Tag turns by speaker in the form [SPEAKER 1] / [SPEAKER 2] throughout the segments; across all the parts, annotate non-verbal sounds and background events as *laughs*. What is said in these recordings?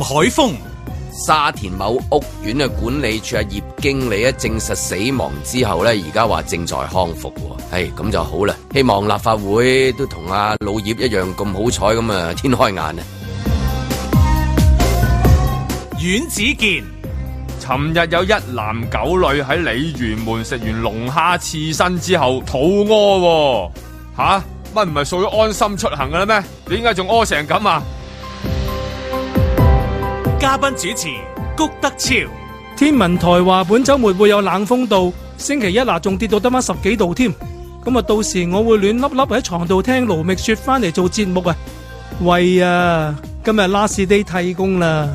[SPEAKER 1] 海風。
[SPEAKER 2] 沙田某屋苑嘅管理處阿葉經理咧啊證實死亡之後咧，而家話正在康復喎。係咁就好啦，希望立法會都同阿老葉一樣咁好彩咁啊，天開眼啊！
[SPEAKER 1] 阮子健，
[SPEAKER 3] 尋日有一男九女喺鯉魚門食完龍蝦刺身之後肚屙喎、吓乜唔係屬於安心出行嘅啦咩？點解仲屙成咁啊？
[SPEAKER 1] 嘉賓主持谷德超，
[SPEAKER 4] 天文台話本周末會有冷風度，星期一嗱仲跌到得翻十幾度添。咁啊，到時我會亂粒粒喺床度聽盧覓雪翻嚟做節目啊。喂啊，今日 last day 替工啦。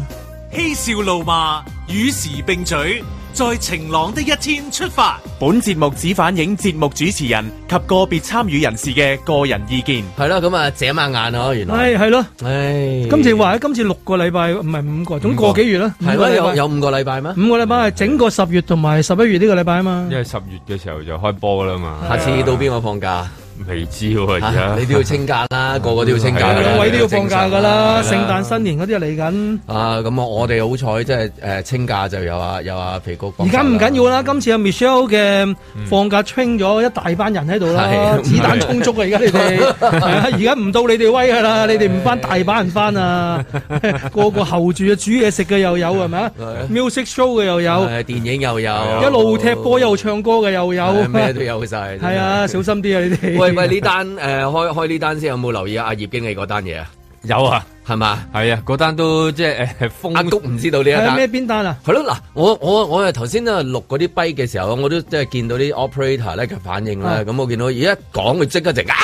[SPEAKER 1] 嬉笑怒罵，與時並舉，在晴朗的一天出發。
[SPEAKER 5] 本節目只反映節目主持人及個別參與人士嘅個人意見。
[SPEAKER 2] 係啦，咁啊，眨下眼咯，原
[SPEAKER 4] 唉，係咯，
[SPEAKER 2] 唉，
[SPEAKER 4] 今次話喺今次六個禮拜，唔係五個，總個幾月啦。
[SPEAKER 2] 係
[SPEAKER 4] 五個
[SPEAKER 2] 咯，
[SPEAKER 4] 禮
[SPEAKER 2] 有
[SPEAKER 4] 拜
[SPEAKER 2] 有五個禮拜咩？
[SPEAKER 4] 五個禮拜係整個十月同埋十一月呢個禮拜啊嘛
[SPEAKER 3] 因。為十月嘅時候就開波啦嘛，
[SPEAKER 2] 下次到邊個放假？
[SPEAKER 3] 未知喎而
[SPEAKER 2] 啊
[SPEAKER 3] 家
[SPEAKER 2] 你。都要清假啦， *laughs* 個個都要清假㗎啦，
[SPEAKER 4] 兩位都要放假㗎啦，聖
[SPEAKER 2] 正常
[SPEAKER 4] 誕新年嗰啲就嚟緊。
[SPEAKER 2] 啊，咁啊，我哋好彩，即係誒清假就有啊，有啊肥谷。
[SPEAKER 4] 而家唔緊要啦，今次阿 Michelle 嘅放假 train 咗一大班人喺度啦，
[SPEAKER 2] 嗯係
[SPEAKER 4] 子彈充足啊！而家你哋係啊， *laughs* 而家唔到你哋威噶啦，你哋唔翻大把人翻啊， *laughs* 個個候住啊，煮嘢食嘅又有係咪啊？music show 嘅又有，
[SPEAKER 2] 誒電影又有，
[SPEAKER 4] 一路踢波一路唱歌嘅又有，
[SPEAKER 2] 係咩
[SPEAKER 4] *laughs*
[SPEAKER 2] 都有晒。*laughs*
[SPEAKER 4] 係啊，小心啲啊你哋。
[SPEAKER 2] 喂喂，呢單誒開開呢單先有冇留意啊？阿葉經理嗰單嘢啊，
[SPEAKER 3] 有啊，
[SPEAKER 2] 係嘛？
[SPEAKER 3] 係啊，嗰單都即係誒封
[SPEAKER 2] 阿谷唔知道呢一
[SPEAKER 4] 係啊咩
[SPEAKER 2] 單。
[SPEAKER 4] 邊單啊？
[SPEAKER 2] 係咯，嗱，我我我係頭先咧錄嗰啲跛嘅時候，我都即係見到啲 operator 咧嘅反應啦。
[SPEAKER 4] 啊
[SPEAKER 2] 咁我見到而家講佢即刻就啊，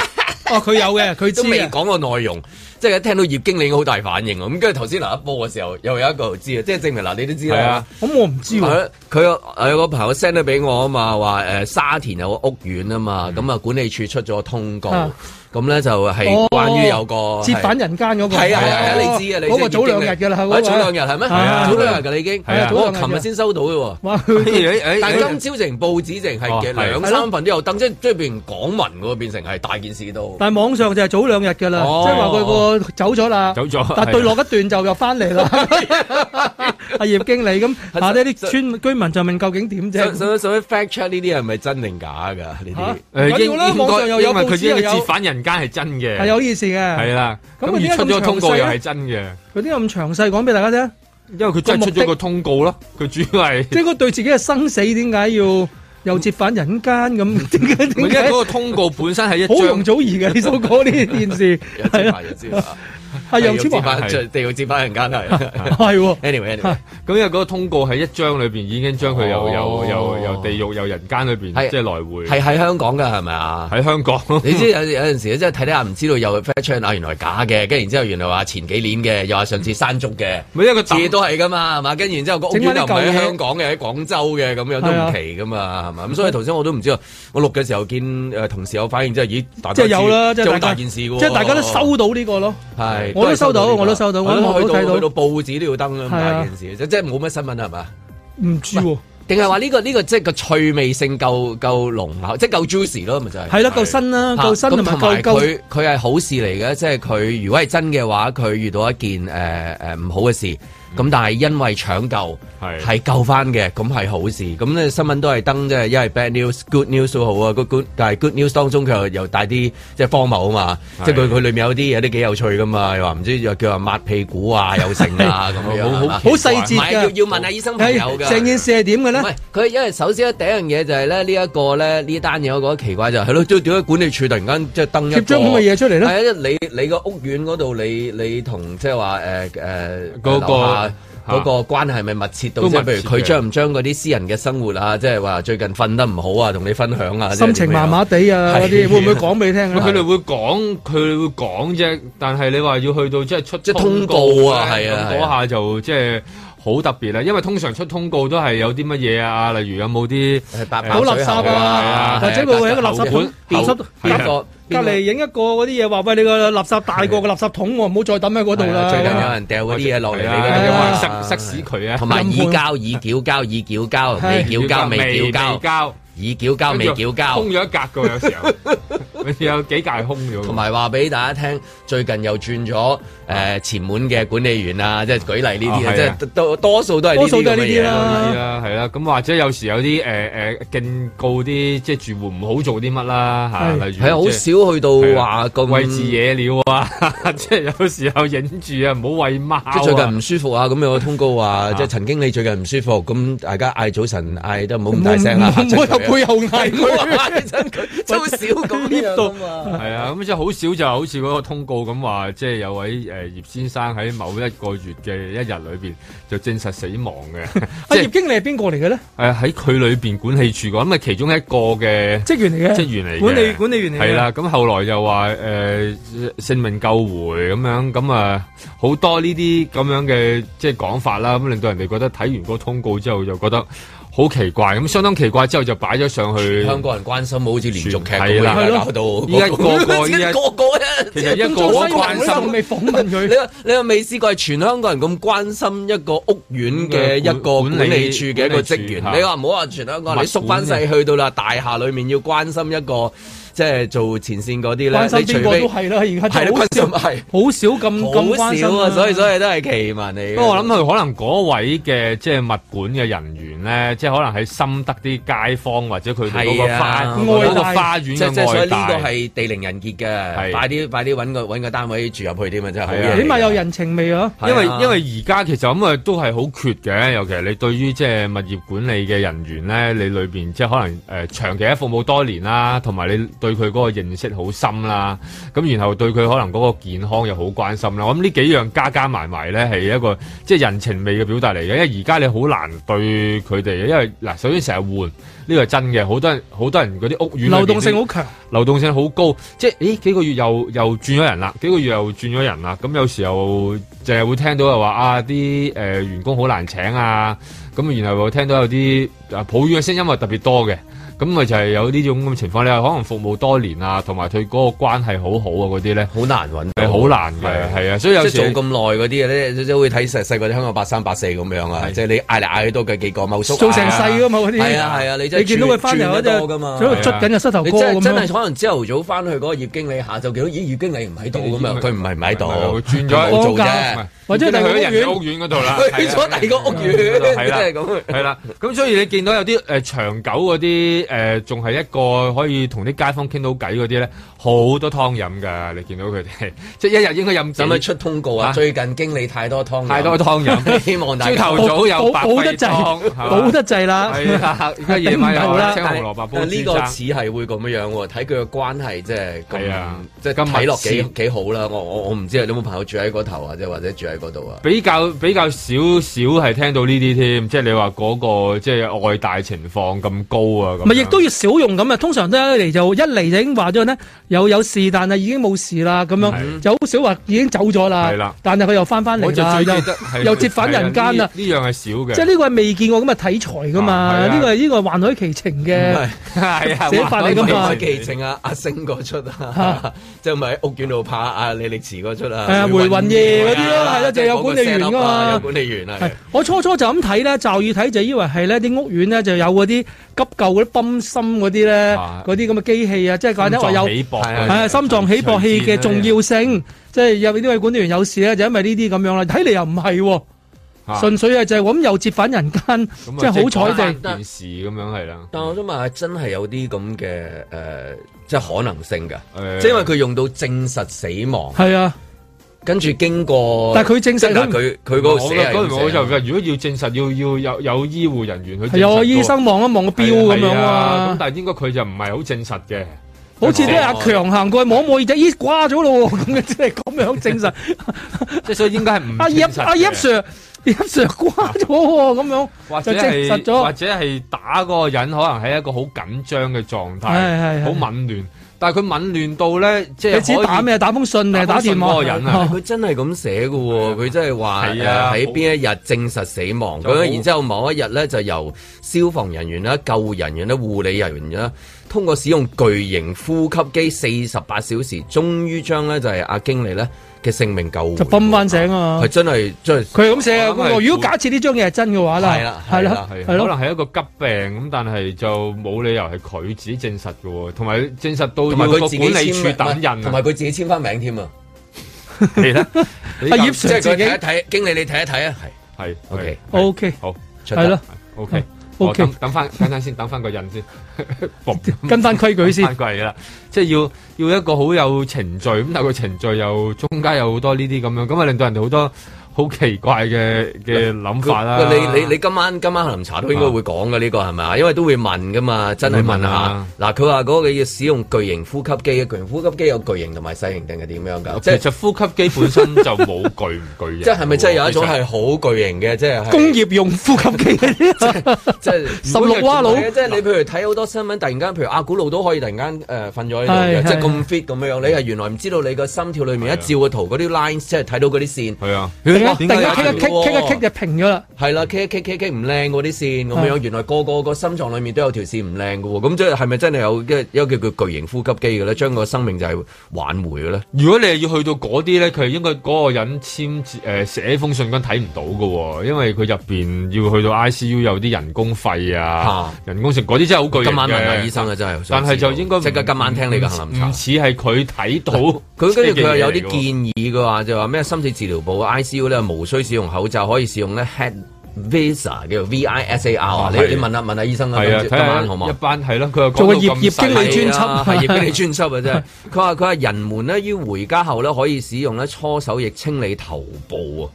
[SPEAKER 4] 哦，佢有嘅，佢知
[SPEAKER 2] 都未
[SPEAKER 4] 嘅。
[SPEAKER 2] 講個內容，即係一聽到葉經理好大反應喎。咁跟住頭先啊嗱一波嘅時候，又有一個知啊，即係證明嗱，你都知
[SPEAKER 3] 係
[SPEAKER 2] 啦
[SPEAKER 3] 啊。
[SPEAKER 4] 咁我唔知喎。
[SPEAKER 2] 係啊佢有我有個朋友 send 咗俾我啊嘛，話誒沙田有個屋苑啊嘛，咁啊管理處出咗通告
[SPEAKER 4] 嗯啊，
[SPEAKER 2] 咁咧就係
[SPEAKER 4] 哦
[SPEAKER 2] 關於有個
[SPEAKER 4] 折返
[SPEAKER 2] 係
[SPEAKER 4] 人間嗰個
[SPEAKER 2] 係啊係啊，
[SPEAKER 4] 哦
[SPEAKER 2] 你知啊，你
[SPEAKER 4] 嗰
[SPEAKER 2] 知
[SPEAKER 4] 個早兩
[SPEAKER 2] 已
[SPEAKER 4] 日
[SPEAKER 2] 經
[SPEAKER 4] 㗎啦，嗰
[SPEAKER 2] 啊
[SPEAKER 4] 個
[SPEAKER 2] 早兩日係咩？
[SPEAKER 4] 係啊
[SPEAKER 2] 早兩日㗎啦已經，
[SPEAKER 3] 係啊
[SPEAKER 2] 我
[SPEAKER 4] 早兩日
[SPEAKER 2] 琴日先收到嘅喎。
[SPEAKER 4] 哇
[SPEAKER 3] 誒
[SPEAKER 4] 佢
[SPEAKER 3] 誒
[SPEAKER 2] 但
[SPEAKER 3] 誒
[SPEAKER 2] 係今朝成報紙成係嘅
[SPEAKER 3] 哦係
[SPEAKER 2] 兩三份都有登，即係即係變成港聞喎，變成係大件事都。
[SPEAKER 4] 但係網上就係早兩日㗎啦，
[SPEAKER 2] 哦
[SPEAKER 4] 即係話佢個走咗啦，
[SPEAKER 3] 走咗
[SPEAKER 2] 啊
[SPEAKER 3] 啊
[SPEAKER 4] 但係對落一段就又翻嚟啦。
[SPEAKER 2] *laughs*
[SPEAKER 4] 阿葉經理咁，下低啲村居民就問究竟點
[SPEAKER 2] 想
[SPEAKER 4] 啫？
[SPEAKER 2] 想想 fact check 呢啲係咪真定假㗎？呢啲
[SPEAKER 4] 嚇唔緊要啦，網上又有
[SPEAKER 3] 因為
[SPEAKER 4] 報
[SPEAKER 3] 佢
[SPEAKER 4] 紙又
[SPEAKER 3] 應該折
[SPEAKER 4] 有，
[SPEAKER 3] 返人間係真嘅，
[SPEAKER 4] 係有意思
[SPEAKER 2] 啊
[SPEAKER 3] 係
[SPEAKER 4] 嘅。
[SPEAKER 3] 啦。
[SPEAKER 4] 咁
[SPEAKER 3] 咁
[SPEAKER 4] 佢
[SPEAKER 3] 而
[SPEAKER 4] 點解
[SPEAKER 3] 出咗
[SPEAKER 4] 咁
[SPEAKER 3] 個通告
[SPEAKER 4] 詳細
[SPEAKER 3] 又
[SPEAKER 4] 呢
[SPEAKER 3] 係真嘅，
[SPEAKER 4] 佢啲咁詳細講俾大家聽，
[SPEAKER 3] 因為佢真係
[SPEAKER 4] 個目
[SPEAKER 3] 出
[SPEAKER 4] 的
[SPEAKER 3] 咗個通告咯。佢主要係
[SPEAKER 4] 即係嗰對自己嘅生死點解要又折返人間
[SPEAKER 2] *laughs*
[SPEAKER 4] 咁？點解
[SPEAKER 3] 因
[SPEAKER 4] 點
[SPEAKER 3] 為嗰
[SPEAKER 4] 解？
[SPEAKER 3] 個通告本身係一
[SPEAKER 4] 好容
[SPEAKER 3] 張，
[SPEAKER 4] 祖兒嘅
[SPEAKER 2] *laughs*
[SPEAKER 4] 呢首歌呢件事
[SPEAKER 2] 有
[SPEAKER 4] 係
[SPEAKER 2] 接法有接
[SPEAKER 4] 啊，
[SPEAKER 2] 法，
[SPEAKER 4] *laughs* 阿楊千嬅
[SPEAKER 2] 法，
[SPEAKER 3] 係
[SPEAKER 2] 地獄接法人間係。
[SPEAKER 4] *laughs* 係喎。
[SPEAKER 2] anyway anyway。
[SPEAKER 3] 咁因為嗰個通告喺一張裏邊已經將佢由由
[SPEAKER 2] 哦
[SPEAKER 3] 由由地獄由人間裏
[SPEAKER 2] 係
[SPEAKER 3] 邊即係來回
[SPEAKER 2] 係喺香港㗎，係咪啊？
[SPEAKER 3] 喺香港。 *laughs*
[SPEAKER 2] 你知有有陣時真係睇睇下唔知道又 fact check 啊，原來係假嘅，跟住然之後原來話前幾年嘅，又話上次山竹嘅，
[SPEAKER 3] 咪一個
[SPEAKER 2] 次次
[SPEAKER 3] 抌
[SPEAKER 2] 都係噶嘛，係嘛？跟住然之後個屋苑又唔係
[SPEAKER 4] 整翻啲舊嘢啊
[SPEAKER 2] 喺香港嘅，喺廣州嘅咁樣都唔奇噶嘛，係嘛？咁所以頭先我都唔知啊，我錄嘅時候見誒同事有反應之後，咦，大家
[SPEAKER 4] 即係有啦，
[SPEAKER 2] 知即
[SPEAKER 4] 即
[SPEAKER 2] 係
[SPEAKER 4] 係
[SPEAKER 2] 好
[SPEAKER 4] 大
[SPEAKER 2] 大
[SPEAKER 4] 家，
[SPEAKER 2] 件事嘅喎，
[SPEAKER 4] 即係大家都收到呢個咯。
[SPEAKER 2] 係，
[SPEAKER 4] 我都
[SPEAKER 2] 係
[SPEAKER 4] 收到
[SPEAKER 2] 呢個
[SPEAKER 4] 我都收到
[SPEAKER 2] 係
[SPEAKER 4] 我都
[SPEAKER 2] 咯
[SPEAKER 4] 望到
[SPEAKER 2] 去
[SPEAKER 4] 睇到
[SPEAKER 2] 去到報紙都要登啦，
[SPEAKER 4] 係
[SPEAKER 2] 咁
[SPEAKER 4] 啊
[SPEAKER 2] 大件事，即即係冇乜新聞係嘛？
[SPEAKER 4] 唔知喎，
[SPEAKER 2] 定係話呢個呢個即係個趣味性夠夠濃厚，即係夠 juicy 咯，咪就係
[SPEAKER 4] 係啦，夠新啦，
[SPEAKER 2] 嚇
[SPEAKER 4] 啊夠新
[SPEAKER 2] 咁
[SPEAKER 4] 同埋夠夠
[SPEAKER 2] 佢佢係好事嚟嘅，即係佢如果係真嘅話，佢遇到一件誒誒唔好嘅事，
[SPEAKER 4] 嗯
[SPEAKER 2] 咁但係因為搶救
[SPEAKER 3] 係
[SPEAKER 2] 係救翻嘅，咁係好事。咁咧新聞都係登即係因為 bad news、good news 都好啊，good good，但係 good news 當中佢又又帶啲即係荒謬啊嘛，即係佢佢裏面有啲嘢都幾有趣噶嘛，又話唔知又叫話抹屁股啊，又剩
[SPEAKER 4] *laughs*
[SPEAKER 2] 啊咁樣，
[SPEAKER 3] 好
[SPEAKER 2] 係嘛
[SPEAKER 4] 好細節
[SPEAKER 2] 唔係要
[SPEAKER 4] 㗎。
[SPEAKER 2] 要問下醫生朋友㗎。
[SPEAKER 4] 係成件事係點嘅
[SPEAKER 2] 唔
[SPEAKER 4] 咧？
[SPEAKER 2] 係佢，因為首先咧第一樣嘢就係咧呢一個咧呢單嘢，我覺得奇怪就係係咯，即係點解管理處突然間即係登一個
[SPEAKER 4] 貼張咁嘅嘢出嚟咧？
[SPEAKER 2] 係啊，你你個屋苑嗰度，你你同即係話誒誒
[SPEAKER 3] 嗰個
[SPEAKER 2] 樓下嗰個關係咪密切到
[SPEAKER 3] 都
[SPEAKER 2] 即係
[SPEAKER 3] 密切
[SPEAKER 2] 譬如佢
[SPEAKER 3] 嘅
[SPEAKER 2] 將唔將嗰啲私人嘅生活啊，即係話最近瞓得唔好啊，同你分享啊，
[SPEAKER 4] 心情麻麻地啊，
[SPEAKER 2] 係
[SPEAKER 4] 嗰啲會唔會講俾你聽
[SPEAKER 3] 喂佢
[SPEAKER 4] 啊？
[SPEAKER 3] 哋會講，佢哋會講啫。但係你話要去到即係出
[SPEAKER 2] 即係通告啊
[SPEAKER 3] 咧
[SPEAKER 2] 係啊
[SPEAKER 3] 咁
[SPEAKER 2] 係啊
[SPEAKER 3] 嗰下就即係好特別啦。因為通常出通告都係有啲乜嘢啊，例如有冇啲
[SPEAKER 2] 係白
[SPEAKER 4] 倒垃圾
[SPEAKER 2] 水喉
[SPEAKER 4] 啊，
[SPEAKER 3] 啊
[SPEAKER 4] 或者佢會喺個垃圾
[SPEAKER 3] 後
[SPEAKER 4] 桶
[SPEAKER 3] 門
[SPEAKER 4] 垃圾
[SPEAKER 2] 邊
[SPEAKER 3] 係
[SPEAKER 2] 個
[SPEAKER 3] 啊
[SPEAKER 2] 邊
[SPEAKER 4] 隔離影一個嗰啲嘢，話喂你個垃圾大過個垃圾桶喎，唔好再抌喺嗰
[SPEAKER 2] 個
[SPEAKER 4] 度
[SPEAKER 2] 係啊
[SPEAKER 4] 啦。
[SPEAKER 2] 最近有人掉嗰啲嘢落嚟，你嗰度
[SPEAKER 4] 係啊
[SPEAKER 2] 啊
[SPEAKER 3] 塞塞屎佢啊，
[SPEAKER 2] 同埋耳膠、耳繳膠、耳繳膠、
[SPEAKER 4] 係
[SPEAKER 2] 未繳
[SPEAKER 3] 要
[SPEAKER 2] 膠、未繳膠
[SPEAKER 3] 未。交，
[SPEAKER 2] 以繳交未繳
[SPEAKER 3] 空
[SPEAKER 2] 交， *laughs*
[SPEAKER 3] 咗一格噶有時候，
[SPEAKER 6] 有幾界空咗。
[SPEAKER 2] 同埋話俾大家聽，最近又轉咗誒前門嘅管理員啊，即係舉例呢啲
[SPEAKER 6] 啊
[SPEAKER 2] 啊，
[SPEAKER 6] 係
[SPEAKER 2] 即
[SPEAKER 6] 啊
[SPEAKER 2] 係多多數都係呢
[SPEAKER 4] 多數
[SPEAKER 2] 啲
[SPEAKER 4] 都係
[SPEAKER 2] 咁
[SPEAKER 4] 呢
[SPEAKER 2] 嘅
[SPEAKER 4] 啲
[SPEAKER 2] 嘢
[SPEAKER 4] 啦
[SPEAKER 2] 啦。
[SPEAKER 6] 係啦，係啦，咁或者有時有啲誒誒警告啲即係住戶唔好做啲乜啦嚇，
[SPEAKER 4] 係
[SPEAKER 6] 例如
[SPEAKER 2] 係啊，好
[SPEAKER 6] 即
[SPEAKER 2] 少去到話咁
[SPEAKER 6] 喂字野鳥啊， *laughs* 即係有時候影住啊，唔好餵貓啊。
[SPEAKER 2] 即係最近唔舒服啊，咁有個通告話，即係陳經理最近唔舒服，咁大家嗌早晨嗌得唔好咁大聲啦，嚇
[SPEAKER 4] 唔
[SPEAKER 2] 親
[SPEAKER 4] 好
[SPEAKER 2] 佢
[SPEAKER 4] 有背後嗌
[SPEAKER 2] 唔好話
[SPEAKER 4] 佢。
[SPEAKER 2] 嚇親佢，真係好少咁樣㗎嘛。
[SPEAKER 6] 係啊，咁即係好少就好似嗰個通告咁話，即係有位誒、呃、葉先生喺某一個月嘅一日裏邊就證實死亡
[SPEAKER 4] *laughs*
[SPEAKER 6] 嘅，
[SPEAKER 4] 阿
[SPEAKER 6] 即
[SPEAKER 4] 葉
[SPEAKER 6] 係
[SPEAKER 4] 經理係邊個嚟嘅咧？
[SPEAKER 6] 誒喺佢裏邊管理處嗰咁啊其中一個
[SPEAKER 4] *laughs*
[SPEAKER 6] 嘅
[SPEAKER 4] 職員嚟嘅，
[SPEAKER 6] 職員嚟嘅
[SPEAKER 4] 管理管理員嚟嘅。
[SPEAKER 6] 係啦，咁後來又話誒、呃性命救回咁樣，咁啊好多呢啲咁樣嘅即係講法啦，咁令到人哋覺得睇完個通告之後就覺得好奇怪，咁相當奇怪之後就擺咗上去。
[SPEAKER 2] 香港人關心好似連續劇咁
[SPEAKER 6] 係啦
[SPEAKER 2] 樣搞到， *laughs*
[SPEAKER 6] 依家個個依家
[SPEAKER 2] 個個咧，
[SPEAKER 6] 其實一個
[SPEAKER 4] 中
[SPEAKER 6] 好
[SPEAKER 4] 西環
[SPEAKER 6] 關
[SPEAKER 4] 嗰度
[SPEAKER 6] 心。
[SPEAKER 4] 未訪問佢
[SPEAKER 2] 你。又你又未試過係全香港人咁關心一個屋苑嘅一個管理處嘅一個職員？
[SPEAKER 6] 管理
[SPEAKER 2] 你話唔好話全香港
[SPEAKER 6] 物管
[SPEAKER 2] 人，你縮翻細去到啦，大廈裡面要關心一個即係做前線嗰啲咧，
[SPEAKER 4] 關心
[SPEAKER 2] 你除
[SPEAKER 4] 邊個
[SPEAKER 2] 非
[SPEAKER 4] 都係啦，而家
[SPEAKER 2] 係
[SPEAKER 4] 真
[SPEAKER 2] 啦，
[SPEAKER 4] 係好
[SPEAKER 2] 關心係
[SPEAKER 4] 好少咁咁
[SPEAKER 2] 好
[SPEAKER 4] 關
[SPEAKER 2] 少
[SPEAKER 4] 心
[SPEAKER 2] 啊，所以所以都係奇聞嚟嘅。
[SPEAKER 6] 不過我諗
[SPEAKER 4] 啊
[SPEAKER 6] 佢可能嗰位嘅即係物管嘅人員咧，即係可能係深得啲街坊或者佢哋嗰
[SPEAKER 2] 係
[SPEAKER 6] 個花
[SPEAKER 2] 啊
[SPEAKER 6] 嗰個
[SPEAKER 4] 愛戴
[SPEAKER 6] 花園
[SPEAKER 2] 即係即係所
[SPEAKER 6] 嘅
[SPEAKER 2] 以呢
[SPEAKER 6] 外
[SPEAKER 2] 個
[SPEAKER 6] 帶。
[SPEAKER 2] 係地靈人傑
[SPEAKER 6] 係
[SPEAKER 2] 嘅，快啲快啲揾個揾個單位住入去添啊！真係好
[SPEAKER 6] 係啊
[SPEAKER 2] 嘢，
[SPEAKER 4] 起碼有人情味啊！
[SPEAKER 2] 係啊，
[SPEAKER 6] 因為因為而家其實咁啊都係好缺嘅，尤其係你對於即係物業管理嘅人員咧，你裏邊即係可能誒、呃、長期喺服務多年啦，同埋你對佢嗰個認識好深啦，咁然後對佢可能嗰個健康又好關心啦。我諗呢幾樣加加埋埋咧係一個即係人情味嘅表達嚟嘅，因為而家你好難對佢哋，因為嗱首先成日換呢個係真嘅，好多人好多人嗰啲屋苑裏邊
[SPEAKER 4] 流動性好強，
[SPEAKER 6] 流動性好高，即係咦幾個月又又轉咗人啦，幾個月又轉咗人啦，咁有時候就係會聽到又話啊啲誒、呃員工好難請啊，咁然後又聽到有啲啊抱怨嘅聲音係特別多嘅，咁咪就係有呢種咁嘅情況，你話可能服務多年啊，同埋對嗰個關係好好啊嗰啲咧
[SPEAKER 2] 好難揾到，
[SPEAKER 6] 係好難嘅，係啊，所以有
[SPEAKER 2] 哦即係
[SPEAKER 6] 時
[SPEAKER 2] 做咁耐嗰啲咧，即係會睇細細個啲香港八三八四咁樣啊，即係你嗌嚟嗌去都嘅幾個踎叔啊，
[SPEAKER 4] 做成世㗎嘛嗰啲。
[SPEAKER 2] 係啊係啊，你真係
[SPEAKER 4] 你見到佢翻嚟
[SPEAKER 2] 轉
[SPEAKER 4] 嗰
[SPEAKER 2] 轉
[SPEAKER 4] 隻，
[SPEAKER 2] 得多㗎
[SPEAKER 6] 啊
[SPEAKER 2] 嘛
[SPEAKER 4] 喺。度捽緊個膝頭
[SPEAKER 2] 你
[SPEAKER 4] 哥
[SPEAKER 2] 真係
[SPEAKER 4] 咁啊
[SPEAKER 2] 真係
[SPEAKER 4] 樣。
[SPEAKER 2] 可能朝頭早翻去嗰個葉經理，下晝見到咦葉經理唔喺度咁啊樣，佢唔係唔喺度，
[SPEAKER 6] 係轉咗
[SPEAKER 2] 佢冇做
[SPEAKER 4] 放
[SPEAKER 2] 啫
[SPEAKER 6] 唔係
[SPEAKER 4] 假，或者
[SPEAKER 6] 去
[SPEAKER 4] 第二個
[SPEAKER 6] 咗
[SPEAKER 4] 屋
[SPEAKER 6] 人
[SPEAKER 4] 苑
[SPEAKER 6] 哋屋苑嗰度啦，
[SPEAKER 2] *laughs*
[SPEAKER 6] 啊
[SPEAKER 2] 去咗第二個屋苑，
[SPEAKER 6] 係
[SPEAKER 2] *laughs*
[SPEAKER 6] 啦
[SPEAKER 2] 真係咁。
[SPEAKER 6] 係啦，咁所以你見到有啲誒、呃、長久嗰啲誒，仲、係一個可以同啲街坊傾到偈嗰啲咧，好多湯飲㗎。你見到佢哋， *laughs* 即係一日應該飲
[SPEAKER 2] 使唔使
[SPEAKER 6] 幾
[SPEAKER 2] 出通告啊？
[SPEAKER 6] 啊
[SPEAKER 2] 最近經理太多湯飲，
[SPEAKER 6] 太多湯
[SPEAKER 4] *laughs*
[SPEAKER 6] 飲。
[SPEAKER 2] *laughs* 希望大
[SPEAKER 6] 朝
[SPEAKER 2] 家
[SPEAKER 6] 頭早有白
[SPEAKER 4] 補得
[SPEAKER 6] 米
[SPEAKER 4] 滯
[SPEAKER 6] 湯，
[SPEAKER 4] 補得滯啦，
[SPEAKER 6] 係啊啦，而家夜晚
[SPEAKER 4] *laughs* 頂唔到
[SPEAKER 6] 有
[SPEAKER 4] 啦
[SPEAKER 6] 青紅蘿蔔煲
[SPEAKER 2] 但係呢
[SPEAKER 6] 豬
[SPEAKER 2] 個
[SPEAKER 6] 踭
[SPEAKER 2] 似係會咁樣樣喎，睇佢嘅關係即係
[SPEAKER 6] 係啊
[SPEAKER 2] 咁，即係
[SPEAKER 6] 咁密
[SPEAKER 2] 睇落幾
[SPEAKER 6] 切
[SPEAKER 2] 幾好啦。我我我唔知啊，你有冇朋友住喺嗰頭啊，即係或者住喺嗰度啊？
[SPEAKER 6] 比較比較少少係聽到呢啲添，即係你話嗰、個即係外帶情況咁高啊，咁
[SPEAKER 4] 咪
[SPEAKER 6] 樣
[SPEAKER 4] 亦都要少用咁啊！通常都一嚟就一嚟就已經話咗咧，有有事，但係已經冇事啦，咁樣
[SPEAKER 6] 係
[SPEAKER 4] 就好少話已經走咗
[SPEAKER 6] 係啦
[SPEAKER 4] 啦。但係佢又翻翻
[SPEAKER 6] 我
[SPEAKER 4] 嚟
[SPEAKER 6] 就
[SPEAKER 4] 啦，
[SPEAKER 6] 最記
[SPEAKER 4] 又
[SPEAKER 6] 得係
[SPEAKER 4] 又折返人間啦
[SPEAKER 6] 呢呢樣係少嘅，
[SPEAKER 4] 即係呢個係未見過咁嘅題材噶
[SPEAKER 6] 啊係
[SPEAKER 4] 嘛？
[SPEAKER 6] 啊
[SPEAKER 4] 呢個係呢個係幻海奇情嘅，
[SPEAKER 6] *laughs* 係啊
[SPEAKER 4] 寫法嚟㗎嘛
[SPEAKER 2] 我記正啊，阿星嗰出啊，即係咪喺屋苑度拍啊？李力持嗰出啊，
[SPEAKER 4] 係啊回魂夜嗰啲咯係啦就有管理員
[SPEAKER 2] 嗰
[SPEAKER 4] 㗎嘛
[SPEAKER 2] 個 set-up 有管理員
[SPEAKER 4] 係
[SPEAKER 2] 啊，
[SPEAKER 4] 我初初就咁睇咧，驟耳睇就以為係呢啲屋苑咧就有嗰啲急救嗰啲泵心嗰啲咧，
[SPEAKER 6] 啊
[SPEAKER 4] 嗰啲咁嘅機器啊，即係講
[SPEAKER 6] 心
[SPEAKER 4] 緊話
[SPEAKER 6] 臟
[SPEAKER 4] 有。
[SPEAKER 6] 起搏
[SPEAKER 2] 係啊
[SPEAKER 4] 係啊，心臟起搏器嘅重要性，即係有呢位管理員有事咧，就因為呢啲咁樣啦。睇嚟又唔係
[SPEAKER 6] 啊
[SPEAKER 4] 喎，純粹係就係咁又折返人間，
[SPEAKER 6] 咁啊
[SPEAKER 4] 即係好彩
[SPEAKER 6] 係講
[SPEAKER 4] 地
[SPEAKER 6] 翻件事咁樣係啦。
[SPEAKER 2] 但我想問下，真係有啲咁嘅誒，即係可能性㗎，
[SPEAKER 6] 誒
[SPEAKER 2] 即係因為佢用到證實死亡，
[SPEAKER 4] 係啊，
[SPEAKER 2] 跟住經
[SPEAKER 6] 哦
[SPEAKER 2] 過，
[SPEAKER 4] 但係佢證實
[SPEAKER 2] 即係嗱
[SPEAKER 4] 佢
[SPEAKER 2] 佢佢嗰
[SPEAKER 6] 我
[SPEAKER 2] 個
[SPEAKER 6] 覺
[SPEAKER 2] 寫
[SPEAKER 6] 得
[SPEAKER 2] 係
[SPEAKER 6] 嗰
[SPEAKER 2] 咁
[SPEAKER 6] 陣
[SPEAKER 2] 寫啊
[SPEAKER 6] 我就話如果要證實，要要有有醫護人員去證實
[SPEAKER 4] 係啊，
[SPEAKER 6] 喎
[SPEAKER 4] 醫生望一望個表咁樣
[SPEAKER 6] 係啊咁
[SPEAKER 4] 啊，
[SPEAKER 6] 但係應該佢就唔係好證實嘅。
[SPEAKER 4] 好似啲阿
[SPEAKER 2] 哦
[SPEAKER 4] 強行過去摸一摸耳仔，咦掛咗
[SPEAKER 6] *laughs*
[SPEAKER 4] 咯喎，咁嘅即係咁樣證實。
[SPEAKER 6] 即係所以應該係唔
[SPEAKER 4] 阿
[SPEAKER 6] *laughs*
[SPEAKER 4] 葉
[SPEAKER 6] 證實嘅
[SPEAKER 4] 阿葉 Sir 葉 Sir 掛咗喎，咁樣
[SPEAKER 6] 或者
[SPEAKER 4] 就證實
[SPEAKER 6] 係
[SPEAKER 4] 咗
[SPEAKER 6] 或者係打嗰個人可能係一個好緊張嘅狀態，
[SPEAKER 4] 係係係
[SPEAKER 6] 好紊亂。但係佢紊亂到咧，即係
[SPEAKER 4] 你指打
[SPEAKER 6] 可以？
[SPEAKER 4] 咩？打封信定係打
[SPEAKER 6] 打封信
[SPEAKER 4] 電
[SPEAKER 6] 嗰
[SPEAKER 4] 話？
[SPEAKER 6] 個人啊
[SPEAKER 2] 但哦係佢真係咁寫嘅喎，佢真係話誒
[SPEAKER 6] 係啊
[SPEAKER 2] 喺邊一日證實死亡，
[SPEAKER 6] 就好
[SPEAKER 2] 咁然之後某一日咧就由消防人員啦、救護人員啦、護理人員啦，通過使用巨型呼吸機四十八小時，終於將咧就係阿經理咧嘅性命救援
[SPEAKER 4] 就崩翻醒啊
[SPEAKER 2] 係真係真係
[SPEAKER 4] 佢係咁寫嘅
[SPEAKER 6] 我諗係
[SPEAKER 4] 嗰個如果假設呢張嘢係真嘅話啦，
[SPEAKER 2] 係啦
[SPEAKER 4] 係
[SPEAKER 2] 係啦
[SPEAKER 4] 啦，
[SPEAKER 6] 啊係
[SPEAKER 4] 係
[SPEAKER 6] 可
[SPEAKER 4] 咯，
[SPEAKER 6] 能係一個急病咁，但係就冇理由係佢自己證實嘅喎，同埋證實
[SPEAKER 2] 同
[SPEAKER 6] 到
[SPEAKER 2] 埋
[SPEAKER 6] 要
[SPEAKER 2] 佢
[SPEAKER 6] 個
[SPEAKER 2] 自
[SPEAKER 6] 管
[SPEAKER 2] 己
[SPEAKER 6] 理
[SPEAKER 2] 簽
[SPEAKER 6] 處
[SPEAKER 2] 名
[SPEAKER 6] 等啊印
[SPEAKER 2] 同埋佢自己簽翻名添啊！
[SPEAKER 6] 係啦， *laughs*
[SPEAKER 4] 阿葉
[SPEAKER 2] 即係
[SPEAKER 4] Sir
[SPEAKER 2] 佢
[SPEAKER 4] 自
[SPEAKER 2] 睇
[SPEAKER 4] 己
[SPEAKER 2] 一睇，經理你睇一睇啊，係
[SPEAKER 6] 係
[SPEAKER 2] OK，
[SPEAKER 4] O K
[SPEAKER 6] 好
[SPEAKER 2] 出得
[SPEAKER 4] 係咯
[SPEAKER 6] OK。我
[SPEAKER 4] O
[SPEAKER 6] 等
[SPEAKER 4] K，
[SPEAKER 6] 等翻等等先，等翻個印先， *laughs*
[SPEAKER 2] 嗯
[SPEAKER 6] 嘣
[SPEAKER 4] 跟翻規矩先
[SPEAKER 6] 翻。貴啦，即係要要一個好有程序，咁啊但係個程序又中間有好多呢啲咁樣，咁啊令到人哋好多好奇怪嘅嘅諗法啦。
[SPEAKER 2] 喂你你你今晚今晚下午茶都應該會講嘅呢個係咪啊？因為都會問噶嘛，真係問
[SPEAKER 6] 會問
[SPEAKER 2] 下
[SPEAKER 6] 啊。
[SPEAKER 2] 嗱，佢話嗰個要使用巨型呼吸機，巨型呼吸機有巨型同埋細型定係點樣㗎？即係
[SPEAKER 6] 其實呼吸機本身就冇巨唔巨型，
[SPEAKER 2] 即係係咪真係有一種
[SPEAKER 6] 其實
[SPEAKER 2] 係好巨型嘅，即係
[SPEAKER 4] 工業用呼吸機嗰啲，
[SPEAKER 2] 即係
[SPEAKER 4] 十六蛙佬
[SPEAKER 2] 唔係啊即係你譬如睇好多新聞，突然間譬如阿古路都可以突然間誒瞓咗喺度嘅，
[SPEAKER 4] 係
[SPEAKER 2] 即係
[SPEAKER 4] 係
[SPEAKER 2] 咁 fit 咁樣，你係原來唔知道你個心跳裡面一照個圖嗰啲 lines，即係睇到嗰啲線。
[SPEAKER 6] 係啊？
[SPEAKER 4] 突然 *laughs* 間突
[SPEAKER 2] 解
[SPEAKER 4] 然間 kick 一 kick kick 一 kick 就平咗啦。
[SPEAKER 2] 係啦，K K K K 唔靚嗰啲線咁樣，
[SPEAKER 4] 係
[SPEAKER 2] 原來個個個心臟裏面都有條線唔靚嘅喎，咁即係係咪真係有一有一個叫巨型呼吸機嘅咧？將個生命就係挽回嘅咧？
[SPEAKER 6] 如果你係要去到嗰啲咧，佢係應該嗰個人簽字誒寫封信嗰陣睇唔到嘅喎，因為佢入邊要去到 ICU 有啲人工費啊
[SPEAKER 2] 啊、
[SPEAKER 6] 人工成嗰啲真係好巨型
[SPEAKER 2] 今晚問下
[SPEAKER 6] 嘅
[SPEAKER 2] 醫生啊，真係想知道。
[SPEAKER 6] 但係就應該唔
[SPEAKER 2] 即刻今晚聽你嘅杏林茶
[SPEAKER 6] 唔。似係佢睇到，
[SPEAKER 2] 佢跟住佢又有啲建
[SPEAKER 6] 見，
[SPEAKER 2] 議嘅話，就話咩深切治療部啊 ICU 咧無需使用口罩，可以使用咧 head visa 叫 V I S A R 啊
[SPEAKER 6] 啊
[SPEAKER 2] 你
[SPEAKER 6] 係
[SPEAKER 2] 你問下問下醫生啊，
[SPEAKER 6] 係啊，
[SPEAKER 2] 今
[SPEAKER 6] 睇
[SPEAKER 2] 今晚好
[SPEAKER 6] 下一
[SPEAKER 2] 嘛？
[SPEAKER 6] 班係咯，佢又
[SPEAKER 4] 做
[SPEAKER 6] 講
[SPEAKER 4] 個
[SPEAKER 6] 到
[SPEAKER 4] 業
[SPEAKER 6] 咁
[SPEAKER 4] 業
[SPEAKER 6] 細
[SPEAKER 4] 經理專輯
[SPEAKER 2] 啊係業經理專輯啊，真係。佢話佢話人們咧於回家後咧可以使用咧搓手液清理頭部
[SPEAKER 6] *laughs*
[SPEAKER 2] 啊，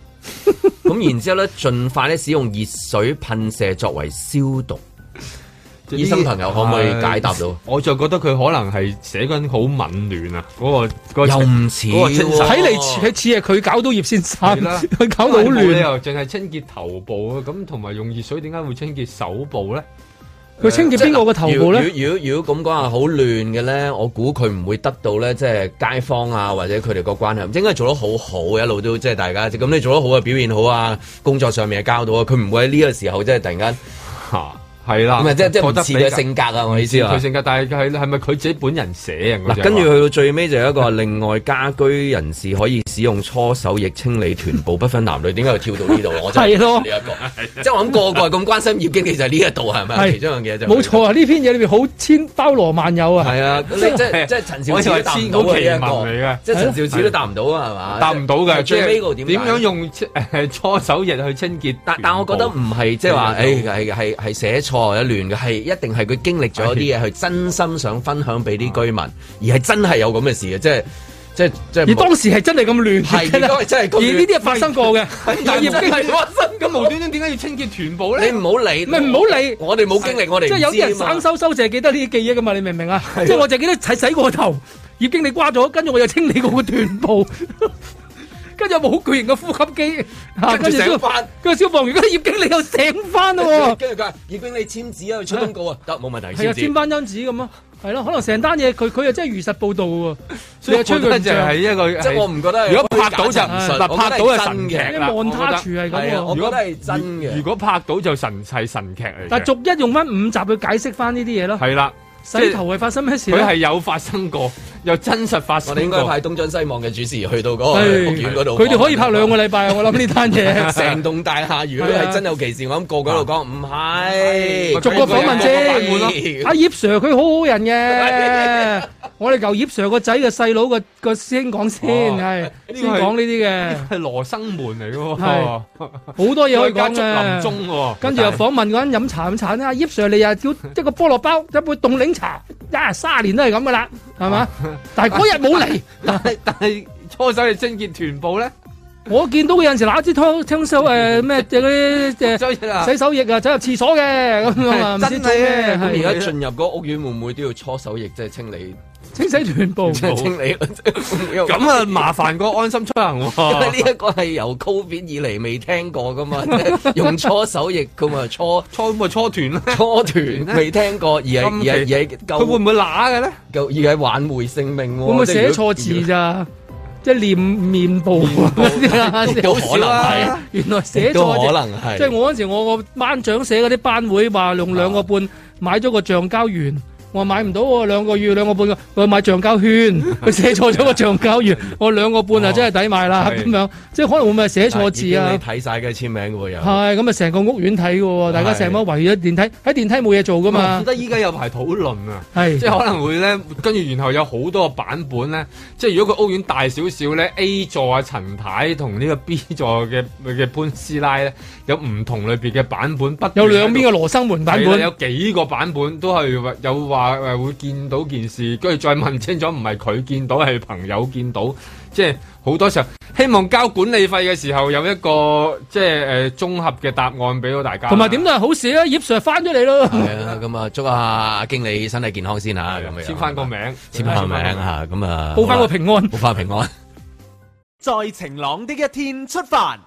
[SPEAKER 2] 咁然之後咧盡快咧使用熱水噴射作為消毒。醫生朋友可唔可以解答到？
[SPEAKER 6] 我就覺得佢可能係寫緊好紊亂啊！嗰、個嗰、
[SPEAKER 2] 又
[SPEAKER 6] 個
[SPEAKER 2] 唔似
[SPEAKER 6] 嗰個精神
[SPEAKER 2] 喎
[SPEAKER 4] 睇嚟似似係佢搞到葉先生，
[SPEAKER 6] 係啦
[SPEAKER 4] 佢搞到好
[SPEAKER 6] 冇理
[SPEAKER 4] 亂。
[SPEAKER 6] 由淨係清潔頭部啊！咁同埋用熱水點解會清潔手部咧？
[SPEAKER 4] 佢清潔邊個個頭部咧？
[SPEAKER 2] 如果如果如果咁講係好亂嘅咧，我估佢唔會得到咧，即係街坊啊，或者佢哋個關係，應該做得好好，一路都即係大家咁你做得好啊，表現好啊，工作上面嘅交到啊，佢唔會喺呢個時候即係突然間
[SPEAKER 6] 嚇係啦，
[SPEAKER 2] 咁啊，即係即係
[SPEAKER 6] 覺
[SPEAKER 2] 唔
[SPEAKER 6] 得
[SPEAKER 2] 似
[SPEAKER 6] 比
[SPEAKER 2] 佢
[SPEAKER 6] 較
[SPEAKER 2] 性格啊，我意思啊
[SPEAKER 6] 佢。性格，但係係係咪佢自己本人寫啊？我就
[SPEAKER 2] 嗱，
[SPEAKER 6] 係
[SPEAKER 2] 跟住
[SPEAKER 6] 話
[SPEAKER 2] 去到最尾就有一個話另外家居人士可以使用搓手液清理臀部，不分男女。點解要跳到呢度？我真係
[SPEAKER 4] 係咯
[SPEAKER 2] 呢一個，即係我諗個個係咁關心葉經理就係呢一度係咪啊？
[SPEAKER 4] 係
[SPEAKER 2] 其中一樣嘢就係
[SPEAKER 4] 冇錯啊！呢篇嘢裏面好千包羅萬有啊！
[SPEAKER 2] 係 *laughs* 啊，咁你即係即係陳少
[SPEAKER 6] 我以
[SPEAKER 2] 慈
[SPEAKER 6] 為
[SPEAKER 2] 都答唔到啊呢一
[SPEAKER 6] 千古奇聞嚟
[SPEAKER 2] 個
[SPEAKER 6] 嘅，
[SPEAKER 2] 即係陳少慈都答唔到啊，係嘛？
[SPEAKER 6] 答唔到嘅，
[SPEAKER 2] 最尾個點解
[SPEAKER 6] 點樣？用誒 *laughs* 搓手液去清潔？
[SPEAKER 2] 但但我覺得唔係即係話，誒
[SPEAKER 6] 全
[SPEAKER 2] 係係係寫錯或者亂嘅，係一定係佢經歷咗一啲嘢，佢真心想分享俾啲居民，而係真係有咁嘅事嘅，即係即係即係
[SPEAKER 4] 而
[SPEAKER 2] 冇。
[SPEAKER 4] 當時係真係咁亂
[SPEAKER 2] 係
[SPEAKER 4] 嘅
[SPEAKER 2] 而
[SPEAKER 4] 啦
[SPEAKER 2] 當時真係咁
[SPEAKER 4] 而
[SPEAKER 2] 亂
[SPEAKER 4] 呢啲係發生過嘅。但葉
[SPEAKER 2] 真
[SPEAKER 4] 經
[SPEAKER 2] 係
[SPEAKER 4] 理
[SPEAKER 2] 發生
[SPEAKER 6] 咁無端端點解要清潔臀部
[SPEAKER 2] 你
[SPEAKER 6] 咧？
[SPEAKER 2] 唔好理，
[SPEAKER 4] 唔係唔好理
[SPEAKER 2] 我哋冇經歷，哎我哋
[SPEAKER 4] 即係有啲人
[SPEAKER 2] 唔知啊嘛
[SPEAKER 4] 省收收，淨係記得呢啲記憶噶嘛？你明唔明啊？即係我就記得洗洗過個頭，葉經理瓜咗，跟住我又清理過個臀部， *laughs* 跟住有冇好巨型嘅呼吸機，啊
[SPEAKER 2] 跟住
[SPEAKER 4] 消
[SPEAKER 2] 醒翻。
[SPEAKER 4] 跟住消防員，跟住葉經理又醒翻
[SPEAKER 2] *laughs*
[SPEAKER 4] 咯。
[SPEAKER 2] 跟
[SPEAKER 4] *laughs*
[SPEAKER 2] 住佢話：葉經理簽字啊，出通告啊，得冇問題。
[SPEAKER 4] 係啊，
[SPEAKER 2] 簽字
[SPEAKER 4] 尖班因子咁咯，係咯，可能成單嘢佢佢又真係如實報導
[SPEAKER 2] 啊
[SPEAKER 4] 喎，
[SPEAKER 6] 所以
[SPEAKER 4] 你又
[SPEAKER 6] 我
[SPEAKER 4] 吹
[SPEAKER 6] 覺
[SPEAKER 4] 佢
[SPEAKER 6] 得
[SPEAKER 4] 唔
[SPEAKER 6] 就係
[SPEAKER 4] 脹，
[SPEAKER 6] 一個
[SPEAKER 2] 即係我唔覺得係虛假陳述。
[SPEAKER 6] 如果
[SPEAKER 2] 嗱
[SPEAKER 6] 拍到就嗱拍到係神劇
[SPEAKER 4] 啲
[SPEAKER 6] 啦
[SPEAKER 4] 望他
[SPEAKER 6] 我
[SPEAKER 4] 處
[SPEAKER 6] 覺
[SPEAKER 4] 係咁
[SPEAKER 2] 係啊，我
[SPEAKER 4] 喎。
[SPEAKER 2] 覺得係真嘅。
[SPEAKER 6] 如果拍到就神係神劇嚟嘅。
[SPEAKER 4] 但係逐啊一用翻五集去解釋翻呢啲嘢咯，
[SPEAKER 6] 係啦，
[SPEAKER 4] 洗頭係發生咩事
[SPEAKER 6] 佢
[SPEAKER 4] 咧
[SPEAKER 6] 係？有發生過，又真實發
[SPEAKER 2] 啊
[SPEAKER 6] 生
[SPEAKER 2] 我
[SPEAKER 6] 過。
[SPEAKER 2] 哋應該派東張西望嘅主持去到嗰個
[SPEAKER 4] 係
[SPEAKER 2] 屋苑嗰度，。
[SPEAKER 4] 佢哋可以拍兩個禮拜啊！我諗呢單
[SPEAKER 2] *laughs*
[SPEAKER 4] 嘢
[SPEAKER 2] 成棟大廈。如果係真有其事，我諗個個喺度講唔係，
[SPEAKER 4] 逐個訪問
[SPEAKER 2] 個個
[SPEAKER 4] 先，
[SPEAKER 2] 訪問
[SPEAKER 4] 阿葉 Sir 佢好好人嘅，我哋舊葉 Sir 個仔嘅細佬個個先講先，
[SPEAKER 6] 哦
[SPEAKER 4] 係
[SPEAKER 6] 呢
[SPEAKER 4] 先
[SPEAKER 6] 個係
[SPEAKER 4] 講呢
[SPEAKER 6] 係羅生門嚟嘅
[SPEAKER 4] 係
[SPEAKER 6] 喎，
[SPEAKER 4] 啲嘅，好多嘢可
[SPEAKER 6] 佢
[SPEAKER 4] 以
[SPEAKER 6] 家
[SPEAKER 4] 講
[SPEAKER 6] 竹林
[SPEAKER 4] 嘅。
[SPEAKER 6] 中喎。
[SPEAKER 4] 跟住又訪問嗰陣飲茶飲茶咧，阿葉 Sir 你又叫一個菠蘿包，一杯凍檸茶，呀卅年都係咁噶啦，係嘛？但係嗰日冇嚟，
[SPEAKER 6] 但係但係搓手去清潔臀部咧，
[SPEAKER 4] 我見到佢有陣時拿支湯清手誒咩嗰啲
[SPEAKER 6] 所以啦
[SPEAKER 4] 誒，洗手液啊，走入廁所嘅咁樣啊，唔知做咩，
[SPEAKER 2] 咁
[SPEAKER 4] 係
[SPEAKER 2] 而家進入嗰個屋苑會唔會都要搓手液，即係清理，
[SPEAKER 4] 清洗臀部。
[SPEAKER 2] 即係清理？咁
[SPEAKER 6] 咁啊麻煩過安心出行
[SPEAKER 4] 哦
[SPEAKER 2] 因為
[SPEAKER 6] 喎。
[SPEAKER 2] 呢一個係由 Covid 以嚟未聽過噶
[SPEAKER 4] *laughs*
[SPEAKER 2] 嘛，即係用搓手液咁啊搓
[SPEAKER 6] 搓咪搓團啦，
[SPEAKER 2] 搓團未聽過，而係而
[SPEAKER 6] 咁奇
[SPEAKER 2] 係而係
[SPEAKER 6] 佢會
[SPEAKER 2] 救
[SPEAKER 6] 唔會乸嘅咧？
[SPEAKER 2] 救而係挽回性命喎。
[SPEAKER 4] 會唔會
[SPEAKER 2] 即係
[SPEAKER 4] 寫
[SPEAKER 2] 如果
[SPEAKER 4] 錯字咋？即係念面部嗰啲啊，
[SPEAKER 2] 都可能係，
[SPEAKER 4] *laughs*
[SPEAKER 6] 啊
[SPEAKER 4] 原來寫
[SPEAKER 2] 都可
[SPEAKER 4] 錯字。
[SPEAKER 2] 能係。
[SPEAKER 4] 即係我嗰陣時，我個班長寫嗰啲班會話用兩個半買咗個橡膠園，我話買唔到喎，兩個月兩個半個，佢話買橡膠圈，佢寫錯咗個橡膠月，我兩個半啊，真係抵買啦
[SPEAKER 6] 係
[SPEAKER 4] 咁樣，即係可能會唔會係寫錯
[SPEAKER 2] 已
[SPEAKER 4] 字
[SPEAKER 2] 經你
[SPEAKER 4] 啊？
[SPEAKER 2] 睇晒嘅簽名嘅喎又。
[SPEAKER 4] 係咁啊，成個屋苑睇嘅喎，大家成班圍咗電梯，喺電梯冇嘢做噶
[SPEAKER 6] 我
[SPEAKER 2] *laughs*
[SPEAKER 4] 嘛
[SPEAKER 6] 覺，
[SPEAKER 2] 啊
[SPEAKER 6] 得依家有排討論啊。即
[SPEAKER 4] 係
[SPEAKER 6] 係可能會咧，跟住然後有好多個版本咧。即係如果個屋苑大少少咧，A 座啊陳太同呢個 B 座嘅嘅潘師奶咧，有唔同類別嘅版本，不斷
[SPEAKER 4] 有兩邊
[SPEAKER 6] 喺
[SPEAKER 4] 嘅
[SPEAKER 6] 度
[SPEAKER 4] 羅生門版
[SPEAKER 6] 係啦有
[SPEAKER 4] 本，
[SPEAKER 6] 幾個版本都係話有話誒會見到件事，跟住再問清楚，唔係佢見到，係朋友見到，即係好多時候希望交管理費嘅時候有一個即係誒呃綜合嘅答案俾到大家。
[SPEAKER 4] 同埋點都係好事啊！葉 Sir 翻咗嚟咯，
[SPEAKER 2] 係啊，咁啊，祝阿經理身體健康先啊，咁樣
[SPEAKER 6] 簽翻個名，
[SPEAKER 2] 簽翻個名嚇，咁啊，
[SPEAKER 4] 報翻個平安。
[SPEAKER 2] 好啦，報翻平安。
[SPEAKER 5] 在晴朗的一天出發。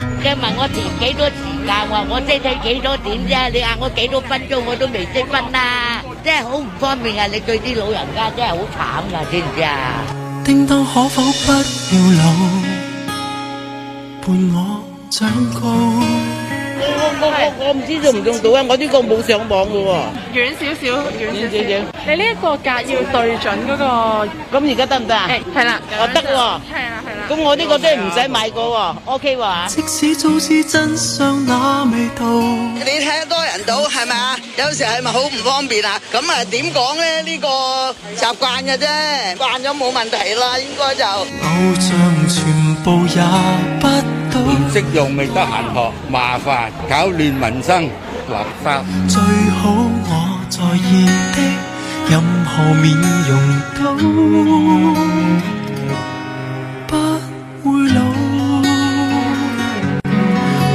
[SPEAKER 7] 你問我填幾多時間喎？我即睇幾多點啫？你嗌我幾多分鐘我都未識分啦，真係好唔方便啊！你對啲老人家真係好慘噶，知唔知啊？
[SPEAKER 8] 叮當可否不要老，伴我長高？
[SPEAKER 7] 我我我唔知中唔中到啊！我呢個冇上網噶喎，
[SPEAKER 9] 遠少少，遠少
[SPEAKER 7] 少少
[SPEAKER 9] 少。你呢一個格要對準嗰個
[SPEAKER 7] 咁而家得唔得啊？
[SPEAKER 9] 誒，係啦，
[SPEAKER 7] 我得喎
[SPEAKER 9] 係啦係啦。
[SPEAKER 7] 咁我呢個都係唔使買過喎，OK 喎。
[SPEAKER 8] 即使早知真相那味道，
[SPEAKER 10] 你睇得多人到係咪啊？有時係咪好唔方便啊？咁啊點講咧？呢個習慣嘅啫，慣咗冇問題啦，應該就。
[SPEAKER 8] 偶像全部也不到，
[SPEAKER 10] 識用咪得閒學，麻煩搞亂民生，垃圾。
[SPEAKER 8] 最好我在意的任何面容都不會老。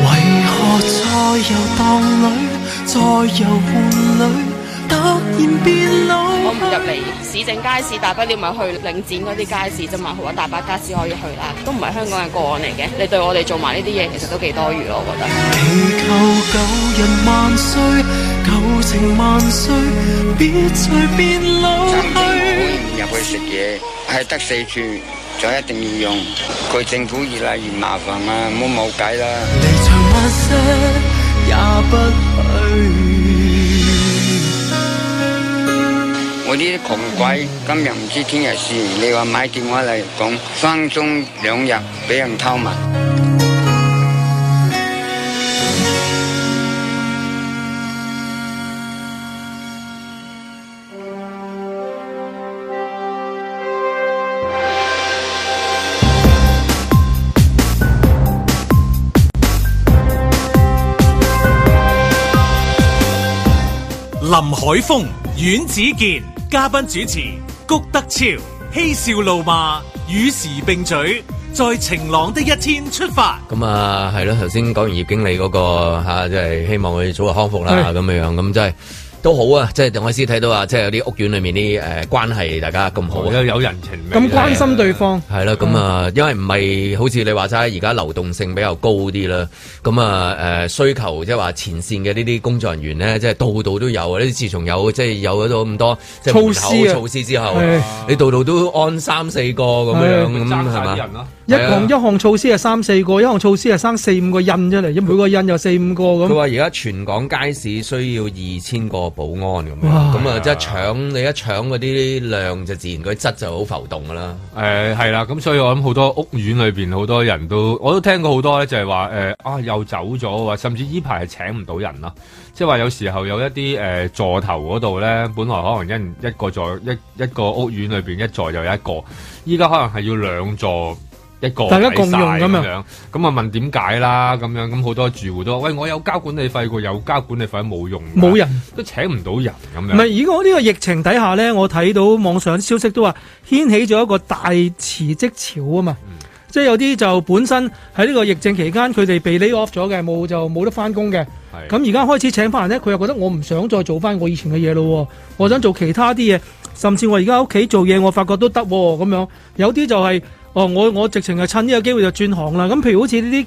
[SPEAKER 8] 為何再由當女，再由伴侶，突然變老？
[SPEAKER 9] 我唔入嚟市政街市，大不了咪去領展嗰啲街市啫嘛，好啊，大把街市可以去啦，都唔係香港嘅個案嚟嘅。你對我哋做埋呢啲嘢，其實都幾多餘咯，我覺得。
[SPEAKER 8] 祈求舊人萬歲，舊情萬歲，別隨便老去。
[SPEAKER 10] 入去食嘢係得四處，就一定要用。佢政府越嚟越麻煩
[SPEAKER 11] à,
[SPEAKER 10] 啊，冇冇計啦。
[SPEAKER 8] 離場慢些，也不去。
[SPEAKER 10] 我呢啲窮鬼，今日唔知聽日事。你話買電話嚟講，分鐘兩日俾人偷埋。
[SPEAKER 1] 林海峰、阮子健，嘉賓主持谷德超，嬉笑怒罵，與時並舉，在晴朗的一天出發。
[SPEAKER 2] 咁啊，係咯，頭先講完葉經理嗰、個嚇，即、係希望佢早日康復啦，咁樣樣，咁真係都好啊！即係我先睇到啊，即係有啲屋苑裏面啲誒、關係，大家咁好啊。
[SPEAKER 6] 有有人情味。
[SPEAKER 4] 咁關心對方，
[SPEAKER 2] 係啦，咁啊，因為唔係好似你話齋，而家流動性比較高啲啦。咁啊，誒、需求即係話前線嘅呢啲工作人員咧，即係度度都有啊。呢啲自從有即係有咗咁多即係
[SPEAKER 4] 措施啊
[SPEAKER 2] 門口措施之後
[SPEAKER 4] 係，
[SPEAKER 2] 你度度都安三四個咁樣咁
[SPEAKER 6] 爭晒
[SPEAKER 2] 係
[SPEAKER 6] 啲
[SPEAKER 2] 嘛？
[SPEAKER 6] 人咯。
[SPEAKER 4] 一項一項措施係三四個，一項措施係生四五個印出嚟，每個印有四五個
[SPEAKER 2] 佢
[SPEAKER 4] 咁。
[SPEAKER 2] 話而家全港街市需要二千個保安咁樣，
[SPEAKER 4] 哇
[SPEAKER 2] 咁啊即係搶你一搶嗰啲量就自然嗰啲質就好浮動噶啦。
[SPEAKER 6] 誒係啦，咁所以我諗好多屋苑裏邊好多人都，我都聽過好多咧，就係話誒啊又走咗啊，甚至依排係請唔到人啦，即係話有時候有一啲誒、呃座頭嗰度咧，本來可能一人一個座一一個屋苑裏邊一座又有一個，依家可能係要兩座。一個
[SPEAKER 4] 大家共用
[SPEAKER 6] 抵晒
[SPEAKER 4] 咁
[SPEAKER 6] 咁
[SPEAKER 4] 樣
[SPEAKER 6] 樣，咁啊問點解啦？咁樣咁好多住戶都話喂，我有交管理費過，有交管理費冇用㗎，
[SPEAKER 4] 冇人
[SPEAKER 6] 都請唔到人咁
[SPEAKER 4] 唔
[SPEAKER 6] 樣。
[SPEAKER 4] 係，而家呢個疫情底下咧，我睇到網上消息都話掀起咗一個大辭職潮啊嘛。即係有啲就本身喺呢個疫症期間，佢哋被 lay off 咗嘅，冇就冇得翻工嘅。
[SPEAKER 6] 係
[SPEAKER 4] 咁而家開始請翻人咧，佢又覺得我唔想再做翻我以前嘅嘢咯喎，我想做其他啲嘢，甚至我而家喺屋企做嘢，我發覺都得喎咁樣。有啲就係、哦，我我直情係趁呢個機會就轉行啦。咁譬如好似呢啲，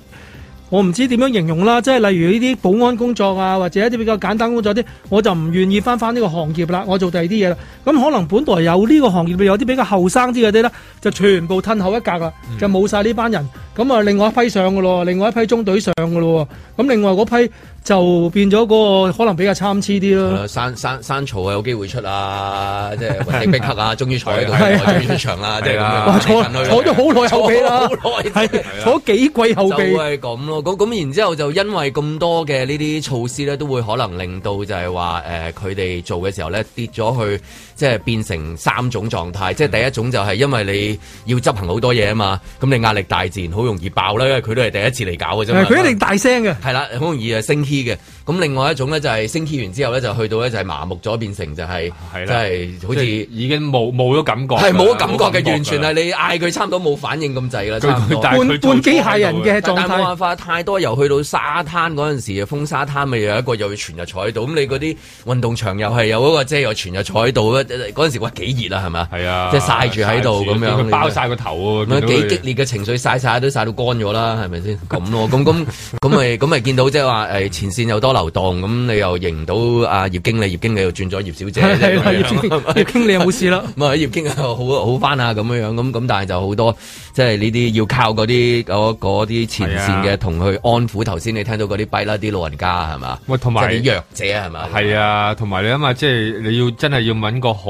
[SPEAKER 4] 我唔知點樣形容啦，即係例如呢啲保安工作啊，或者一啲比較簡單工作啲，我就唔願意翻翻呢個行業啦，我做第二啲嘢啦。咁可能本
[SPEAKER 2] 嗯
[SPEAKER 4] 來有呢個行業有啲比較後生啲嗰啲咧，就全部褪後一格啦，就冇晒呢班人。咁啊，另外一批上嘅咯，另外一批中隊上嘅咯，咁另外嗰批就變咗嗰個可能比較參差啲咯。
[SPEAKER 2] 誒山山山草啊，有機會出啊，即
[SPEAKER 4] *laughs*
[SPEAKER 2] 係雲迪碧克啊，終於坐喺度，
[SPEAKER 4] 係係啊
[SPEAKER 2] 終於出場啦，即係咁樣
[SPEAKER 4] 哇坐
[SPEAKER 2] 等佢
[SPEAKER 4] 坐咗好耐後備啦
[SPEAKER 2] 坐好耐真係
[SPEAKER 4] 坐幾季後
[SPEAKER 2] 就
[SPEAKER 4] 備，
[SPEAKER 2] 係咁咯，咁咁然之後就因為咁多嘅呢啲措施咧，都會可能令到就係話誒佢哋做嘅時候咧跌咗去，即係變成三種狀態，即係第一種就係因為你要執行好多嘢啊嘛，咁你壓力大自然好容易爆啦，因為佢都係第一次嚟搞嘅啫嘛。
[SPEAKER 4] 誒佢一定大聲嘅。
[SPEAKER 2] 係啦，好容易啊升 key 嘅。咁另外一種咧就係升 key 完之後咧就去到咧就係麻木咗，變成就係
[SPEAKER 6] 係
[SPEAKER 2] 即
[SPEAKER 6] 啦
[SPEAKER 2] 係好
[SPEAKER 6] 即
[SPEAKER 2] 似
[SPEAKER 6] 係已經冇冇咗感覺，
[SPEAKER 2] 係冇感覺嘅，完全
[SPEAKER 6] 係
[SPEAKER 2] 係你嗌佢差唔多冇反應咁滯啦，
[SPEAKER 6] 佢
[SPEAKER 2] 差唔多。
[SPEAKER 6] 但係佢半做半機
[SPEAKER 4] 械人嘅狀態
[SPEAKER 2] 但冇辦法，太多遊去到沙灘嗰陣時，風沙灘咪有一個又要全日坐喺度，咁你嗰啲運動場又係有嗰個遮，又全日坐喺度嗰嗰陣時，哇幾熱啊，係咪？係
[SPEAKER 6] 啊
[SPEAKER 2] 即係曬住喺度咁樣，
[SPEAKER 6] 佢包晒個頭喎，
[SPEAKER 2] 咁
[SPEAKER 6] 見
[SPEAKER 2] 樣
[SPEAKER 6] 到
[SPEAKER 2] 幾
[SPEAKER 6] 佢
[SPEAKER 2] 激烈嘅情緒晒晒都晒到乾咗啦，係咪先？咁咯，咁咁咁咪咁咪見到即係話誒前線有多流動，咁你又認唔到阿葉經理，葉經理又轉咗葉小
[SPEAKER 4] *laughs*
[SPEAKER 2] 姐，
[SPEAKER 4] 係係啦
[SPEAKER 2] 即係咁樣啊
[SPEAKER 4] 葉經葉經理又冇
[SPEAKER 2] *laughs*
[SPEAKER 4] 事啦。
[SPEAKER 2] 咁啊，葉經理又好好翻啊，咁樣樣咁咁，但係就好多即係呢啲要靠嗰啲嗰嗰啲前線
[SPEAKER 6] 係
[SPEAKER 2] 嘅
[SPEAKER 6] 啊
[SPEAKER 2] 同去安撫。頭先你聽到嗰啲跛啦啲老人家係嘛？
[SPEAKER 6] 喂，同埋
[SPEAKER 2] 即係啲弱者係嘛？
[SPEAKER 6] 係啊，同埋你諗下，即係你要真係要揾個好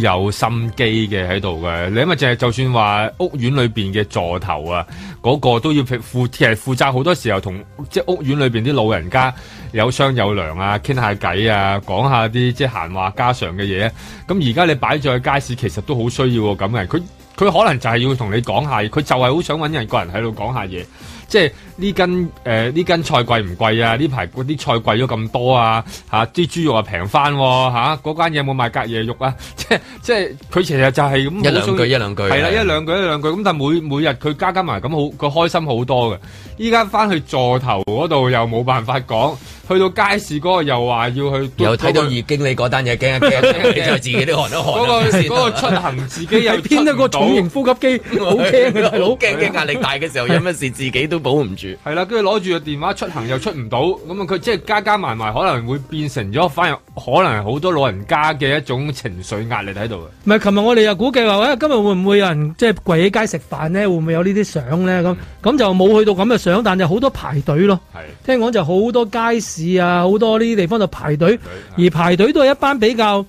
[SPEAKER 6] 有心機嘅喺度嘅。你諗下，就係就算話屋苑裏邊嘅座頭啊，嗰、個都要負其實負責好多時候同即係屋苑裏邊啲老人家 *laughs* 有商有量啊，傾下偈啊，講下啲即係閒話家常嘅嘢。咁而家你擺咗喺街市，其實都好需要喎咁嘅。佢佢可能就係要同你講下，佢就係好想揾人個人喺度講下嘢。即係呢根誒呢根菜貴唔貴啊？呢排嗰啲菜貴咗咁多啊！嚇、啲豬肉啊平翻喎嚇，嗰間嘢有冇賣隔夜肉啊？即係即係佢其實就係咁
[SPEAKER 2] 一兩
[SPEAKER 6] 好中
[SPEAKER 2] 句一兩句
[SPEAKER 6] 係啦
[SPEAKER 2] 係啊
[SPEAKER 6] 一兩句一兩句咁，但係每每日佢加加埋咁好，佢開心好多嘅。依家翻去座頭嗰度又冇辦法講，去到街市嗰個又話要去
[SPEAKER 2] 又睇到啊葉經理嗰單嘢驚一驚，你就自己都寒一啊
[SPEAKER 6] 嗰
[SPEAKER 2] 寒啦
[SPEAKER 6] 個
[SPEAKER 2] 係咪先。 *laughs*
[SPEAKER 6] 嗰個出行自己又
[SPEAKER 4] 你編得個重型呼吸機，好驚
[SPEAKER 2] *laughs*
[SPEAKER 4] 啊嘅大佬
[SPEAKER 2] 好。驚嘅壓力大嘅時候，有乜事自己都保唔住。
[SPEAKER 6] 係啦，跟住攞住個電話出行又出唔到，咁啊佢即係加加埋埋可能會變成咗，反而可能好多老人家嘅一種情緒壓力喺度嘅。啊
[SPEAKER 4] 唔係，琴日我哋又估計話，喂，今日會唔會有人即係跪喺街食飯咧？會唔會有呢啲相咧？咁咁就冇去到咁嘅相，但就好多排隊咯。
[SPEAKER 6] 係
[SPEAKER 4] 聽講就好多街市啊，好多呢啲地方就排隊，而排隊都係一班比較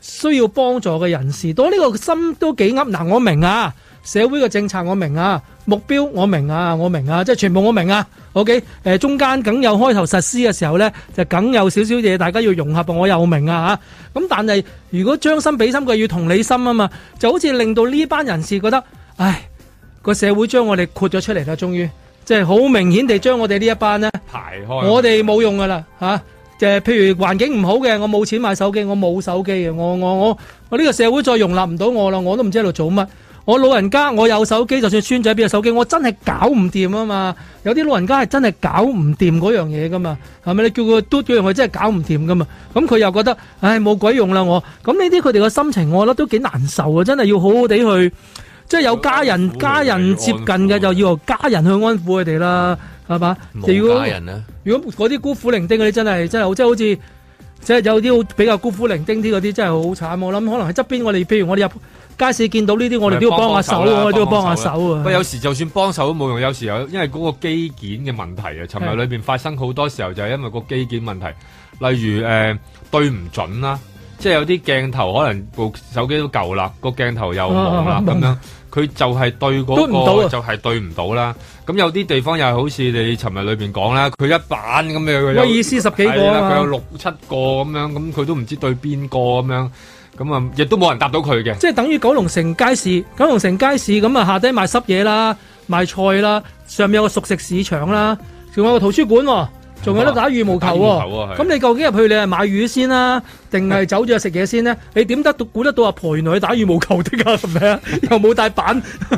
[SPEAKER 4] 需要幫助嘅人士。到呢個心都幾噏嗱，我明啊，社會嘅政策我明啊，目標我明啊，我明啊，即係全部我明啊。OK，誒、中間梗有開頭實施嘅時候呢，就梗有少少嘢大家要融合啊，我又明啊嚇。咁但係如果將心比心，佢要同理心啊嘛，就好似令到呢班人士覺得，唉。個社會將我哋豁咗出嚟啦，終於即係好明顯地將我哋呢一班呢，
[SPEAKER 6] 排開
[SPEAKER 4] 我哋冇用噶啦嚇。就係譬如環境唔好嘅，我冇錢買手機，我冇手機嘅，我我我我呢個社會再容納唔到我啦，我都唔知喺度做乜。我老人家我有手機，就算孫仔邊有手機，我真係搞唔掂啊嘛。有啲老人家係真係搞唔掂嗰樣嘢噶嘛，係咪？你叫佢嘟嗰樣佢真係搞唔掂噶嘛。咁佢又覺得，唉冇鬼用啦我。咁呢啲佢哋個心情，我覺得都幾難受啊！真係要好好地去。即係有家人家人接近嘅，就要由家人去安撫佢哋啦，係嘛？如
[SPEAKER 2] 冇
[SPEAKER 4] 果
[SPEAKER 2] 家人啊，
[SPEAKER 4] 如果嗰啲孤苦伶仃嗰啲真係真係好，即係好似即係有啲好比較孤苦伶仃啲嗰啲真係好慘。我諗可能喺側邊我哋，譬如我哋入街市見到呢啲，我哋都要幫下手，
[SPEAKER 6] 啦
[SPEAKER 4] 我哋都要幫下
[SPEAKER 6] 啦
[SPEAKER 4] 手啊
[SPEAKER 6] 不過。有時就算幫手都冇用，有時有因為嗰個機件嘅問題啊，尋
[SPEAKER 4] 係
[SPEAKER 6] 日裏邊發生好多時候就係因為個機件問題，例如誒、呃、對唔準啦，即係有啲鏡頭可能部手機都舊啦，個鏡頭又冇啦
[SPEAKER 4] 啊
[SPEAKER 6] 咁樣。佢就係對嗰、
[SPEAKER 4] 對唔到
[SPEAKER 6] 個
[SPEAKER 4] 啊
[SPEAKER 6] 就係對唔到啦，咁有啲地方又係好似你尋日裏邊講啦，佢一版咁樣，佢有
[SPEAKER 4] 威爾斯十幾個啊
[SPEAKER 6] 係啦
[SPEAKER 4] 嘛
[SPEAKER 6] 佢有六七個咁樣，咁佢都唔知對邊個咁樣，咁啊亦都冇人答到佢嘅。
[SPEAKER 4] 即係等於九龍城街市，九龍城街市咁啊，下低賣濕嘢啦，賣菜啦，上面有個熟食市場啦，仲有個圖書館喎，仲有得打羽毛球
[SPEAKER 6] 打羽毛球喎係
[SPEAKER 4] 喎。咁你究竟入去你係買魚先啦，定係走咗去食嘢先呢？你點得到估得到阿婆原來去打羽毛球的㗎？係咪啊？ *laughs* 又冇帶板， *laughs*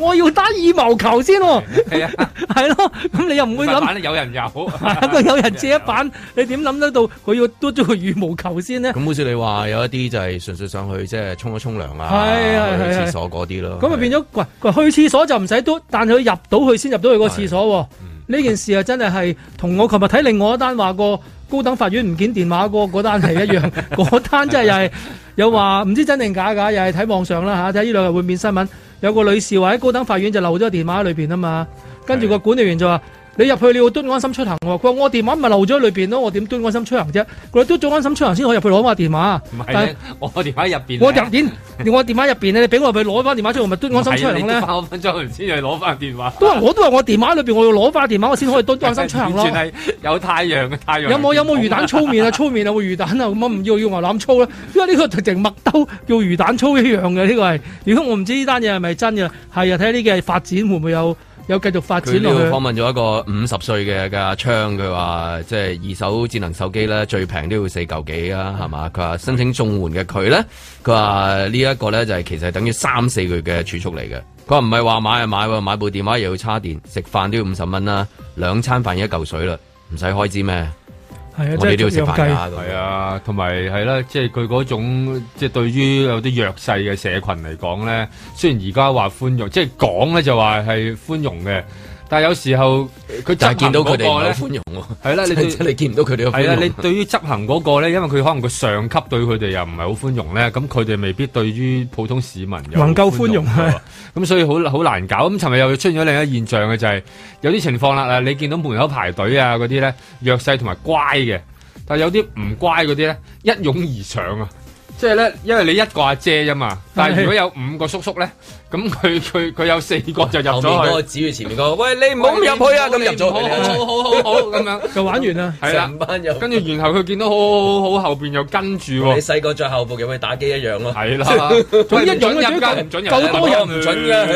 [SPEAKER 4] 我要打羽毛球先喎。
[SPEAKER 6] *laughs* 係啊，
[SPEAKER 4] 係咯，咁你又唔會諗。
[SPEAKER 6] 反正有人有，
[SPEAKER 4] 係啊 *laughs* 有人借一板，你點諗得到佢要嘟咗個羽毛球先呢？
[SPEAKER 2] 咁好似你話有一啲就係純粹上去即係沖一沖涼啊，
[SPEAKER 4] 係係
[SPEAKER 2] 去
[SPEAKER 4] 係係
[SPEAKER 2] 廁所嗰啲咯。
[SPEAKER 4] 咁啊變咗，喂，佢去廁所就唔使嘟，但佢入到去先入到去個廁所喎。呢件事啊，真係係同我琴日睇另外一單話個高等法院唔見電話嗰嗰單係一樣，嗰單真係又係有話唔知真定假㗎，又係睇網上啦嚇，睇呢兩日會變新聞，有個女士話喺高等法院就漏咗個電話喺裏邊啊嘛，跟住個管理員就話：你入去你要嘟安心出行喎。佢話我電話咪漏咗喺裏邊咯，我點嘟安心出行啫？佢話嘟咗安心出行先可以入去攞我電話。
[SPEAKER 6] 唔係
[SPEAKER 4] 但
[SPEAKER 6] 咧，我電話入邊
[SPEAKER 4] 我入邊，我電話入邊咧，你俾我入去攞翻電話出嚟，我咪嘟安心出行咧。
[SPEAKER 6] 翻分鐘先至攞翻電話。
[SPEAKER 4] 都話我都話我電話裏邊，我要攞翻電話，我先
[SPEAKER 2] *laughs*
[SPEAKER 4] 可以嘟
[SPEAKER 6] *laughs*
[SPEAKER 4] 安心出行咯
[SPEAKER 2] 哎
[SPEAKER 6] 完。全係有太陽嘅太陽。
[SPEAKER 4] 有冇有冇魚蛋
[SPEAKER 2] *laughs*
[SPEAKER 4] 粗面啊？粗面有冇魚蛋啊？咁啊唔要要牛腩粗啦，因為呢個直情麥兜叫魚蛋粗一樣嘅呢個係。如果我唔知呢單嘢係咪真嘅，係啊睇下呢嘅發展會唔會有有繼續發
[SPEAKER 2] 佢
[SPEAKER 4] 展
[SPEAKER 2] 呢
[SPEAKER 4] 落
[SPEAKER 2] 度訪
[SPEAKER 4] 去。
[SPEAKER 2] 問咗一個五十歲嘅嘅槍，佢話即係二手智能手機咧最平都要四嚿幾啊，係
[SPEAKER 6] 嗯
[SPEAKER 2] 嘛？佢話申請綜援嘅佢咧，佢話呢一個咧就係其實係等於三四個月嘅儲蓄嚟嘅。佢話唔係話買就買喎，買啊部電話又要叉電，食飯都要五十蚊啦，兩餐飯一嚿水啦，唔使開支咩？
[SPEAKER 4] 係啊，
[SPEAKER 2] 我哋都要
[SPEAKER 4] 即
[SPEAKER 2] 食
[SPEAKER 4] 係
[SPEAKER 2] 飯
[SPEAKER 4] 計
[SPEAKER 2] 㗎。
[SPEAKER 6] 係啊，同埋係啦，即係佢嗰種即係對於有啲弱勢嘅社群嚟講咧，雖然而家話寬容，即係講咧就話係寬容嘅，但係有時候呃佢
[SPEAKER 2] 但係見到佢哋唔係
[SPEAKER 6] 咧
[SPEAKER 2] 好寬容喎。
[SPEAKER 6] 係啦，你
[SPEAKER 2] *laughs* 真係你見唔到佢哋有寬
[SPEAKER 6] 係啦，你
[SPEAKER 2] 容。
[SPEAKER 6] 對於執行嗰個咧，因為佢可能個上級對佢哋又唔係好寬容咧，咁佢哋未必對於普通市民有
[SPEAKER 4] 能夠寬容
[SPEAKER 6] 喎咁所以好好難搞。咁尋日又出現咗另一現象嘅就係、有啲情況啦，嗱你見到門口排隊啊嗰啲咧，弱勢同埋乖嘅，但係有啲唔乖嗰啲咧，一擁而上啊！即係咧，因為你一個阿姐啫嘛，但係如果有五個叔叔咧，咁佢佢佢有四個就入
[SPEAKER 2] 後面嗰
[SPEAKER 6] 咗
[SPEAKER 2] 個
[SPEAKER 6] 去。
[SPEAKER 2] 指住前面嗰個，喂你唔好咁入去啊！咁入咗去
[SPEAKER 6] 好好好好咁樣。
[SPEAKER 4] 就玩完啦。
[SPEAKER 6] 係啦
[SPEAKER 2] 成班又
[SPEAKER 6] 跟住然後佢見到好好好好後邊又跟住
[SPEAKER 4] 哦
[SPEAKER 2] 你
[SPEAKER 6] 喎，
[SPEAKER 2] 細個着校服入去打機一樣
[SPEAKER 4] 啊
[SPEAKER 2] 咯。
[SPEAKER 6] 係啦，總之
[SPEAKER 4] 喂
[SPEAKER 6] 一
[SPEAKER 4] 你準
[SPEAKER 6] 準入
[SPEAKER 4] 嘅
[SPEAKER 6] 㗎，
[SPEAKER 4] 準
[SPEAKER 6] 唔準入
[SPEAKER 4] 夠多人
[SPEAKER 2] 唔準嘅唉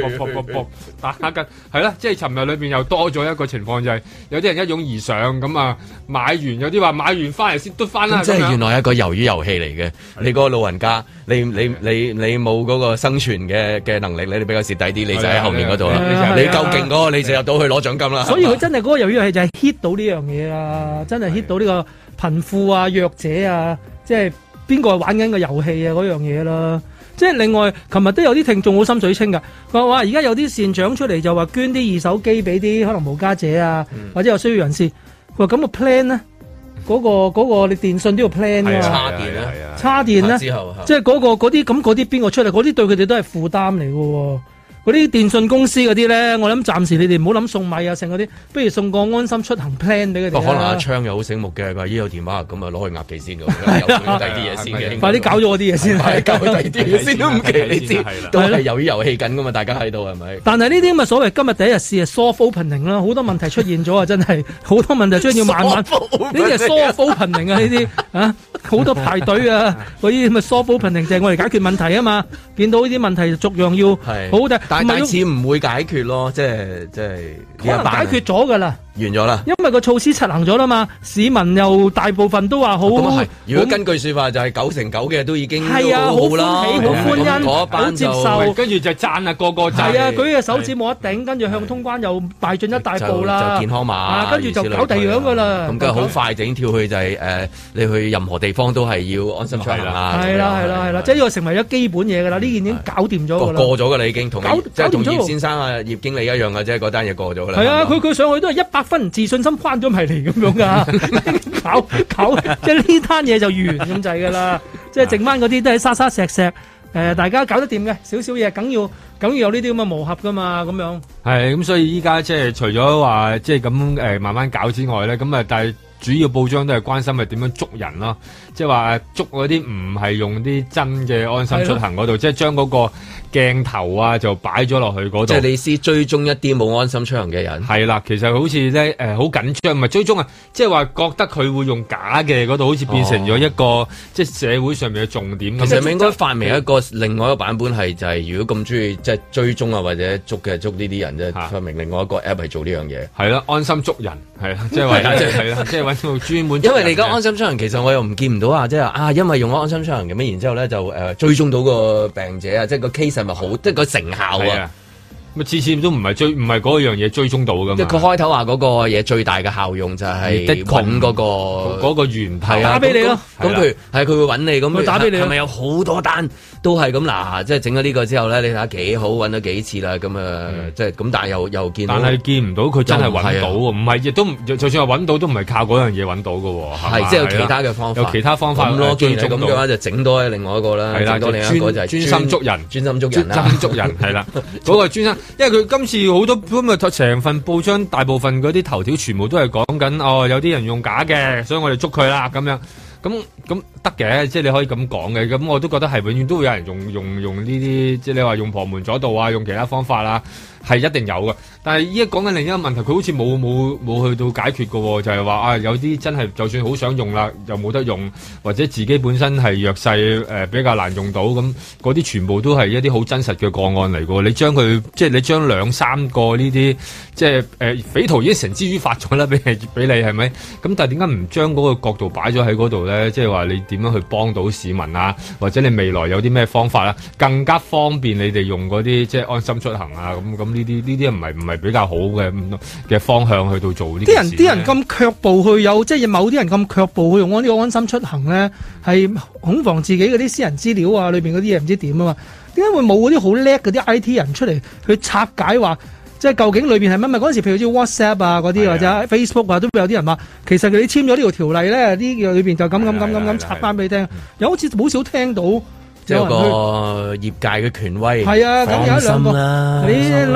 [SPEAKER 6] 嘅，卜卜卜卜卜打緊係啦，即係尋日裏邊又多咗一個情況就係有啲人一擁而上咁啊，買完有啲話買完翻嚟先嘟翻啦，
[SPEAKER 2] 咁即係
[SPEAKER 6] 咁樣
[SPEAKER 2] 原來係一個魷魚遊戲嚟嘅，你嗰個老人家，你你你你冇嗰個生存嘅嘅能力，你哋比較蝕底啲，你就喺後面嗰度
[SPEAKER 6] 係
[SPEAKER 4] 啊係
[SPEAKER 2] 啦。
[SPEAKER 4] 啊
[SPEAKER 2] 你夠勁嗰個，你就入到去攞獎金啦。
[SPEAKER 4] *laughs* 所以佢
[SPEAKER 2] 係嘛
[SPEAKER 4] 真係嗰個由於係就係 hit 到呢樣嘢啊，真係 hit 到呢個貧富啊、弱者啊，即係邊個係玩緊個遊戲啊嗰樣嘢啦。即係另外，琴日都有啲聽眾好心水清㗎，佢話哇而家有啲善長出嚟就話捐啲二手機俾啲可能無家者啊，
[SPEAKER 6] 嗯
[SPEAKER 4] 或者有需要人士。佢話咁個 plan 咧，嗰、個嗰、個你電信都要 plan 㗎
[SPEAKER 6] 係
[SPEAKER 4] 嘛，
[SPEAKER 6] 啊
[SPEAKER 2] 叉電啦
[SPEAKER 6] 係啊
[SPEAKER 4] 叉電咧。
[SPEAKER 2] 之後啊嚇
[SPEAKER 4] 即係嗰、個嗰啲咁嗰啲邊個出嚟？嗰啲對佢哋都係負擔嚟嘅喎。嗰啲電信公司嗰啲咧，我諗暫時你哋唔好諗送米啊，剩嗰啲，不如送個安心出行 plan 俾佢
[SPEAKER 2] 不
[SPEAKER 4] 哋
[SPEAKER 2] 哦過
[SPEAKER 4] 啊
[SPEAKER 2] 可能啊阿
[SPEAKER 4] 啦。
[SPEAKER 2] 昌又好醒目嘅，佢話咦有電話咁啊攞去鴨記先咁，有第啲嘢先嘅。
[SPEAKER 4] 啊 *laughs* 快啲
[SPEAKER 2] *laughs*
[SPEAKER 4] 搞啊咗我啲嘢先。
[SPEAKER 2] 係搞第啲嘢先都唔奇，你知
[SPEAKER 6] 係啦
[SPEAKER 2] 都係魷魚遊戲緊噶嘛？大家喺度係咪？
[SPEAKER 4] 但係呢啲咁嘅所謂今日第一日試係 soft opening 啦，好多問題出現咗啊！
[SPEAKER 2] *laughs*
[SPEAKER 4] 真係好多問題出現要慢慢，呢
[SPEAKER 2] Soft opening
[SPEAKER 4] 啲係 soft opening 啊！呢啲啊好多排隊
[SPEAKER 2] *laughs*
[SPEAKER 4] 啊，嗰啲咁嘅 soft opening 就係我哋解決問題啊嘛！見到呢啲問題逐樣要
[SPEAKER 2] 係
[SPEAKER 4] 好大，
[SPEAKER 2] 但
[SPEAKER 4] 唔係
[SPEAKER 2] 但似唔會解決咯，即係即係
[SPEAKER 4] 可能解決咗㗎啦。
[SPEAKER 2] 完咗啦。
[SPEAKER 4] 因為個措施實行咗啦嘛，市民又大部分都話好，
[SPEAKER 2] 咁啊係，如果
[SPEAKER 4] 好
[SPEAKER 2] 根據説法就係九成九嘅都已經
[SPEAKER 4] 係啊
[SPEAKER 2] 都好好啦，
[SPEAKER 4] 好歡喜好歡欣
[SPEAKER 2] 咁嗰班就
[SPEAKER 4] 好接受
[SPEAKER 6] 喂跟住就讚啊個個讚，
[SPEAKER 4] 係啊，舉隻手指冇得頂，跟住向通關又邁進一大步
[SPEAKER 2] 就
[SPEAKER 4] 啦，
[SPEAKER 2] 就健康碼
[SPEAKER 4] 啊，跟住就搞第二樣㗎啦，
[SPEAKER 2] 咁梗係好快整跳去就係誒，你去任何地方都係要安心出行啊啦。
[SPEAKER 4] 係啦係啦係啦，即係呢個成為咗基本嘢㗎啦，呢件已經搞掂咗㗎啦。
[SPEAKER 2] 過咗㗎啦，已經同
[SPEAKER 4] 搞
[SPEAKER 2] 即係同
[SPEAKER 4] 搞掂咗
[SPEAKER 2] 葉
[SPEAKER 4] 喎
[SPEAKER 2] 先生啊、葉經理一樣㗎啫，嗰單嘢過咗㗎啦。
[SPEAKER 4] 係啊，
[SPEAKER 2] 係嘛
[SPEAKER 4] 佢佢上去都係一百分自信心關咗埋嚟咁樣㗎，搞搞即係呢單嘢就完咁滯㗎啦，即係剩翻嗰啲都係沙沙石石，誒、大家搞得掂嘅，少少嘢梗要
[SPEAKER 2] *laughs*
[SPEAKER 4] 梗要有呢啲咁嘅磨合㗎嘛，咁樣。
[SPEAKER 6] 係咁，所以依家即係除咗話即係咁誒慢慢搞之外咧，咁啊，但係主要報章都係關心係點樣捉人咯，即係話呃捉嗰啲唔係用啲真嘅安心出行嗰度，即係將嗰個鏡頭啊就擺咗落去嗰
[SPEAKER 2] 即係
[SPEAKER 6] 度。
[SPEAKER 2] 你先追蹤一啲冇安心出行嘅人。
[SPEAKER 6] 係啦，其實好似咧誒好緊張，唔係追蹤啊，即係話覺得佢會用假嘅嗰度，好似變成咗一個、即係社會上面嘅重點
[SPEAKER 2] 哦其
[SPEAKER 6] 咁。
[SPEAKER 2] 實咪應該發明一個另外一個版本係就係，如果咁中意即係追蹤啊或者捉嘅捉呢啲人啫，
[SPEAKER 6] 嚇
[SPEAKER 2] 發明另外一個 app 係做呢樣嘢。
[SPEAKER 6] 係啦，安心捉人係啦，即係話
[SPEAKER 2] 係啦 *laughs* 即係
[SPEAKER 6] 係啦，即係揾到專門
[SPEAKER 2] 因
[SPEAKER 6] 捉人嘅。
[SPEAKER 2] 為你而家安心出行，其實我又唔見唔到啊，即係啊，因為用咗安心出行咁樣，然之後咧就誒、呃追蹤到個病者啊，即係個 case 係咪好，即係個成效
[SPEAKER 6] 係
[SPEAKER 2] 啊
[SPEAKER 6] 嗯啊。，咪次次都唔係追，唔係嗰樣嘢追蹤到噶
[SPEAKER 2] 即係佢
[SPEAKER 6] 嘛。
[SPEAKER 2] 開頭話嗰個嘢最大嘅效用就係
[SPEAKER 6] 嗯的確
[SPEAKER 2] 揾嗰
[SPEAKER 6] 嗰
[SPEAKER 2] 個。
[SPEAKER 6] 嗰個源頭
[SPEAKER 2] 係啊
[SPEAKER 4] 打俾你咯
[SPEAKER 2] 咁咁咁
[SPEAKER 6] 係啦
[SPEAKER 2] 譬如係佢會揾你咁，
[SPEAKER 4] 佢打俾你
[SPEAKER 2] 係
[SPEAKER 4] 咯
[SPEAKER 2] 咪有好多單都係咁嗱，即係整咗呢個之後咧，你睇下幾好，揾咗幾次啦，咁啊，即係咁，但係又又見到，
[SPEAKER 6] 嗯但係見唔到佢真係啊揾到
[SPEAKER 2] 又
[SPEAKER 6] 喎，唔係亦都唔就算係揾到都唔係靠嗰樣嘢揾到嘅喎，係啊嘛
[SPEAKER 2] 係即係有其他嘅方法，
[SPEAKER 6] 有其他方法呃
[SPEAKER 2] 咁咯。既
[SPEAKER 6] 追
[SPEAKER 2] 然係
[SPEAKER 6] 蹤
[SPEAKER 2] 咁
[SPEAKER 6] 到
[SPEAKER 2] 嘅話，就整多另外一個啦，
[SPEAKER 6] 係啦
[SPEAKER 2] 整多另一個就係
[SPEAKER 6] 專專心捉人
[SPEAKER 2] 專心捉人啊啦
[SPEAKER 6] 專心捉人係啦， *laughs* 嗰個專生，因為佢今次好多咁啊，成份報章大部分嗰啲頭條全部都係講緊哦，有啲人用假嘅，所以我哋捉佢啦咁樣。咁咁得嘅，即係你可以咁講嘅。咁我都覺得係永遠都會有人用用用呢啲，即係你話用旁門左道啊，用其他方法啦、係一定有嘅。但係依家講緊另一個問題，佢好似冇冇冇去到解決嘅喎，就係話啊，有啲真係就算好想用啦，又冇得用，或者自己本身係弱勢誒、呃比較難用到，咁嗰啲全部都係一啲好真實嘅個案嚟嘅喎。你將佢即係你將兩三個呢啲即係誒、呃匪徒已經繩之於法咗啦，俾你 *laughs* 俾你係咪？咁但係點解唔將嗰個角度擺咗喺嗰度咧？即係話你點樣去幫到市民啊，或者你未來有啲咩方法啊，更加方便你哋用嗰啲即係安心出行啊咁咁呢啲呢啲唔係唔係比較好嘅唔嘅方向去到做呢
[SPEAKER 4] 啲
[SPEAKER 6] 件
[SPEAKER 4] 人
[SPEAKER 6] 事呢
[SPEAKER 4] 啲人咁卻步去有，即係某啲人咁卻步去用呢個安心出行咧，係恐防自己嗰啲私人資料啊，裏邊嗰啲嘢唔知點啊嘛。點解會冇嗰啲好叻嗰啲 IT 人出嚟去拆解話，即係究竟裏邊係乜？咪嗰陣時譬如好似 WhatsApp 啊嗰啲，或者 Facebook 啊，都有啲人話，其實佢哋簽咗呢條條例咧，呢裏邊就咁咁咁
[SPEAKER 6] 啊
[SPEAKER 4] 咁咁拆翻俾你聽。又好似好少聽到
[SPEAKER 2] 即係有
[SPEAKER 4] 有人去
[SPEAKER 2] 個業界嘅權威。
[SPEAKER 4] 係啊，咁有一
[SPEAKER 2] 放
[SPEAKER 4] 兩
[SPEAKER 2] 心
[SPEAKER 4] 個，
[SPEAKER 2] 啦
[SPEAKER 4] 你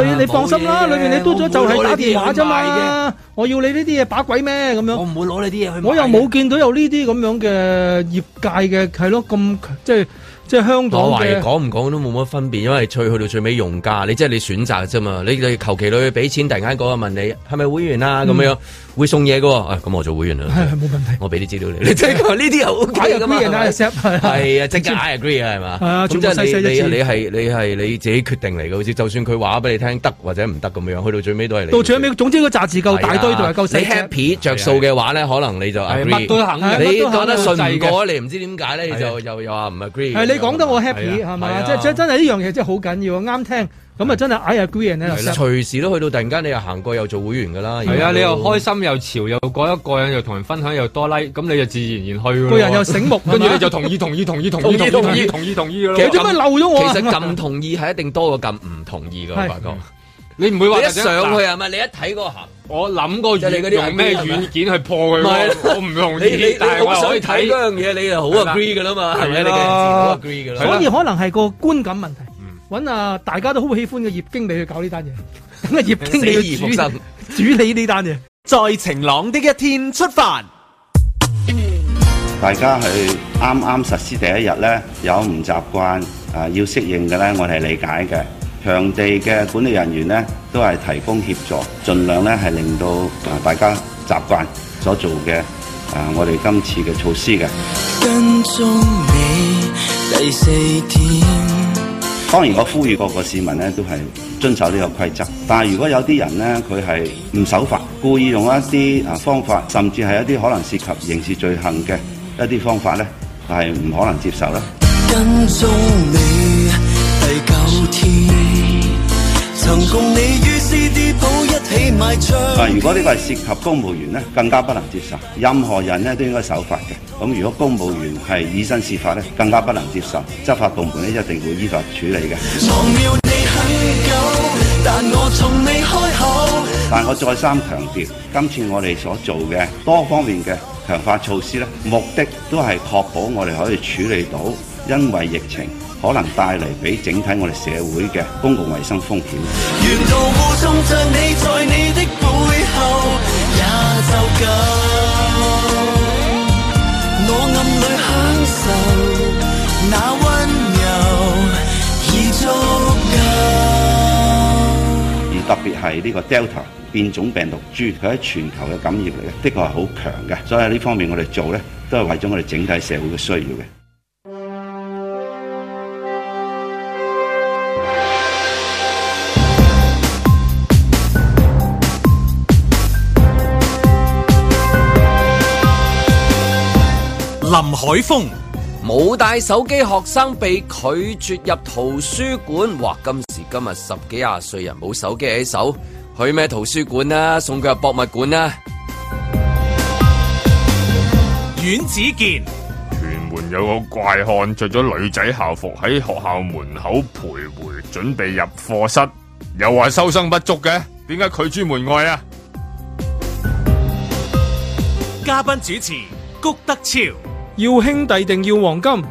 [SPEAKER 4] 你你放心啦，裏面你嘟咗就係打電話啫嘛，我要你呢啲嘢把鬼咩咁樣？我
[SPEAKER 2] 唔會攞你啲嘢去
[SPEAKER 4] 我又冇見到有呢啲咁樣嘅業界嘅係咯，咁即係即係香港
[SPEAKER 2] 我懷疑
[SPEAKER 4] 嘅。
[SPEAKER 2] 講唔講都冇乜分別，因為最去到最尾用家，你即係你選擇啫嘛。你你求其你俾錢，突然間嗰個問你係咪會員啊咁
[SPEAKER 4] 嗯
[SPEAKER 2] 樣，會送嘢嘅喎。啊咁我做會員啦，
[SPEAKER 4] *laughs* *laughs* 係冇問題。
[SPEAKER 2] 我俾啲資料你，你即 *laughs* 係呢啲又 OK 咁
[SPEAKER 4] 啊 Agree 啊，accept 係啊
[SPEAKER 2] 係啊，即
[SPEAKER 4] *laughs*
[SPEAKER 2] 刻 I agree 啊，係嘛？
[SPEAKER 4] 係啊
[SPEAKER 2] 咁即係
[SPEAKER 4] 全部細細一
[SPEAKER 2] 你
[SPEAKER 4] 次
[SPEAKER 2] 你你係你係你自己決定嚟嘅，好似就算佢話俾你聽得或者唔得咁樣，去到最尾都係你。
[SPEAKER 4] 到最尾，總之個雜字夠大堆同埋夠細
[SPEAKER 2] 你
[SPEAKER 4] 隻。
[SPEAKER 2] happy 着數嘅話咧，可能你就
[SPEAKER 6] 係
[SPEAKER 2] agree。
[SPEAKER 6] 啊乜都肯嘅
[SPEAKER 2] 你
[SPEAKER 6] 乜都肯
[SPEAKER 2] 覺得信唔過
[SPEAKER 6] 制嘅
[SPEAKER 2] 你唔知點解咧，你
[SPEAKER 6] 係啊
[SPEAKER 2] 就又又話唔 agree。
[SPEAKER 4] 係你講得我
[SPEAKER 2] 係
[SPEAKER 4] happy
[SPEAKER 2] 啊
[SPEAKER 4] 係
[SPEAKER 2] 係
[SPEAKER 4] 嘛？
[SPEAKER 2] 啊
[SPEAKER 4] 即係即係真係呢樣嘢真係好緊要，啱聽咁啊！真係 I agree and
[SPEAKER 2] 係啦
[SPEAKER 4] accept。
[SPEAKER 2] 隨時都去到突然間你又行過又做會員噶啦。嗯
[SPEAKER 6] 係啊，
[SPEAKER 2] 而家都
[SPEAKER 6] 你又開。心又潮又嗰一個人又同人分享又多 like，咁你就自然然去㗎咯
[SPEAKER 2] 個人又醒目
[SPEAKER 6] *laughs* 跟住
[SPEAKER 2] 係嘛
[SPEAKER 6] 你就同意同意同意同意同意同意同意嘅咯。
[SPEAKER 2] 其實撳
[SPEAKER 4] 啊
[SPEAKER 2] 其實撳同意係一定多過撳唔同意噶，我
[SPEAKER 6] 啊係
[SPEAKER 2] 發覺。
[SPEAKER 6] 你唔會話
[SPEAKER 2] 你一上去啊嘛，
[SPEAKER 6] 嗱
[SPEAKER 2] 你一睇個行，
[SPEAKER 6] 我諗個
[SPEAKER 2] 即係你嗰啲
[SPEAKER 6] 用咩
[SPEAKER 2] agree 係咪
[SPEAKER 6] 軟件去破佢
[SPEAKER 2] 唔係
[SPEAKER 6] 喎？我唔同
[SPEAKER 2] 你你
[SPEAKER 6] 意，但係
[SPEAKER 2] 你
[SPEAKER 6] 我
[SPEAKER 2] 好
[SPEAKER 6] 又
[SPEAKER 2] 想
[SPEAKER 6] 可以
[SPEAKER 2] 睇嗰樣嘢，你就好 agree 噶啦嘛，係咪？你嘅好 agree 噶啦。
[SPEAKER 4] 所以可能係個觀感問題。
[SPEAKER 6] 嗯
[SPEAKER 4] 揾啊，大家都好喜歡嘅葉經理去搞呢
[SPEAKER 6] *laughs*
[SPEAKER 4] 單嘢，咁啊葉經理去
[SPEAKER 5] 死而復生
[SPEAKER 4] 主主理呢單嘢。
[SPEAKER 5] 在晴朗的一天出發。
[SPEAKER 11] 大家去啱啱實施第一日呢，有唔習慣啊，要適應嘅呢，我哋係理解嘅。場地嘅管理人員呢，都係提供協助，盡量呢係令到啊大家習慣所做嘅啊，我哋今次嘅措施嘅。
[SPEAKER 8] 跟蹤你第四天。
[SPEAKER 11] 當然，我呼籲個個市民咧都係遵守呢個規則。但係如果有啲人咧，佢係唔守法，故意用一啲啊方法，甚至係一啲可能涉及刑事罪行嘅一啲方法咧，係唔可能接受啦。
[SPEAKER 8] 跟蹤你第九天，曾共你於 CD 鋪一起買
[SPEAKER 11] 啊，
[SPEAKER 8] 唱
[SPEAKER 11] 如果呢個係涉及公務員咧，更加不能接受。任何人咧都應該守法嘅。咁如果公務員係以身試法咧，更加不能接受。執法部門咧一定會依法處理嘅。
[SPEAKER 8] 忘了你很久，但我從未開口。
[SPEAKER 11] 但我再三強調，今次我哋所做嘅多方面嘅強化措施咧，目的都係確保我哋可以處理到因為疫情可能帶嚟俾整體我哋社會嘅公共衛生風險。
[SPEAKER 8] 沿途護送着你，在你的背後也就夠。我暗裏享受那溫柔，已足夠。
[SPEAKER 11] 而特別係呢個 Delta 變種病毒株，佢喺全球嘅感染力咧，的確係好強嘅。所以喺呢方面我哋做咧，都係為咗我哋整體社會嘅需要嘅。
[SPEAKER 2] 林海峰冇帶手機，學生被拒絕入圖書館。哇！今時今日十幾廿歲人冇手機喺手，去咩圖書館啊？送佢入博物館啊？
[SPEAKER 1] 阮子健，
[SPEAKER 3] 屯門有個怪漢着咗女仔校服喺學校門口徘徊，準備入課室，又話收生不足嘅，點解拒諸門外啊？
[SPEAKER 1] 嘉賓主持谷德超，
[SPEAKER 4] 要兄弟定要黃金，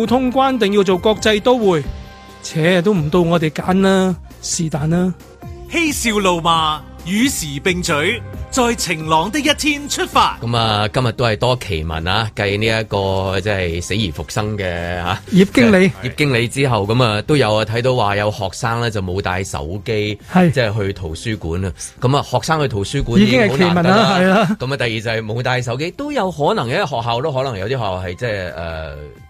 [SPEAKER 4] 要通關定要做國際都會，且都唔到我哋揀啦，是但啦。
[SPEAKER 1] 嬉笑怒罵，與時並舉，在晴朗的一天出發。
[SPEAKER 2] 咁啊，今日都係多奇聞啊，繼呢一個即係死而復生嘅嚇。
[SPEAKER 4] 葉經理，
[SPEAKER 2] 葉經理之後咁啊，都有啊睇到話有學生咧就冇帶手機，
[SPEAKER 4] 係
[SPEAKER 2] 即係去圖書館啊。咁啊，學生去圖書館
[SPEAKER 4] 已經係
[SPEAKER 2] 好
[SPEAKER 4] 奇
[SPEAKER 2] 難
[SPEAKER 4] 聞
[SPEAKER 2] 得
[SPEAKER 4] 啦係啦。
[SPEAKER 2] 咁啊，第二就係冇帶手機，都有可能，因為學校都可能有啲學校係即係誒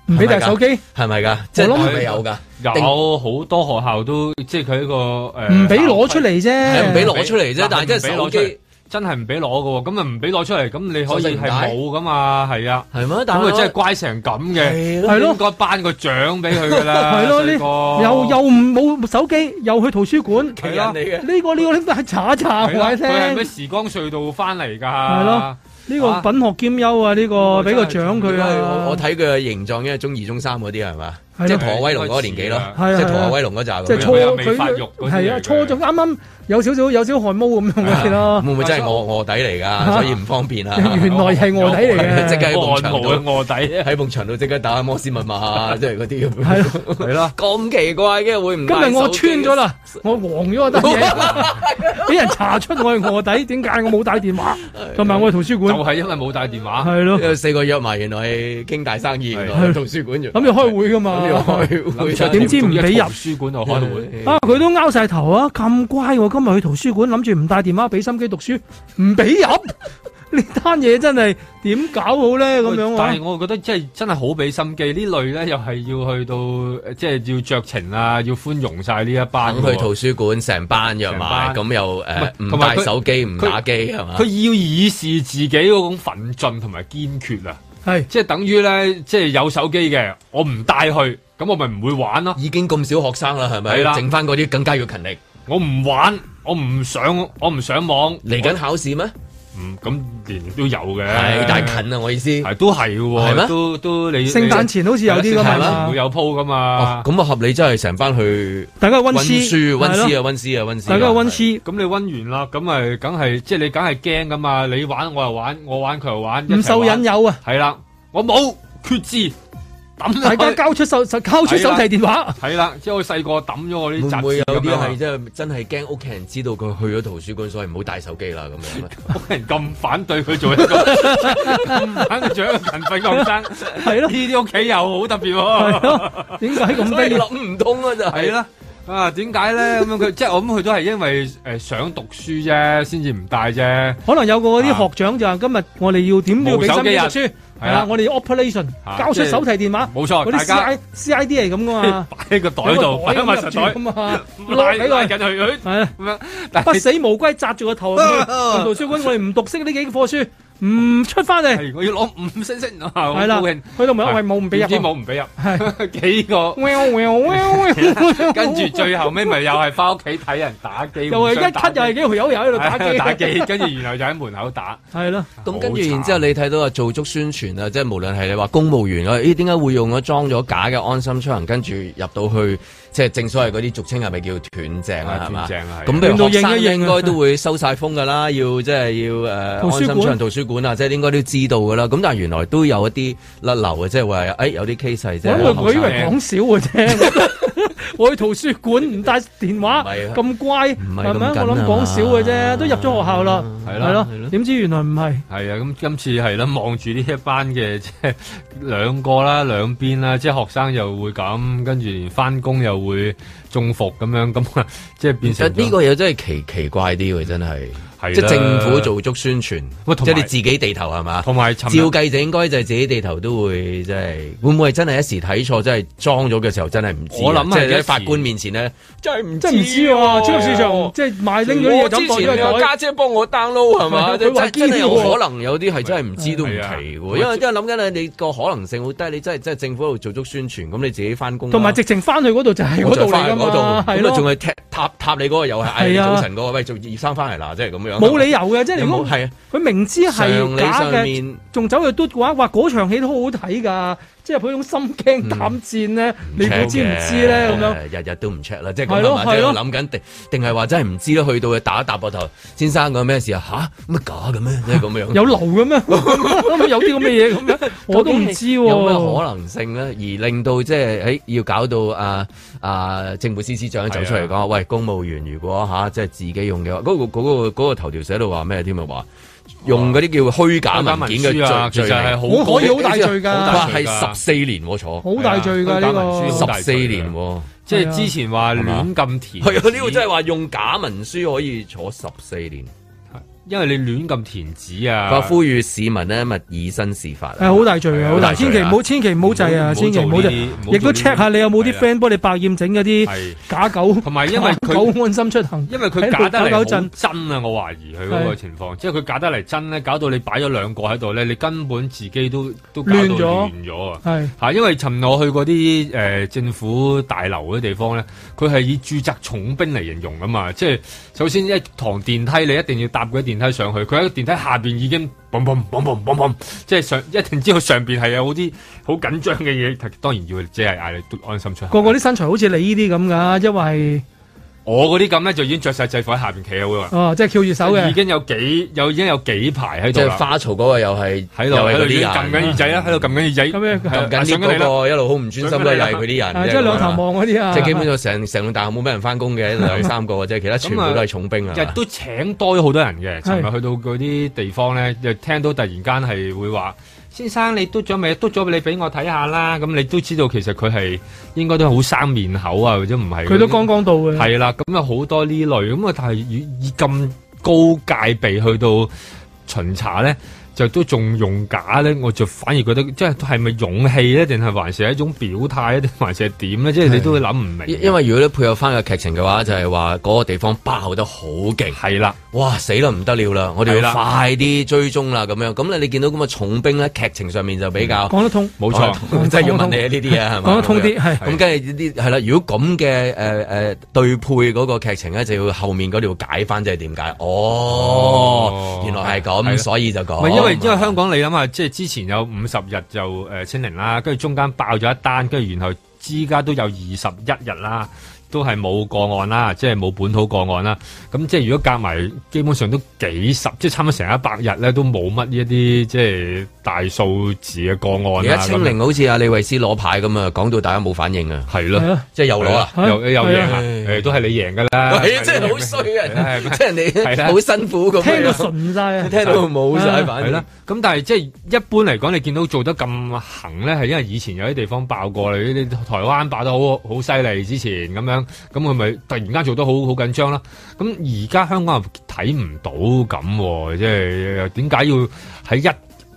[SPEAKER 4] 唔俾帶手機
[SPEAKER 2] 係咪㗎？即係
[SPEAKER 4] 我諗
[SPEAKER 2] 係咪有㗎？定
[SPEAKER 6] 有好多學校都即係佢一呃個誒，
[SPEAKER 4] 唔俾攞出嚟
[SPEAKER 6] 係啊
[SPEAKER 4] 啫，
[SPEAKER 6] 唔俾攞出嚟啫，但係真
[SPEAKER 2] 係
[SPEAKER 6] 係
[SPEAKER 2] 手
[SPEAKER 6] 手
[SPEAKER 2] 機
[SPEAKER 6] 機真係唔俾攞嘅喎，咁啊唔俾攞出嚟，咁你可以係冇噶嘛，係啊，
[SPEAKER 2] 係咩但
[SPEAKER 6] 咁
[SPEAKER 2] 係
[SPEAKER 6] 啊真係乖成咁嘅，
[SPEAKER 4] 係咯
[SPEAKER 6] 應該頒個獎俾佢㗎啦，
[SPEAKER 4] *laughs* 係咯，呢
[SPEAKER 6] 啊細個
[SPEAKER 4] 又又唔冇手機，又去圖書館，
[SPEAKER 6] 奇人嚟嘅
[SPEAKER 4] 呢個呢個拎都係查一查，
[SPEAKER 6] 係啦
[SPEAKER 4] 話一
[SPEAKER 6] 佢係
[SPEAKER 4] 聲
[SPEAKER 6] 咩，時光隧道翻嚟㗎？
[SPEAKER 4] 係
[SPEAKER 6] 係
[SPEAKER 4] 咯，呢個品學兼優啊，呢
[SPEAKER 6] 哦
[SPEAKER 4] 個俾個獎佢
[SPEAKER 2] 因為我我
[SPEAKER 4] 啊，
[SPEAKER 2] 睇佢嘅形狀，因為中二、中三嗰啲啊係嘛，
[SPEAKER 4] 係咯
[SPEAKER 2] 即係《陀威龍》嗰個年紀咯
[SPEAKER 4] 係，啊
[SPEAKER 2] 即係《陀威龍》嗰扎咁樣。
[SPEAKER 4] 即係初佢係啊，初中啱啱有少少有少汗毛咁樣嗰啲咯，
[SPEAKER 2] 會唔會真係啊我卧底
[SPEAKER 4] *laughs*
[SPEAKER 2] 嚟㗎？所以唔方便啊。
[SPEAKER 4] 原來係臥底嚟 *laughs* 嘅
[SPEAKER 2] 即刻喺埲牆
[SPEAKER 6] 按
[SPEAKER 2] 度卧
[SPEAKER 4] *laughs*
[SPEAKER 2] 底，喺埲牆度即刻打摩斯密碼啊，即係嗰啲咁。
[SPEAKER 4] 係
[SPEAKER 2] 咯，係咯， *laughs* 咁奇怪嘅會唔帶手機？
[SPEAKER 4] 今日我穿咗啦，我黃咗嗰單嘢，俾人查出我係臥底，點解我冇帶電話，同埋我去圖書館，
[SPEAKER 6] 就係因啊為冇帶電話，
[SPEAKER 4] 係咯
[SPEAKER 2] *laughs* 因為四個約埋，原來係傾大生意，原來
[SPEAKER 4] 係
[SPEAKER 2] 圖書館原來
[SPEAKER 4] 諗住開會噶嘛
[SPEAKER 2] 諗住開會，
[SPEAKER 4] 點知唔俾入
[SPEAKER 6] 圖書館度開會。
[SPEAKER 4] 啊！佢都拗晒頭啊，咁乖喎！今日去圖書館，諗住唔帶電話，俾心機讀書，唔俾入呢單嘢真係點搞好咧？ *laughs* 咁樣
[SPEAKER 6] 但
[SPEAKER 4] 啊
[SPEAKER 6] 係，我覺得即係真係好俾心機，呢類咧又係要去到呃即係要酌情啊，要寬容晒呢一班
[SPEAKER 2] 咁
[SPEAKER 6] 喎。
[SPEAKER 2] 去圖書館成班約埋，
[SPEAKER 6] 成班
[SPEAKER 2] 咁又誒
[SPEAKER 6] 唔係
[SPEAKER 2] 唔
[SPEAKER 6] 同埋
[SPEAKER 2] 帶
[SPEAKER 6] 佢
[SPEAKER 2] 手機唔打機係嘛？
[SPEAKER 6] 佢要以示自己嗰種奮進同埋堅決啊！
[SPEAKER 4] 係
[SPEAKER 6] 即係等於咧，即係有手機嘅，我唔帶去，咁我咪唔會玩咯。
[SPEAKER 2] 已經咁少學生啦，係咪
[SPEAKER 6] 係啦，
[SPEAKER 2] 剩翻嗰啲更加要勤力。
[SPEAKER 6] 我唔玩，我唔上，我唔上網。
[SPEAKER 2] 嚟緊考試咩？
[SPEAKER 6] 唔咁年年都有嘅，
[SPEAKER 2] 係但係哎近啊！我意思
[SPEAKER 6] 係都係嘅
[SPEAKER 2] 係咩
[SPEAKER 6] 喎，都都你
[SPEAKER 4] 聖誕前好似有啲㗎啊嘛
[SPEAKER 6] 係啦聖誕前會有鋪噶嘛。
[SPEAKER 2] 咁啊合理，真係成班去
[SPEAKER 4] 大家溫
[SPEAKER 2] 溫
[SPEAKER 4] 書
[SPEAKER 2] 書、溫
[SPEAKER 4] 係
[SPEAKER 2] 書啊、
[SPEAKER 4] 咯
[SPEAKER 2] 溫書啊、溫書啊。
[SPEAKER 4] 大家溫書，
[SPEAKER 6] 咁你温完啦，咁咪梗係即係你梗係驚噶嘛？你玩我又玩，我玩佢又玩，
[SPEAKER 4] 唔受引
[SPEAKER 6] *laughs*
[SPEAKER 4] 誘啊！
[SPEAKER 6] 係啦，我冇決志，抌
[SPEAKER 4] 大家交出手交出手提電話，
[SPEAKER 6] 係啦，即係我細個抌咗我啲
[SPEAKER 2] 會
[SPEAKER 6] 雜
[SPEAKER 2] 唔會
[SPEAKER 6] 誌
[SPEAKER 2] 有
[SPEAKER 6] 咁
[SPEAKER 2] 啲
[SPEAKER 6] 樣啊
[SPEAKER 2] 係真係真係驚屋企人知道佢去咗圖書館，所以唔好帶手機啦咁樣咧？
[SPEAKER 6] 屋企人咁反對佢
[SPEAKER 4] *laughs*
[SPEAKER 6] 做一個咁反對做一個勤奮嘅學生，
[SPEAKER 4] 係咯
[SPEAKER 6] 呢啲屋企又好特別
[SPEAKER 4] 係
[SPEAKER 6] 喎，
[SPEAKER 4] 咯，點解 *laughs* 咁
[SPEAKER 2] 所以
[SPEAKER 4] 低？
[SPEAKER 2] 諗唔通啊，就係
[SPEAKER 6] 係啦。啊，點解咧？咁樣佢即係我諗佢都係因為誒、呃想讀書啫，先至唔帶啫。
[SPEAKER 4] 可能有個嗰啲學長就話：今日我哋要點都要俾心機讀
[SPEAKER 6] 冇手機
[SPEAKER 4] 書
[SPEAKER 6] 日，
[SPEAKER 4] 係
[SPEAKER 6] 係
[SPEAKER 4] 啦
[SPEAKER 6] 啦，
[SPEAKER 4] 我哋要 operation
[SPEAKER 6] 啊
[SPEAKER 4] 交出手提電話，
[SPEAKER 6] 冇錯
[SPEAKER 4] 嗰啲
[SPEAKER 6] 大家
[SPEAKER 4] C I C I D 係咁噶嘛，
[SPEAKER 6] 擺喺個袋
[SPEAKER 4] 有
[SPEAKER 6] 度，
[SPEAKER 4] 個
[SPEAKER 6] 擺喺密
[SPEAKER 4] 咁入
[SPEAKER 6] 實
[SPEAKER 4] 住
[SPEAKER 6] 袋
[SPEAKER 4] 㗎，嘛，
[SPEAKER 6] 拉
[SPEAKER 4] 俾
[SPEAKER 6] 拉
[SPEAKER 4] 佢
[SPEAKER 6] 緊
[SPEAKER 4] *laughs*
[SPEAKER 6] 佢佢
[SPEAKER 4] 係啦。
[SPEAKER 6] 咁樣。但
[SPEAKER 4] 不
[SPEAKER 6] 係
[SPEAKER 4] 死無歸，扎住個
[SPEAKER 6] *laughs*
[SPEAKER 4] 頭入去去圖書館，我哋唔讀識呢幾課書，唔出翻嚟，
[SPEAKER 6] 係我要攞五星星啊！好
[SPEAKER 4] 係啦
[SPEAKER 6] 高興，，
[SPEAKER 4] 去到咪喂冇唔俾入
[SPEAKER 6] 點知
[SPEAKER 4] 啊，
[SPEAKER 6] 冇唔俾入， *laughs* 幾個
[SPEAKER 4] 喵喵喵喵
[SPEAKER 6] *laughs* 跟住最後尾咪又係翻屋企睇人打機，
[SPEAKER 4] *laughs* 又
[SPEAKER 6] 互
[SPEAKER 4] 係
[SPEAKER 6] 相
[SPEAKER 4] 一
[SPEAKER 6] 打
[SPEAKER 4] 咳
[SPEAKER 6] 機
[SPEAKER 4] 又係幾條友又喺度打機，
[SPEAKER 6] 打機，跟住然後就喺門口打。
[SPEAKER 4] 係咯，
[SPEAKER 2] 咁跟住，
[SPEAKER 6] 好慘
[SPEAKER 2] 然之後你睇到啊，做足宣傳啊，即係無論係你話公務員啊，咦點解會用咗裝咗假嘅安心出行，跟住入到去，即係正所謂嗰啲俗稱係咪叫斷正啊？
[SPEAKER 6] 啊
[SPEAKER 2] 係嘛
[SPEAKER 6] 斷正啊係
[SPEAKER 2] 咁譬
[SPEAKER 4] 斷到
[SPEAKER 2] 如
[SPEAKER 4] 應
[SPEAKER 2] 學生
[SPEAKER 4] 一應啊
[SPEAKER 2] 應該都會收晒風㗎啦，要即係要
[SPEAKER 4] 圖
[SPEAKER 2] 誒安
[SPEAKER 4] 書館
[SPEAKER 2] 心出行圖書館啊，即係應該都知道㗎啦。咁但係原來都有一啲甩漏啊嘅，即係話誒有啲 case 係即
[SPEAKER 4] 我以為
[SPEAKER 2] 係
[SPEAKER 4] 我以
[SPEAKER 2] 學
[SPEAKER 4] 為
[SPEAKER 2] 生
[SPEAKER 4] 講少嘅
[SPEAKER 2] *laughs*
[SPEAKER 4] 啫。我去圖書館唔帶電話
[SPEAKER 2] 唔係啊
[SPEAKER 4] 咁乖，
[SPEAKER 2] 係
[SPEAKER 4] 係
[SPEAKER 2] 咁
[SPEAKER 4] 咪？我諗
[SPEAKER 2] 緊啊
[SPEAKER 4] 講少嘅啫，都入咗學校啦，
[SPEAKER 6] 係啦
[SPEAKER 4] 係
[SPEAKER 6] 係
[SPEAKER 4] 咯。點知原來唔係，
[SPEAKER 6] 係啊，咁今次係啦，望住呢一班嘅即係兩個啦，兩邊啦，即係學生又會咁，跟住連翻工又會中伏咁樣，咁啊，即係變
[SPEAKER 2] 其實
[SPEAKER 6] 成咗
[SPEAKER 2] 呢個嘢真係奇奇怪啲喎，真係。
[SPEAKER 6] 係
[SPEAKER 2] 即係
[SPEAKER 6] 啦
[SPEAKER 2] 政府做足宣傳，即
[SPEAKER 6] 喂同埋
[SPEAKER 2] 係你自己地頭係嘛？
[SPEAKER 6] 同埋
[SPEAKER 2] 照
[SPEAKER 6] 尋日
[SPEAKER 2] 計就應該就係自己地頭都會即係，會唔會係真係一時睇錯，真係裝咗嘅時候真係唔知啊？
[SPEAKER 6] 我諗
[SPEAKER 2] 即
[SPEAKER 6] 係一
[SPEAKER 2] 係
[SPEAKER 6] 時
[SPEAKER 2] 喺法官面前咧，真係唔
[SPEAKER 4] 真係唔知喎。超級市場即係買拎咗啲嘢
[SPEAKER 2] 我
[SPEAKER 4] 就
[SPEAKER 2] 之
[SPEAKER 4] 咁放咗
[SPEAKER 2] 前
[SPEAKER 4] 個
[SPEAKER 2] 有
[SPEAKER 4] 袋
[SPEAKER 2] 家姐幫我 download 係
[SPEAKER 4] *laughs*
[SPEAKER 2] 嘛？
[SPEAKER 4] 佢話
[SPEAKER 2] 真真係有
[SPEAKER 4] 堅喎
[SPEAKER 2] 可能有啲係真係唔知都唔
[SPEAKER 6] 係啊
[SPEAKER 2] 奇喎，因為因為諗緊你個可能性好低，你真係真係政府喺度做足宣傳，咁你自己翻工啦啊
[SPEAKER 4] 同埋直情翻去嗰度就係嗰
[SPEAKER 2] 我
[SPEAKER 4] 度嚟㗎
[SPEAKER 2] 就返去嗰
[SPEAKER 4] 嘛，
[SPEAKER 2] 度
[SPEAKER 4] 係
[SPEAKER 2] 咁啊
[SPEAKER 4] 咯
[SPEAKER 2] 仲。係踢塔塔你嗰個又係嗌你
[SPEAKER 4] 係啊
[SPEAKER 2] 早晨嗰個，喂做葉生翻嚟嗱，即係咁樣。
[SPEAKER 4] 冇理由嘅，即係
[SPEAKER 2] 有
[SPEAKER 4] 如
[SPEAKER 2] 冇
[SPEAKER 4] 果
[SPEAKER 2] 係啊？
[SPEAKER 4] 佢明知係假
[SPEAKER 2] 常理上面
[SPEAKER 4] 嘅，仲走去嘟嘅話，哇！嗰場戲都好好睇㗎，即係佢種心驚膽戰咧，你估知唔知咧咁樣？
[SPEAKER 2] 日日都唔 check 啦，即係
[SPEAKER 4] 係
[SPEAKER 2] 咁
[SPEAKER 4] 咯
[SPEAKER 2] 係嘛？即
[SPEAKER 4] 係
[SPEAKER 2] 係
[SPEAKER 4] 咯
[SPEAKER 2] 我諗緊定定係話真係唔知啦，去到去打一打膊頭，先生講咩事啊？吓？乜假嘅咩？即係咁 *laughs*
[SPEAKER 4] *laughs*
[SPEAKER 2] 樣。
[SPEAKER 4] 有流嘅咩？咁有啲咁嘅嘢咁樣，我都唔知
[SPEAKER 6] 哦
[SPEAKER 4] 喎。
[SPEAKER 2] 有咩可能性咧？而令到即係誒要搞到啊啊政府司司長走出嚟講
[SPEAKER 6] 啊
[SPEAKER 2] 話，喂公務員如果吓即係自己用嘅話，嗰、個嗰、個嗰、個頭條寫到話咩添啊？話用嗰啲叫虛假文件
[SPEAKER 6] 虛假文書啊
[SPEAKER 2] 嘅罪
[SPEAKER 6] 其實
[SPEAKER 2] 罪
[SPEAKER 6] 係
[SPEAKER 2] 名，
[SPEAKER 6] 好
[SPEAKER 4] 可以好大罪㗎
[SPEAKER 2] 話
[SPEAKER 6] 好大罪㗎
[SPEAKER 2] 係十四年喎坐，
[SPEAKER 4] 好大罪
[SPEAKER 2] 啊
[SPEAKER 4] 㗎呢個
[SPEAKER 2] 十四年喎。
[SPEAKER 6] 即係之前話亂咁填，
[SPEAKER 2] 係啊！呢個真係話用假文書可以坐十四年。
[SPEAKER 6] 因為你亂咁填紙啊，
[SPEAKER 2] 佢話呼籲市民咧，勿以身試法啊。
[SPEAKER 4] 係好大罪嘅，好大，千祈唔好，千祈唔好制
[SPEAKER 2] 啊唔好
[SPEAKER 4] 啊，千祈唔
[SPEAKER 2] 做
[SPEAKER 4] 好制
[SPEAKER 2] 呢啲唔好，做
[SPEAKER 4] 亦都
[SPEAKER 2] 呢啲
[SPEAKER 4] check 下你有冇啲
[SPEAKER 2] 係啊
[SPEAKER 4] friend 幫你百厭整嗰啲假狗，同
[SPEAKER 6] 埋因為佢
[SPEAKER 4] 狗安心出行，
[SPEAKER 6] 因為佢假得
[SPEAKER 4] 喺度
[SPEAKER 6] 嚟好
[SPEAKER 4] 搞搞震，
[SPEAKER 6] 真啊！我懷疑佢嗰個
[SPEAKER 4] 係
[SPEAKER 6] 情況，即係佢假得嚟真咧，搞到你擺咗兩個喺度咧，你根本自己都都搞到
[SPEAKER 4] 亂咗
[SPEAKER 6] 亂咗啊！
[SPEAKER 4] 係
[SPEAKER 6] 嚇，因為尋我去嗰啲誒政府大樓嗰啲地方咧，佢係以駐紮重兵嚟形容噶嘛，即係首先一堂電梯你一定要搭嗰啲電梯上去，佢喺電梯下邊已經嘣嘣嘣嘣嘣嘣，即係上一定知道上邊係有好啲好緊張嘅嘢， *laughs* 當然要即係嗌你都安心出行。
[SPEAKER 4] 個個啲身材好似你呢啲咁噶，因為
[SPEAKER 6] 我嗰啲咁咧就已經着晒制服喺下邊企好啦。
[SPEAKER 4] 哦，即係翹住手
[SPEAKER 6] 已
[SPEAKER 4] 嘅，
[SPEAKER 6] 經有幾有已經有幾排喺度
[SPEAKER 2] 即
[SPEAKER 6] 啦
[SPEAKER 2] 係花槽嗰個又係
[SPEAKER 6] 喺
[SPEAKER 2] 又
[SPEAKER 6] 度
[SPEAKER 2] 係
[SPEAKER 6] 喺度
[SPEAKER 2] 嗰
[SPEAKER 6] 已經
[SPEAKER 2] 啲
[SPEAKER 6] 撳緊
[SPEAKER 2] 人嗯
[SPEAKER 6] 耳仔啦，喺度撳緊耳仔，啊咁
[SPEAKER 4] 呃
[SPEAKER 2] 撳緊呢嗰個一路好唔專心嘅又係佢啲
[SPEAKER 4] *laughs* 啊
[SPEAKER 2] 人，
[SPEAKER 4] 即係兩頭望嗰啲啊
[SPEAKER 2] 即係基本上成成棟大學冇咩人翻工嘅，兩三個嘅啫，其他全部
[SPEAKER 4] *laughs*
[SPEAKER 2] 都係重兵啊
[SPEAKER 6] 日。都請多咗好多人嘅。尋
[SPEAKER 2] 係
[SPEAKER 6] 日去到嗰啲地方咧，就聽到突然間係會話。先生，你嘟咗未？嘟咗你俾我睇下啦。咁你都知道其實佢係應該都好生面口啊，或者唔係嗰啲
[SPEAKER 4] 佢都剛剛到嘅，
[SPEAKER 6] 係啦，咁有好多呢類咁啊，但係以以咁高戒備去到巡查咧，就都仲用假咧，我就反而覺得即係係咪勇氣咧，定係還是係一種表態咧，定還是係點咧？即係你都會諗唔明。
[SPEAKER 2] 因因為如果你配合翻個劇情嘅話，就係話嗰個地方爆得好勁，
[SPEAKER 6] 係啦，
[SPEAKER 2] 哇死啦唔得了啦，我哋
[SPEAKER 6] 係
[SPEAKER 2] 要
[SPEAKER 6] 啦
[SPEAKER 2] 快啲追蹤啦咁樣。咁咧你見到咁嘅重兵咧，劇情上面就比較
[SPEAKER 4] 講得通
[SPEAKER 6] 冇
[SPEAKER 4] 錯
[SPEAKER 2] *laughs* 即係要問你呢啲嘢係嘛？
[SPEAKER 4] 講得通啲係
[SPEAKER 2] 咁跟住呢啲係啦，如果咁嘅誒誒對配嗰個劇情咧，就要後面嗰條解翻即係點解？哦，原來係
[SPEAKER 6] 係啦
[SPEAKER 2] 咁，所以就
[SPEAKER 6] 唔
[SPEAKER 2] 講。
[SPEAKER 6] 係因為因為香港你諗下，即係之前有五十日就誒、呃清零啦，跟住中間爆咗一單，跟住然後之家都有二十一日啦，都係冇個案啦，即係冇本土個案啦。咁即係如果夾埋，基本上都幾十，即係差唔多成一百日咧，都冇乜呢一啲即係大數字嘅個
[SPEAKER 2] 而
[SPEAKER 6] 案
[SPEAKER 2] 家
[SPEAKER 6] 啦
[SPEAKER 2] 清零
[SPEAKER 6] 咁樣
[SPEAKER 2] 好似阿李慧詩攞牌咁啊，講到大家冇反應啊，
[SPEAKER 6] 係咯係啊
[SPEAKER 2] 即係又攞啊，
[SPEAKER 6] 係啊又又贏啊
[SPEAKER 2] 唉
[SPEAKER 6] 誒都係你贏啊㗎啦
[SPEAKER 2] *laughs* 喂真係好衰啊，
[SPEAKER 6] 係咪
[SPEAKER 2] 即係
[SPEAKER 6] 係
[SPEAKER 2] 你
[SPEAKER 6] 啦
[SPEAKER 2] 好辛苦咁樣，
[SPEAKER 6] 聽到
[SPEAKER 4] 純晒啊
[SPEAKER 2] *laughs* 聽到冇晒反
[SPEAKER 6] 係
[SPEAKER 2] 應
[SPEAKER 6] 啦。。咁但係即係一般嚟講，你見到做得咁行咧，係因為以前有啲地方爆過啦，你台灣爆得好好犀利之前咁樣，咁佢咪突然間做得好好緊張啦。咁而家香港又睇唔到咁喎，即係點解要喺一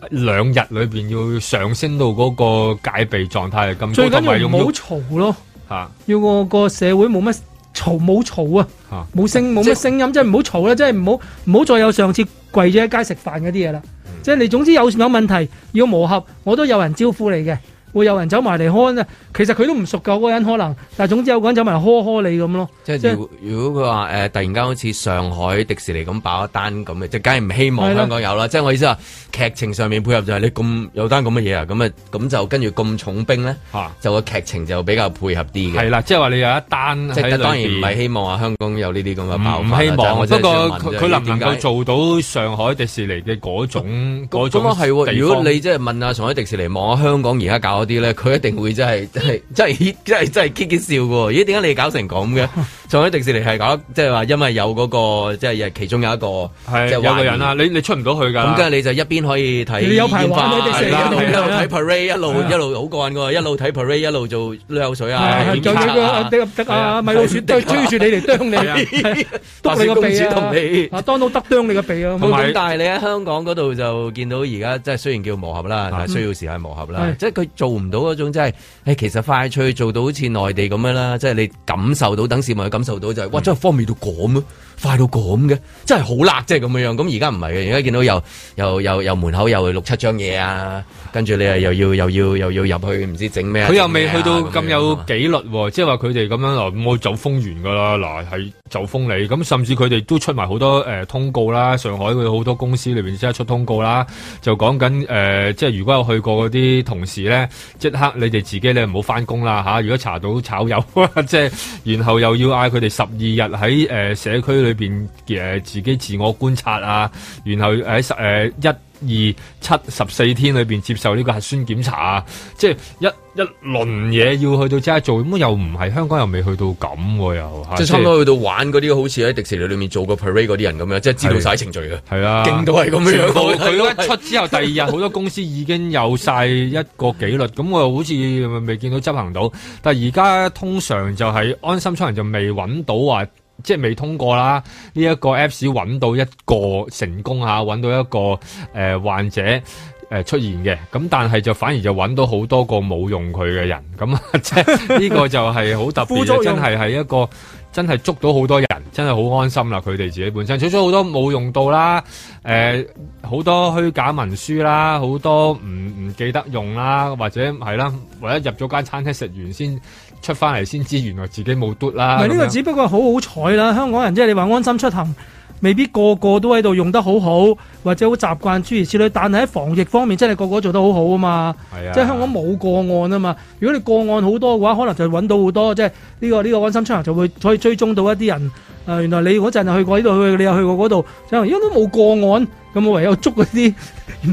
[SPEAKER 6] 兩日裏邊要上升到嗰個戒備狀態係咁
[SPEAKER 4] 最
[SPEAKER 6] 高，
[SPEAKER 4] 緊
[SPEAKER 6] 同埋
[SPEAKER 4] 要
[SPEAKER 6] 用
[SPEAKER 4] 唔
[SPEAKER 6] 到
[SPEAKER 4] 好嘈咯，
[SPEAKER 6] 嚇
[SPEAKER 4] 要個個社會冇乜嘈冇嘈啊，
[SPEAKER 6] 嚇
[SPEAKER 4] 冇聲冇乜聲音，即係唔好嘈啦，即係唔好唔好再有上次跪咗喺街食飯嗰啲嘢啦。即係你總之有有問題要磨合，我都有人招呼你嘅，會有人走埋嚟看啊。其實佢都唔熟㗎嗰個人可能，但係總之有個人走埋嚟呵呵你咁咯。
[SPEAKER 2] 即係如如果佢話誒突然間好似上海迪士尼咁爆一單咁嘅，即係梗係唔希
[SPEAKER 4] 係
[SPEAKER 2] 望
[SPEAKER 4] 啦
[SPEAKER 2] 香港有啦。即係我意思話劇情上面配合就係你咁有單咁嘅嘢啊，咁啊咁就跟住咁重兵咧
[SPEAKER 6] 嚇，
[SPEAKER 2] 就個劇情就比較配合啲嘅。
[SPEAKER 6] 係啦，即係話你有一單
[SPEAKER 2] 即
[SPEAKER 6] 喺
[SPEAKER 2] 係
[SPEAKER 6] 裏
[SPEAKER 2] 當然唔
[SPEAKER 6] 邊
[SPEAKER 2] 係希望話香港有呢啲咁嘅爆
[SPEAKER 6] 嗯唔
[SPEAKER 2] 發啦但啊
[SPEAKER 6] 希
[SPEAKER 2] 係
[SPEAKER 6] 望，
[SPEAKER 2] 我
[SPEAKER 6] 不
[SPEAKER 2] 真係想問
[SPEAKER 6] 過
[SPEAKER 2] 啫
[SPEAKER 6] 佢佢能唔能夠
[SPEAKER 2] 點解
[SPEAKER 6] 做到上海迪士尼嘅嗰種嗰種
[SPEAKER 2] 咁啊係喎！
[SPEAKER 6] 地
[SPEAKER 2] 如果
[SPEAKER 6] 方
[SPEAKER 2] 你即係問下上海迪士尼望下香港而家搞嗰啲咧，佢一定會真
[SPEAKER 6] *laughs*
[SPEAKER 2] 係真係真係真係真係 k i 笑嘅喎！咦？點解你搞成咁嘅？上海迪士尼係搞即係話因為有嗰、個即係其中有一個
[SPEAKER 6] 係
[SPEAKER 2] 即係
[SPEAKER 6] 有個
[SPEAKER 2] 懷疑
[SPEAKER 6] 人啊，你你出唔到去㗎啦。
[SPEAKER 2] 咁跟住你就一邊可以睇
[SPEAKER 6] 你有排
[SPEAKER 2] 煙花
[SPEAKER 6] 玩啊迪啊士尼
[SPEAKER 2] 係啦
[SPEAKER 6] 一路
[SPEAKER 2] 一路
[SPEAKER 6] 係啦
[SPEAKER 2] 睇 parade，一路一路好過癮喎，一路睇 parade，一路做撩口水啊，
[SPEAKER 4] 係係
[SPEAKER 2] 檢測啊
[SPEAKER 4] 有有個得得啊米老鼠追追住你嚟啄你啊
[SPEAKER 2] 係啊，
[SPEAKER 4] 篤
[SPEAKER 6] *laughs*
[SPEAKER 4] 你個鼻
[SPEAKER 2] *laughs* 白雪公主同你
[SPEAKER 4] 啊，啊當到得啄你個鼻啊，
[SPEAKER 2] 冇咁，但係你喺香港嗰度就見到而家即係雖然叫磨合
[SPEAKER 6] 啊
[SPEAKER 2] 啦，但係需要時間磨合啦
[SPEAKER 6] 嗯
[SPEAKER 4] 係。
[SPEAKER 2] 即係佢做哎唔到嗰種即係，誒其實快脆做到好似內地咁樣啦，即係你感受到等市民去感受到就
[SPEAKER 6] 嗯
[SPEAKER 2] 係、哇，真係方便到咁啊！快到咁嘅，真係好辣，即係咁樣樣。咁而家唔係嘅，而家見到又又又又門口又六七張嘢啊，跟住你又又要又要又要入去，唔知整咩啊？
[SPEAKER 6] 佢又
[SPEAKER 2] 整咩
[SPEAKER 6] 未
[SPEAKER 2] 啊
[SPEAKER 6] 去到咁有紀律喎，即係話佢哋咁樣嗱，我走封完噶啦，嗱係走封你，咁甚至佢哋都出埋好多誒、呃通告啦，上海佢好多公司裏邊即係出通告啦，就講緊誒，即係如果有去過嗰啲同事咧，即刻你哋自己你唔好翻工啦嚇，如果查到炒魷， *laughs* 即係然後又要嗌佢哋十二日喺誒社區裏邊誒自己自我觀察啊，然後喺十誒一。二七十四天裏邊接受呢個核酸檢查啊，即係一一輪嘢要去到即刻做，咁又唔係香港又未去到咁喎，又
[SPEAKER 2] 即係差唔多去到玩嗰啲，好似喺迪士尼裏面做個 parade 嗰啲人咁樣，即係知道晒程序嘅。
[SPEAKER 6] 係啊，
[SPEAKER 2] 勁到係 *laughs* 咁樣
[SPEAKER 6] 全部
[SPEAKER 2] 我覺得
[SPEAKER 6] 佢一出之後，第二日好多公司已經有晒一個紀律，咁我又好似未見到執行到。但係而家通常就係安心出行就未揾到話。即係未通過啦，呢、一個 Apps 揾到一個成功嚇，揾到一個誒、呃患者誒、呃出現嘅，咁但係就反而就揾到好多個冇用佢嘅人，咁啊 *laughs* 即係呢個就係好特
[SPEAKER 3] 副
[SPEAKER 6] 別
[SPEAKER 3] 作用
[SPEAKER 6] 啦，真係係一個真係捉到好多人，真係好安心啦。佢哋自己本身，除咗好多冇用到啦，誒、呃好多虛假文書啦，好多唔唔記得用啦，或者係啦，或者入咗間餐廳食完先出翻嚟先知原來自己冇嘟啦。
[SPEAKER 4] 唔係呢個
[SPEAKER 6] 啊咁樣
[SPEAKER 4] 只不過好好彩啦，香港人即係你話安心出行，未必個個都喺度用得好好，或者好習慣諸如此類。但係喺防疫方面，真係個個做得好好啊嘛。
[SPEAKER 6] 係啊
[SPEAKER 4] 即係香港冇個案啊嘛。如果你個案好多嘅話，可能就揾到好多，即係呢個呢、個安心出行就會可以追蹤到一啲人。誒、原來你嗰陣去過呢度，去你又去過嗰度，就因為都冇個案，咁我唯有捉嗰啲 *laughs*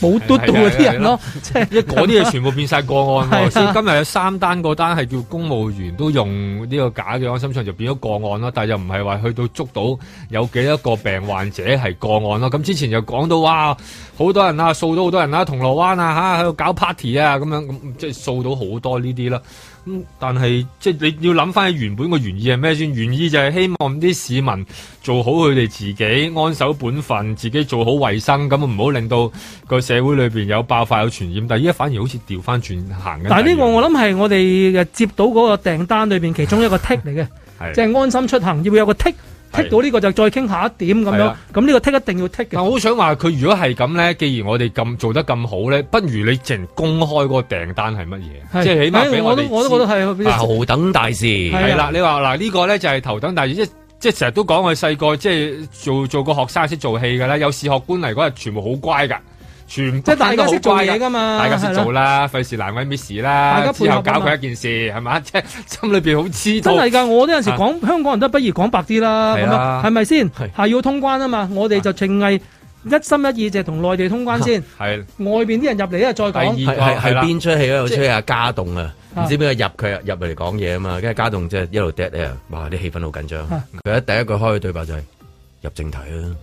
[SPEAKER 4] 冇嘟到嗰啲人咯。即係
[SPEAKER 6] 因為啊嗰啲嘢全部變晒個案
[SPEAKER 4] *laughs* 係啊
[SPEAKER 6] 喎，先今日有三單，嗰單係叫公務員都用呢個假嘅安心出行就變咗個案啦，但係又唔係話去到捉到有幾多個病患者係個案咯。咁之前就講到哇，好多人啊，掃到好多人啦，銅鑼灣啊嚇喺度搞 party 啊咁樣，咁即係掃到好多呢啲啦。咁但係即係你要諗翻起原本個原意係咩先？原意就係希望啲市民做好佢哋自己，安守本分，自己做好衞生，咁啊唔好令到個社會裏邊有爆發有傳染。但係依家反而好似調翻轉行緊。
[SPEAKER 4] 但係呢個我諗係我哋誒接到嗰個訂單裏邊其中一個 tick 嚟
[SPEAKER 6] 係啊
[SPEAKER 4] 嘅，即係安心出行要有個 tick。剔到呢個就再傾下一點咁
[SPEAKER 6] 係
[SPEAKER 4] 樣
[SPEAKER 6] 啦，
[SPEAKER 4] 咁呢個剔一定要剔嘅。
[SPEAKER 6] 我好想話佢如果係咁咧，既然我哋咁做得咁好咧，不如你淨公開嗰個訂單係乜嘢？
[SPEAKER 4] 係
[SPEAKER 6] 即係起碼俾
[SPEAKER 4] 係我
[SPEAKER 6] 哋
[SPEAKER 4] 都我都
[SPEAKER 6] 知啊
[SPEAKER 4] 覺得係
[SPEAKER 2] 頭等大事
[SPEAKER 6] 係啦，你話嗱呢個咧就係頭等大事，即即係成日都講佢細個即係做做個學生識做戲㗎啦，有視學官嚟嗰日全部好乖㗎。全部
[SPEAKER 4] 即係大家
[SPEAKER 6] 都好
[SPEAKER 4] 識做
[SPEAKER 6] 乖
[SPEAKER 4] 嘢㗎嘛
[SPEAKER 6] 大家識做啦，費事難為 miss 啦
[SPEAKER 4] 大，家配
[SPEAKER 6] 之
[SPEAKER 4] 合
[SPEAKER 6] 後
[SPEAKER 4] 㗎
[SPEAKER 6] 搞
[SPEAKER 4] 嘛
[SPEAKER 6] 佢一件事係嘛，即 *laughs* 係心裏邊好知道。
[SPEAKER 4] 真係㗎，我都有陣時
[SPEAKER 6] 啊
[SPEAKER 4] 講香港人都不如講白啲啦，
[SPEAKER 6] 係
[SPEAKER 4] 咁
[SPEAKER 6] 啊
[SPEAKER 4] 樣係咪先？係要通關啊嘛，我哋就淨係一心一意就係同內地通關先，
[SPEAKER 6] 係
[SPEAKER 4] 外邊啲人入嚟咧再
[SPEAKER 2] 係
[SPEAKER 4] 講。
[SPEAKER 2] 係係邊出戲咧？有出
[SPEAKER 4] 即係
[SPEAKER 2] 戲啊，家棟啊，
[SPEAKER 4] 啊
[SPEAKER 2] 唔知邊個入佢入嚟講嘢啊嘛，跟住家棟即係一路 dead 咧，哇！啲氣氛好緊張
[SPEAKER 4] 啊。
[SPEAKER 2] 佢一第一句開嘅對白就係入正題啦。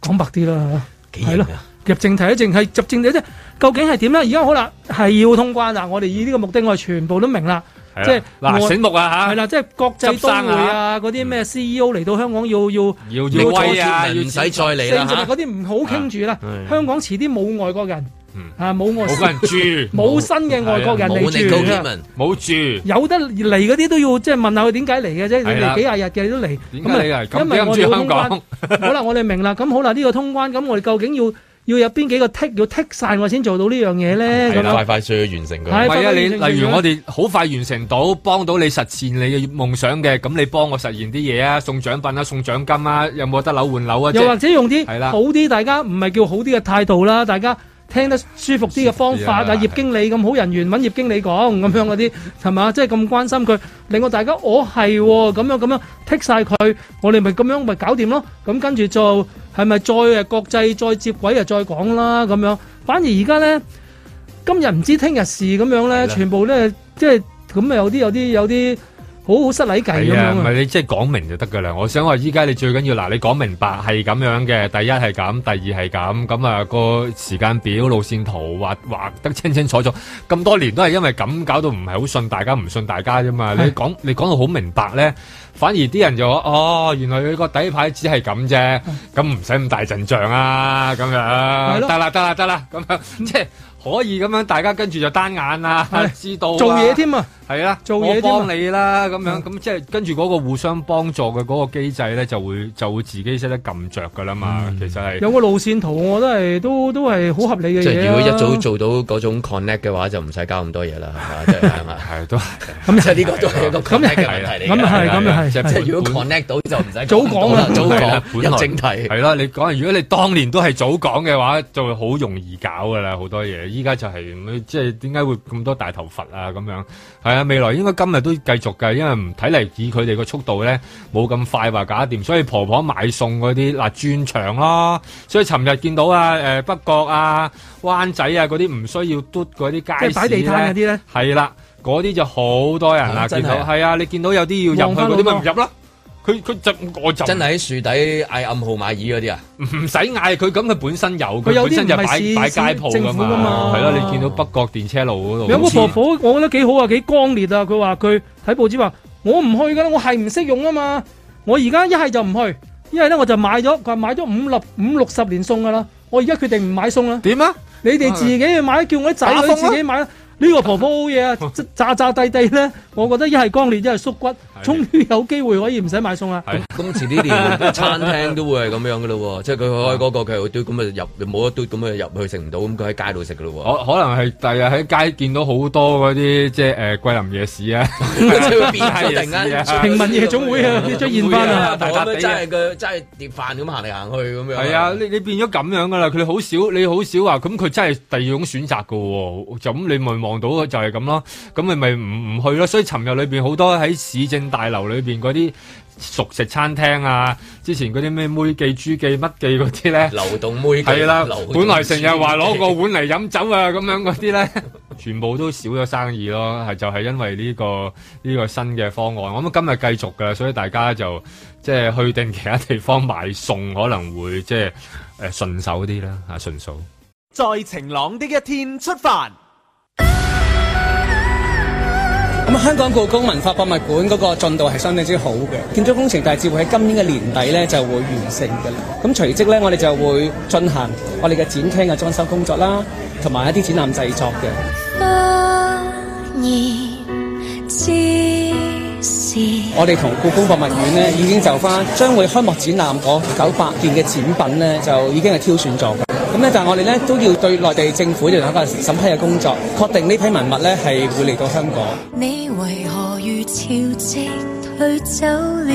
[SPEAKER 4] 講白啲啦，
[SPEAKER 2] 幾型
[SPEAKER 4] 係咯
[SPEAKER 2] 啊，
[SPEAKER 4] 入正題咧，淨係入正題啫。究竟係點咧？而家好啦，係要通關啦。我哋以呢個目的，我哋全部都明啦。
[SPEAKER 6] 係啦
[SPEAKER 4] 即係
[SPEAKER 6] 嗱
[SPEAKER 4] 我
[SPEAKER 6] 醒目啊嚇
[SPEAKER 4] 係啦，即係國際
[SPEAKER 6] 執
[SPEAKER 4] 都
[SPEAKER 6] 生啊
[SPEAKER 4] 會啊，嗰啲咩 CEO 嚟到香港要要
[SPEAKER 6] 要要威啊
[SPEAKER 2] 要唔使再嚟啦
[SPEAKER 4] 四十
[SPEAKER 2] 嚇
[SPEAKER 4] 日嗰啲唔好傾住啦
[SPEAKER 2] 係。
[SPEAKER 4] 香港遲啲冇外國人
[SPEAKER 6] 嗯，
[SPEAKER 4] 啊冇外
[SPEAKER 6] 冇
[SPEAKER 4] *laughs*
[SPEAKER 6] 個人住，
[SPEAKER 4] 冇新嘅外國人嚟住㗎。
[SPEAKER 6] 冇住。
[SPEAKER 4] 有得嚟嗰啲都要即係問下佢點解嚟嘅啫，
[SPEAKER 6] 係
[SPEAKER 4] 你
[SPEAKER 6] 啦
[SPEAKER 4] 嚟幾廿日嘅你都嚟，
[SPEAKER 6] 點解你嚟咁
[SPEAKER 4] 啊因為
[SPEAKER 6] 點解唔
[SPEAKER 4] 我
[SPEAKER 6] 知
[SPEAKER 4] 哋
[SPEAKER 6] 香港
[SPEAKER 4] 通關，好啦，我哋明啦，咁好啦，呢個通關，咁我哋究竟要要有邊幾個剔要剔晒我先做到呢樣嘢咧？咁
[SPEAKER 2] 係啦快
[SPEAKER 4] 樣
[SPEAKER 2] 快脆去完成佢。
[SPEAKER 6] 唔係啊！你
[SPEAKER 4] 分分鐘
[SPEAKER 6] 例如我哋好快完成到，幫到你實現你嘅夢想嘅，咁你幫我實現啲嘢啊，送獎品啊，送獎金啊，有冇得樓換樓啊？
[SPEAKER 4] 又
[SPEAKER 6] 即係
[SPEAKER 4] 或者用
[SPEAKER 6] 係
[SPEAKER 4] 啲
[SPEAKER 6] 啦
[SPEAKER 4] 好啲，大家唔係叫好啲嘅態度啦，大家。聽得舒服啲嘅方法
[SPEAKER 6] 舒服啲
[SPEAKER 4] 啊，
[SPEAKER 6] 啊
[SPEAKER 4] 葉經理咁好人緣，揾葉經理講咁樣嗰啲係嘛，即係咁關心佢，令到大家我係喎咁樣咁樣剔晒佢，我哋咪咁樣咪搞掂咯。咁跟住就係咪再誒國際再接軌啊，再講啦咁樣。反而而家咧，今日唔知聽日事咁樣咧，全部咧即係咁啊，有啲有啲有啲好好失禮計咁
[SPEAKER 6] 係啊，
[SPEAKER 4] 樣
[SPEAKER 6] 唔
[SPEAKER 4] 啊
[SPEAKER 6] 係你即係講明就得噶啦。我想話依家你最緊要嗱，你講明白係咁樣嘅，第一係咁，第二係咁，咁啊個時間表、路線圖畫畫得清清楚楚。咁多年都係因為咁搞到唔係好信大家，唔信大家啫嘛。你講你講到好明白咧，反而啲人就話哦，原來佢個底牌只係咁啫，咁唔使咁大陣仗啊，咁樣
[SPEAKER 4] 嗯咯
[SPEAKER 6] 得啦得啦得啦，咁樣即係可以咁樣，大家跟住就單眼啦，知道啊
[SPEAKER 4] 做嘢添啊，
[SPEAKER 6] 係啦，
[SPEAKER 4] 做嘢
[SPEAKER 6] 我
[SPEAKER 4] 添啊
[SPEAKER 6] 幫你啦，咁樣咁即係跟住嗰個互相幫助嘅嗰個機制咧，就會就會自己識得撳着噶啦嘛。其實係
[SPEAKER 4] 有個路線圖，我覺得係都都係好合理嘅嘢
[SPEAKER 2] 即係如果
[SPEAKER 4] 啊
[SPEAKER 2] 一早做到嗰種 connect 嘅話，就唔使搞咁多嘢啦，係嘛？即係係嘛？
[SPEAKER 6] 係都係。
[SPEAKER 2] 咁即係呢個都係一個 connect 嘅問題嚟嘅。
[SPEAKER 6] 咁係咁係
[SPEAKER 2] 即係
[SPEAKER 6] 係
[SPEAKER 2] 即係如果 connect 到就唔使講啦，早講入正題。
[SPEAKER 6] 係啦，你講，如果你當年都係早講嘅話，就會好容易搞噶啦，好多嘢。依家就係、嗯即係點解會咁多大頭佛啊咁樣？係啊，未來應該今日都繼續㗎，因為唔睇嚟以佢哋個速度咧，冇咁快話搞掂。所以婆婆買餸嗰啲嗱轉場咯，所以尋日見到啊誒、北角啊灣仔啊嗰啲唔需要嘟嗰啲街
[SPEAKER 4] 即係擺地攤嗰啲呢
[SPEAKER 6] 係啦，嗰啲就好多人啦，
[SPEAKER 2] 哦真
[SPEAKER 6] 見
[SPEAKER 2] 係
[SPEAKER 6] 到係啊，你見到有啲要入去嗰啲咪唔入咯。佢佢就我就
[SPEAKER 2] 真係喺樹底嗌暗號買椅嗰啲啊！
[SPEAKER 6] 唔使嗌佢，咁佢本身有，
[SPEAKER 4] 佢
[SPEAKER 6] 佢
[SPEAKER 4] 有啲
[SPEAKER 6] 本身就擺
[SPEAKER 4] 唔係市
[SPEAKER 6] 擺街鋪
[SPEAKER 4] 政
[SPEAKER 6] 㗎
[SPEAKER 4] 府㗎嘛
[SPEAKER 6] 係咯，你見到北角電車路嗰度
[SPEAKER 4] 有個婆婆，我覺得幾好啊，幾剛烈啊！佢話佢睇報紙話，我唔去噶啦，我係唔識用啊嘛。我而家一係就唔去，一係咧我就買咗，佢話買咗五六五六十年餸噶啦。我而家決定唔買餸啦。
[SPEAKER 6] 點啊？
[SPEAKER 4] 你哋自己去買，叫我啲仔
[SPEAKER 6] 打風
[SPEAKER 4] 女
[SPEAKER 6] 啊
[SPEAKER 4] 自己買啦。呢個婆婆好嘢
[SPEAKER 6] *laughs*
[SPEAKER 4] 啊，即炸炸地地咧，我覺得一係剛烈，一係縮骨，終於有機會可以唔使買餸啦。
[SPEAKER 2] 咁遲啲連餐廳都會係咁樣嘅咯喎， *laughs* 即係佢開嗰個佢嘟咁啊入冇得嘟咁啊入去食唔到，咁佢喺街度食嘅咯
[SPEAKER 6] 可可能係第日喺街見到好多嗰啲即係誒桂林夜市啊，
[SPEAKER 2] 喎， *laughs* 即係會變咗突然間
[SPEAKER 4] *laughs* 平民夜總會啊，出現翻啊！
[SPEAKER 2] 咁樣真係佢真係碟飯咁行嚟行去咁樣。
[SPEAKER 6] *laughs* 係啊，你你變咗咁樣噶啦，佢好少，你好少話，咁佢真係第二種選擇噶喎，就咁你咪望到就係咁咯，咁你咪唔唔去咯。所以尋日裏邊好多喺市政大樓裏邊嗰啲熟食餐廳啊，之前嗰啲咩妹記、豬記、乜記嗰啲咧，
[SPEAKER 2] 流動妹記
[SPEAKER 6] 係啦
[SPEAKER 2] 流，動
[SPEAKER 6] 本來成日話攞個
[SPEAKER 2] 豬
[SPEAKER 6] 碗嚟飲酒啊咁樣嗰
[SPEAKER 2] *laughs*
[SPEAKER 6] 啲咧，全部都少咗生意咯，係就係、因為呢、個呢、個新嘅方案。我諗今日繼續㗎，所以大家就即係去定其他地方買餸，可能會即係誒順手啲啦，啊順手。
[SPEAKER 5] 在晴朗的一天出發。
[SPEAKER 12] 咁香港故宮文化博物館嗰個進度係相當之好嘅，建築工程大致會喺今年嘅年底咧就會完成嘅啦。咁隨即咧，我哋就會進行我哋嘅展廳嘅裝修工作啦，同埋一啲展覽製作嘅。我哋同故宮博物院咧已經就翻將會開幕展覽嗰九百件嘅展品咧，就已經係挑選咗嘅。咁咧，但係我哋咧都要對內地政府要有一個審批嘅工作，確定呢批文物咧係會嚟到香港。
[SPEAKER 13] 你為何如潮汐退走了？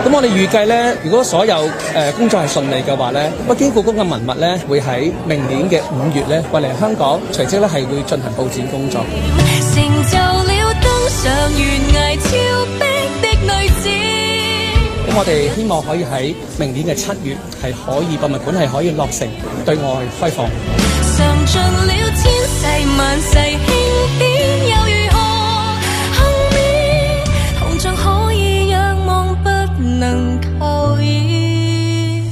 [SPEAKER 12] 咁我哋預計咧，如果所有誒、呃工作係順利嘅話咧，北京故宮嘅文物咧會喺明年嘅五月咧運嚟香港，隨即咧係會進行佈展工作。
[SPEAKER 13] 成就了登上懸崖峭壁的女子。
[SPEAKER 12] 咁我哋希望可以喺明年嘅七月係可以博物館係可以落成對外開放。
[SPEAKER 13] 尝盡了千世萬世輕點又如何？幸免同像可以仰望，不能求已。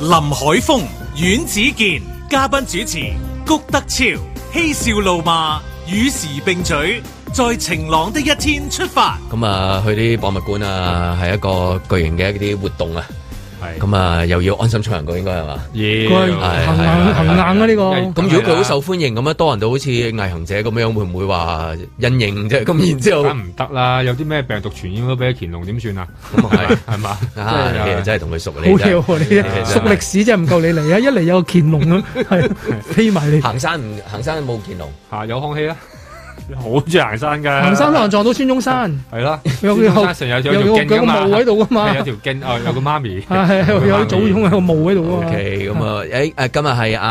[SPEAKER 1] 林海峰、阮子健，嘉賓主持谷德超，嬉笑怒罵，與時並舉，在晴朗的一天出發。
[SPEAKER 2] 咁啊，去啲博物館啊，係一個巨型嘅一啲活動啊。咁啊，又要安心出行個應該係嘛？
[SPEAKER 6] 要
[SPEAKER 4] 佢行硬行硬啊！呢個
[SPEAKER 2] 咁如果佢好受歡迎咁樣，多人到好似毅行者咁樣，會唔會話因應啫？咁
[SPEAKER 4] *laughs*
[SPEAKER 2] 然之後
[SPEAKER 6] 梗唔得啦，有啲咩病毒傳染咗俾乾隆點算啊？
[SPEAKER 2] 咁
[SPEAKER 4] *laughs*
[SPEAKER 2] 啊係
[SPEAKER 6] 係嘛？
[SPEAKER 2] 啊，
[SPEAKER 6] 即
[SPEAKER 2] 你
[SPEAKER 6] 係
[SPEAKER 2] 哋真係同佢熟，
[SPEAKER 4] 好
[SPEAKER 2] 你真
[SPEAKER 4] 嘢
[SPEAKER 2] 係
[SPEAKER 4] 喎！你熟歷史真係唔夠你嚟啊！一嚟有個乾隆
[SPEAKER 6] *laughs*
[SPEAKER 4] 啊，係飛埋
[SPEAKER 6] 啊
[SPEAKER 4] 你。
[SPEAKER 2] 行山唔行山冇乾隆，
[SPEAKER 6] 嚇有康熙
[SPEAKER 4] *laughs*
[SPEAKER 6] 啦，好中意行山㗎。
[SPEAKER 4] 行山可能撞到孫中山，
[SPEAKER 6] 係啦，
[SPEAKER 4] 有
[SPEAKER 6] 孫中山成日有
[SPEAKER 4] 有
[SPEAKER 6] 條
[SPEAKER 4] 有
[SPEAKER 6] 徑㗎嘛
[SPEAKER 4] 有個墓喺度㗎嘛
[SPEAKER 6] 係有條徑哦，有個媽咪，
[SPEAKER 4] *laughs* 係係有祖宗喺個墓喺度啊。
[SPEAKER 2] OK，咁
[SPEAKER 4] *laughs*
[SPEAKER 2] 啊，誒誒，今日係阿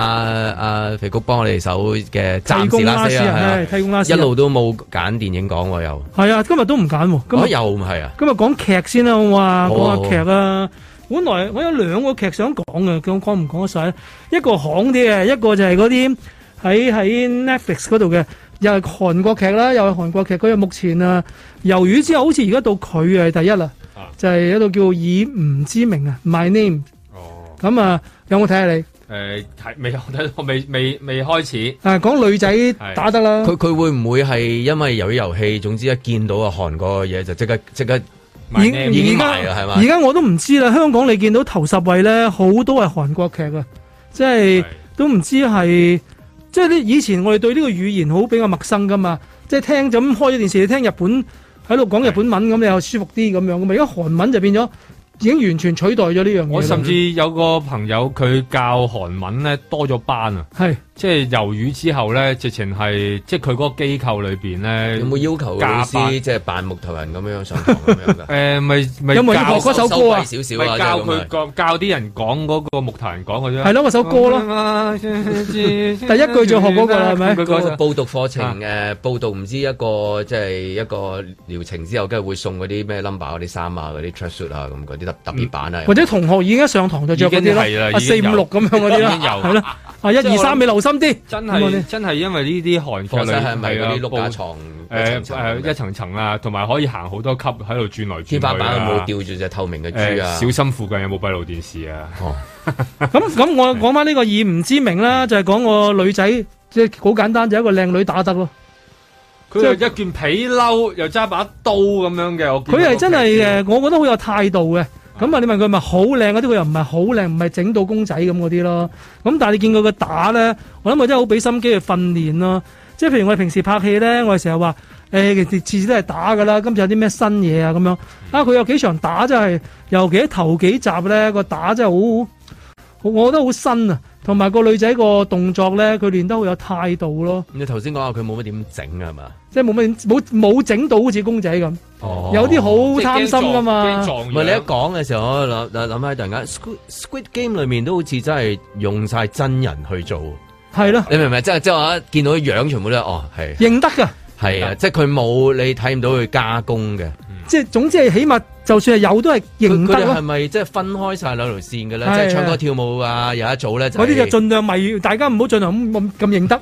[SPEAKER 2] 阿肥谷幫我哋手嘅暫時拉絲
[SPEAKER 4] 提供拉絲啊
[SPEAKER 2] 啊，
[SPEAKER 4] 係提供拉絲
[SPEAKER 2] 一
[SPEAKER 4] 啊
[SPEAKER 2] 路都冇揀電影講喎，又
[SPEAKER 4] 係啊，今日都唔揀喎，今
[SPEAKER 2] 哦
[SPEAKER 4] 日
[SPEAKER 2] 又唔係啊，
[SPEAKER 4] 今日講劇先啦，我話
[SPEAKER 2] 好啊
[SPEAKER 4] 講下劇啊。本來我有兩個劇想講嘅，咁講唔講得晒？一個行啲嘅，一個就係嗰啲喺喺 Netflix 嗰度嘅，又係韓國劇啦，又係韓國劇。佢又目前啊，魷魚之後好似而家到佢係第一啦，就係一度叫以唔知名啊，My 啊 Name。咁啊，有冇睇下你？
[SPEAKER 6] 誒睇未睇到未未未開始。
[SPEAKER 4] 啊，講女仔打得
[SPEAKER 6] 嗯
[SPEAKER 4] 啦，
[SPEAKER 2] 佢佢會唔會係因為由於遊戲，總之一見到啊韓國嘅嘢就即刻即刻
[SPEAKER 4] 而
[SPEAKER 2] 已經
[SPEAKER 4] 而
[SPEAKER 2] 埋啦，係
[SPEAKER 4] 家
[SPEAKER 2] 嘛？
[SPEAKER 4] 而家我都唔知啦。香港你見到頭十位咧，好多係韓國劇啊，即係都唔知係即係呢以前我哋對呢個語言好比較陌生噶嘛，即係聽就咁開咗電視，你聽日本喺度講日本文咁，你又舒服啲咁樣噶嘛。而家韓文就變咗已經完全取代咗呢樣嘢啦。
[SPEAKER 6] 我甚至有個朋友佢教韓文咧多咗班啊，
[SPEAKER 4] 係
[SPEAKER 6] 即係由語之後咧，直情係即係佢嗰個機構裏邊咧，
[SPEAKER 2] 有冇要求個老
[SPEAKER 6] 加班
[SPEAKER 2] 師即係扮木頭人咁樣上堂咁
[SPEAKER 6] *laughs*
[SPEAKER 2] 樣㗎？
[SPEAKER 6] 誒咪咪
[SPEAKER 2] 有冇要
[SPEAKER 6] 教
[SPEAKER 2] 學嗰首歌啊收收貴少少啊
[SPEAKER 6] 咪教
[SPEAKER 2] 真係咁
[SPEAKER 6] 佢講教啲人講嗰個木頭人講嘅啫，
[SPEAKER 4] 係咯，嗰
[SPEAKER 6] *laughs*
[SPEAKER 4] 首歌咯，第一句就學嗰個啦，係咪？
[SPEAKER 2] 嗰個報讀課程
[SPEAKER 6] 啊
[SPEAKER 2] 誒，報讀唔知一個即係一個療程之後，跟住會送嗰啲咩 number 嗰啲衫啊，嗰啲 tracksuit 啊，咁嗰啲特
[SPEAKER 6] 嗯
[SPEAKER 2] 特別版啊，
[SPEAKER 4] 或者同學已經一上堂就着嗰啲
[SPEAKER 6] 已經係
[SPEAKER 4] 咯，
[SPEAKER 6] 啦
[SPEAKER 4] 啊
[SPEAKER 6] 已
[SPEAKER 4] 四
[SPEAKER 6] 經
[SPEAKER 4] 五
[SPEAKER 6] 有
[SPEAKER 4] 六咁樣嗰
[SPEAKER 6] 已
[SPEAKER 4] 啲
[SPEAKER 6] 經
[SPEAKER 4] 啦，
[SPEAKER 6] 有
[SPEAKER 4] 係啦，啊一
[SPEAKER 6] 即係
[SPEAKER 4] 二
[SPEAKER 6] 我
[SPEAKER 4] 三你留心啲，
[SPEAKER 6] 真
[SPEAKER 4] 咁我哋
[SPEAKER 6] 係真係因為呢啲韓劇裏
[SPEAKER 2] 課室係咪
[SPEAKER 6] 係啊
[SPEAKER 2] 嗰啲碌架床
[SPEAKER 6] 誒誒一層層啊，同埋可以行好多級喺度轉來轉去
[SPEAKER 2] 天花板有冇吊
[SPEAKER 6] 吊
[SPEAKER 2] 住隻透明嘅
[SPEAKER 6] 啊誒
[SPEAKER 2] 珠啊？
[SPEAKER 6] 小心附近有冇閉路電視啊？
[SPEAKER 4] 咁咁我講翻呢個以唔知名啦，就係講個女仔，即係好簡單，就係一個靚女打得咯。
[SPEAKER 6] 佢又一件皮褸，又揸把刀咁樣嘅，我見到
[SPEAKER 4] 佢係
[SPEAKER 6] 個
[SPEAKER 4] 真係
[SPEAKER 6] 劇照
[SPEAKER 4] 誒，我覺得好有態度嘅。咁啊，你問佢係咪好靚嗰啲，佢又唔係好靚，唔係整到公仔咁嗰啲咯。咁但係你見佢個打咧，我諗佢真係好俾心機去訓練咯。即係譬如我哋平時拍戲咧，我哋成日話誒，其實次次都係打㗎啦。今次有啲咩新嘢啊咁樣啊？佢有幾場打真係，尤其喺頭幾集咧個打真係好。我我覺得好新啊，同埋個女仔個動作咧，佢練得好有態度咯，
[SPEAKER 2] 咁你頭先講話佢冇乜點整啊係嘛？
[SPEAKER 4] 即係冇乜冇冇整到好似公仔咁，
[SPEAKER 2] 哦
[SPEAKER 4] 有啲好貪心噶嘛。
[SPEAKER 2] 唔係你一
[SPEAKER 6] 啊
[SPEAKER 2] 講嘅時候，我諗諗起突然間，Squid Squid Game 裏面都好似真係用晒真人去做，
[SPEAKER 4] 係咯，
[SPEAKER 2] 你明唔明？即係即係我一見到佢樣全部都係哦係
[SPEAKER 4] 認得噶，
[SPEAKER 2] 係啊，即係佢冇你睇唔到佢加工嘅。
[SPEAKER 4] 即係總之係起碼就算係有都係認
[SPEAKER 2] 佢
[SPEAKER 4] 得
[SPEAKER 2] 哋係
[SPEAKER 4] 咯。
[SPEAKER 2] 咪即係分開晒兩條線嘅咧？
[SPEAKER 4] 係
[SPEAKER 2] 即係唱
[SPEAKER 4] 係
[SPEAKER 2] 歌跳舞啊，有一組咧就
[SPEAKER 4] 嗰啲
[SPEAKER 2] 係
[SPEAKER 4] 就盡量咪， *laughs* 大家唔好盡量咁咁咁認得，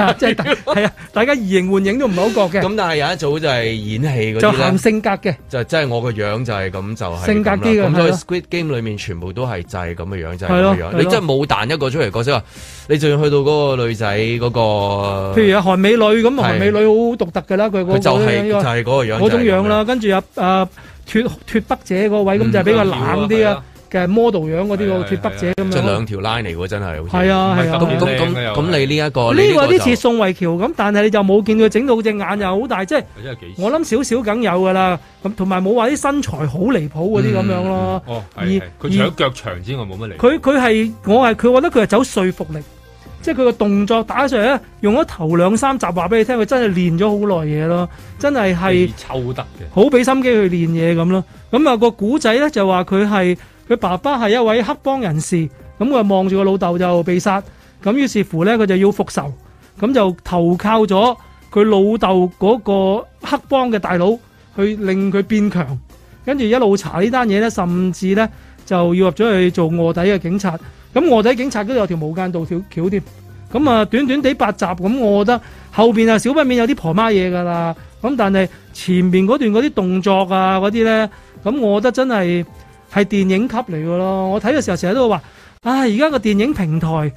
[SPEAKER 2] *laughs*
[SPEAKER 4] 啊，即係大係啊，大家移形換影都唔係好覺嘅。
[SPEAKER 2] 咁但係有一組就係演戲嗰
[SPEAKER 4] 就
[SPEAKER 2] 啲
[SPEAKER 4] 行
[SPEAKER 2] 咧，
[SPEAKER 4] 性格嘅，
[SPEAKER 2] 就即係我個樣就係咁就係
[SPEAKER 4] 性格啲
[SPEAKER 2] 咁
[SPEAKER 4] 嘅
[SPEAKER 2] 啦
[SPEAKER 4] 係
[SPEAKER 2] 咁
[SPEAKER 4] 咯
[SPEAKER 2] 所以 Squid Game 裏面全部都係就係咁嘅樣，就係
[SPEAKER 4] 係咯
[SPEAKER 2] 咁嘅樣。
[SPEAKER 4] 係咯
[SPEAKER 2] 你真係冇彈一個出嚟角色話，你就要去到嗰個女仔嗰個，
[SPEAKER 4] 譬如啊韓美女咁，
[SPEAKER 2] 嗯係
[SPEAKER 4] 韓美女好獨特㗎啦，佢嗰個
[SPEAKER 2] 佢就係
[SPEAKER 4] 呢
[SPEAKER 2] 就
[SPEAKER 4] 個
[SPEAKER 2] 係嗰個樣，
[SPEAKER 4] 嗰種樣
[SPEAKER 2] 啦。
[SPEAKER 4] 啦，跟住啊啊脱脱北者嗰位咁就係比較冷啲啊嘅 model 樣嗰啲個脱北者咁
[SPEAKER 2] 即係
[SPEAKER 4] 樣咯。
[SPEAKER 2] 兩條 line 嚟喎，真係好似
[SPEAKER 4] 係啊係啊
[SPEAKER 2] 咁咁
[SPEAKER 6] 係
[SPEAKER 2] 咁
[SPEAKER 6] 啊
[SPEAKER 2] 咁，你呢一個
[SPEAKER 4] 呢個有
[SPEAKER 2] 個
[SPEAKER 4] 啲似宋慧喬咁，但係你就冇見佢整到隻眼又好大，即係
[SPEAKER 6] 真係幾
[SPEAKER 4] 我諗少少梗有㗎啦。咁同埋冇話啲身材好離譜嗰啲咁樣咯。
[SPEAKER 6] 哦，
[SPEAKER 4] 而
[SPEAKER 6] 係係
[SPEAKER 4] 而
[SPEAKER 6] 佢除咗腳長之外冇乜嚟。
[SPEAKER 4] 佢佢係我係佢，我覺得佢係走說服力，即係佢個動作打上嚟咧，用咗頭兩三集話俾你聽，佢真係練咗好耐嘢咯，真係係。
[SPEAKER 6] 抽得嘅。
[SPEAKER 4] 好俾心機去練嘢咁咯。咁啊個古仔咧就話佢係佢爸爸係一位黑幫人士，咁佢望住個老豆就被殺，咁於是乎咧佢就要復仇，咁就投靠咗佢老豆嗰個黑幫嘅大佬去令佢變強，跟住一路查呢單嘢咧，甚至咧就要入咗去做卧底嘅警察。咁卧底警察都有條無間道條橋添。咁啊，短短地八集，咁我覺得後邊啊少不免有啲婆媽嘢㗎啦。咁但係前面嗰段嗰啲動作啊嗰啲咧，咁我覺得真係係電影級嚟㗎咯。我睇嘅時候成日都會話，唉，而家個電影平台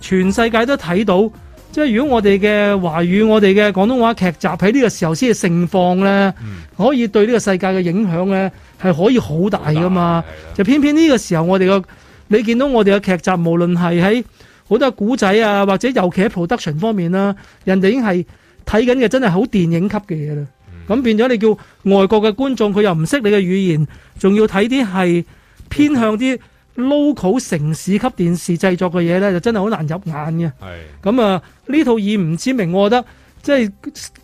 [SPEAKER 4] 全世界都睇到，即係如果我哋嘅華語、我哋嘅廣東話劇集喺呢個時候先係盛放咧，可以對呢個世界嘅影響咧係可以好大㗎嘛。
[SPEAKER 6] 啊
[SPEAKER 4] 就偏偏呢個時候我哋個你見到我哋嘅劇集，無論係喺好多古仔啊，或者尤其喺 production 方面啦，人哋已經係睇緊嘅真係好電影級嘅嘢啦。咁、變咗你叫外國嘅觀眾，佢又唔識你嘅語言，仲要睇啲係偏向啲 local 城市級電視製作嘅嘢咧，就真係好難入眼嘅。咁啊，呢套以唔知名，我覺得即係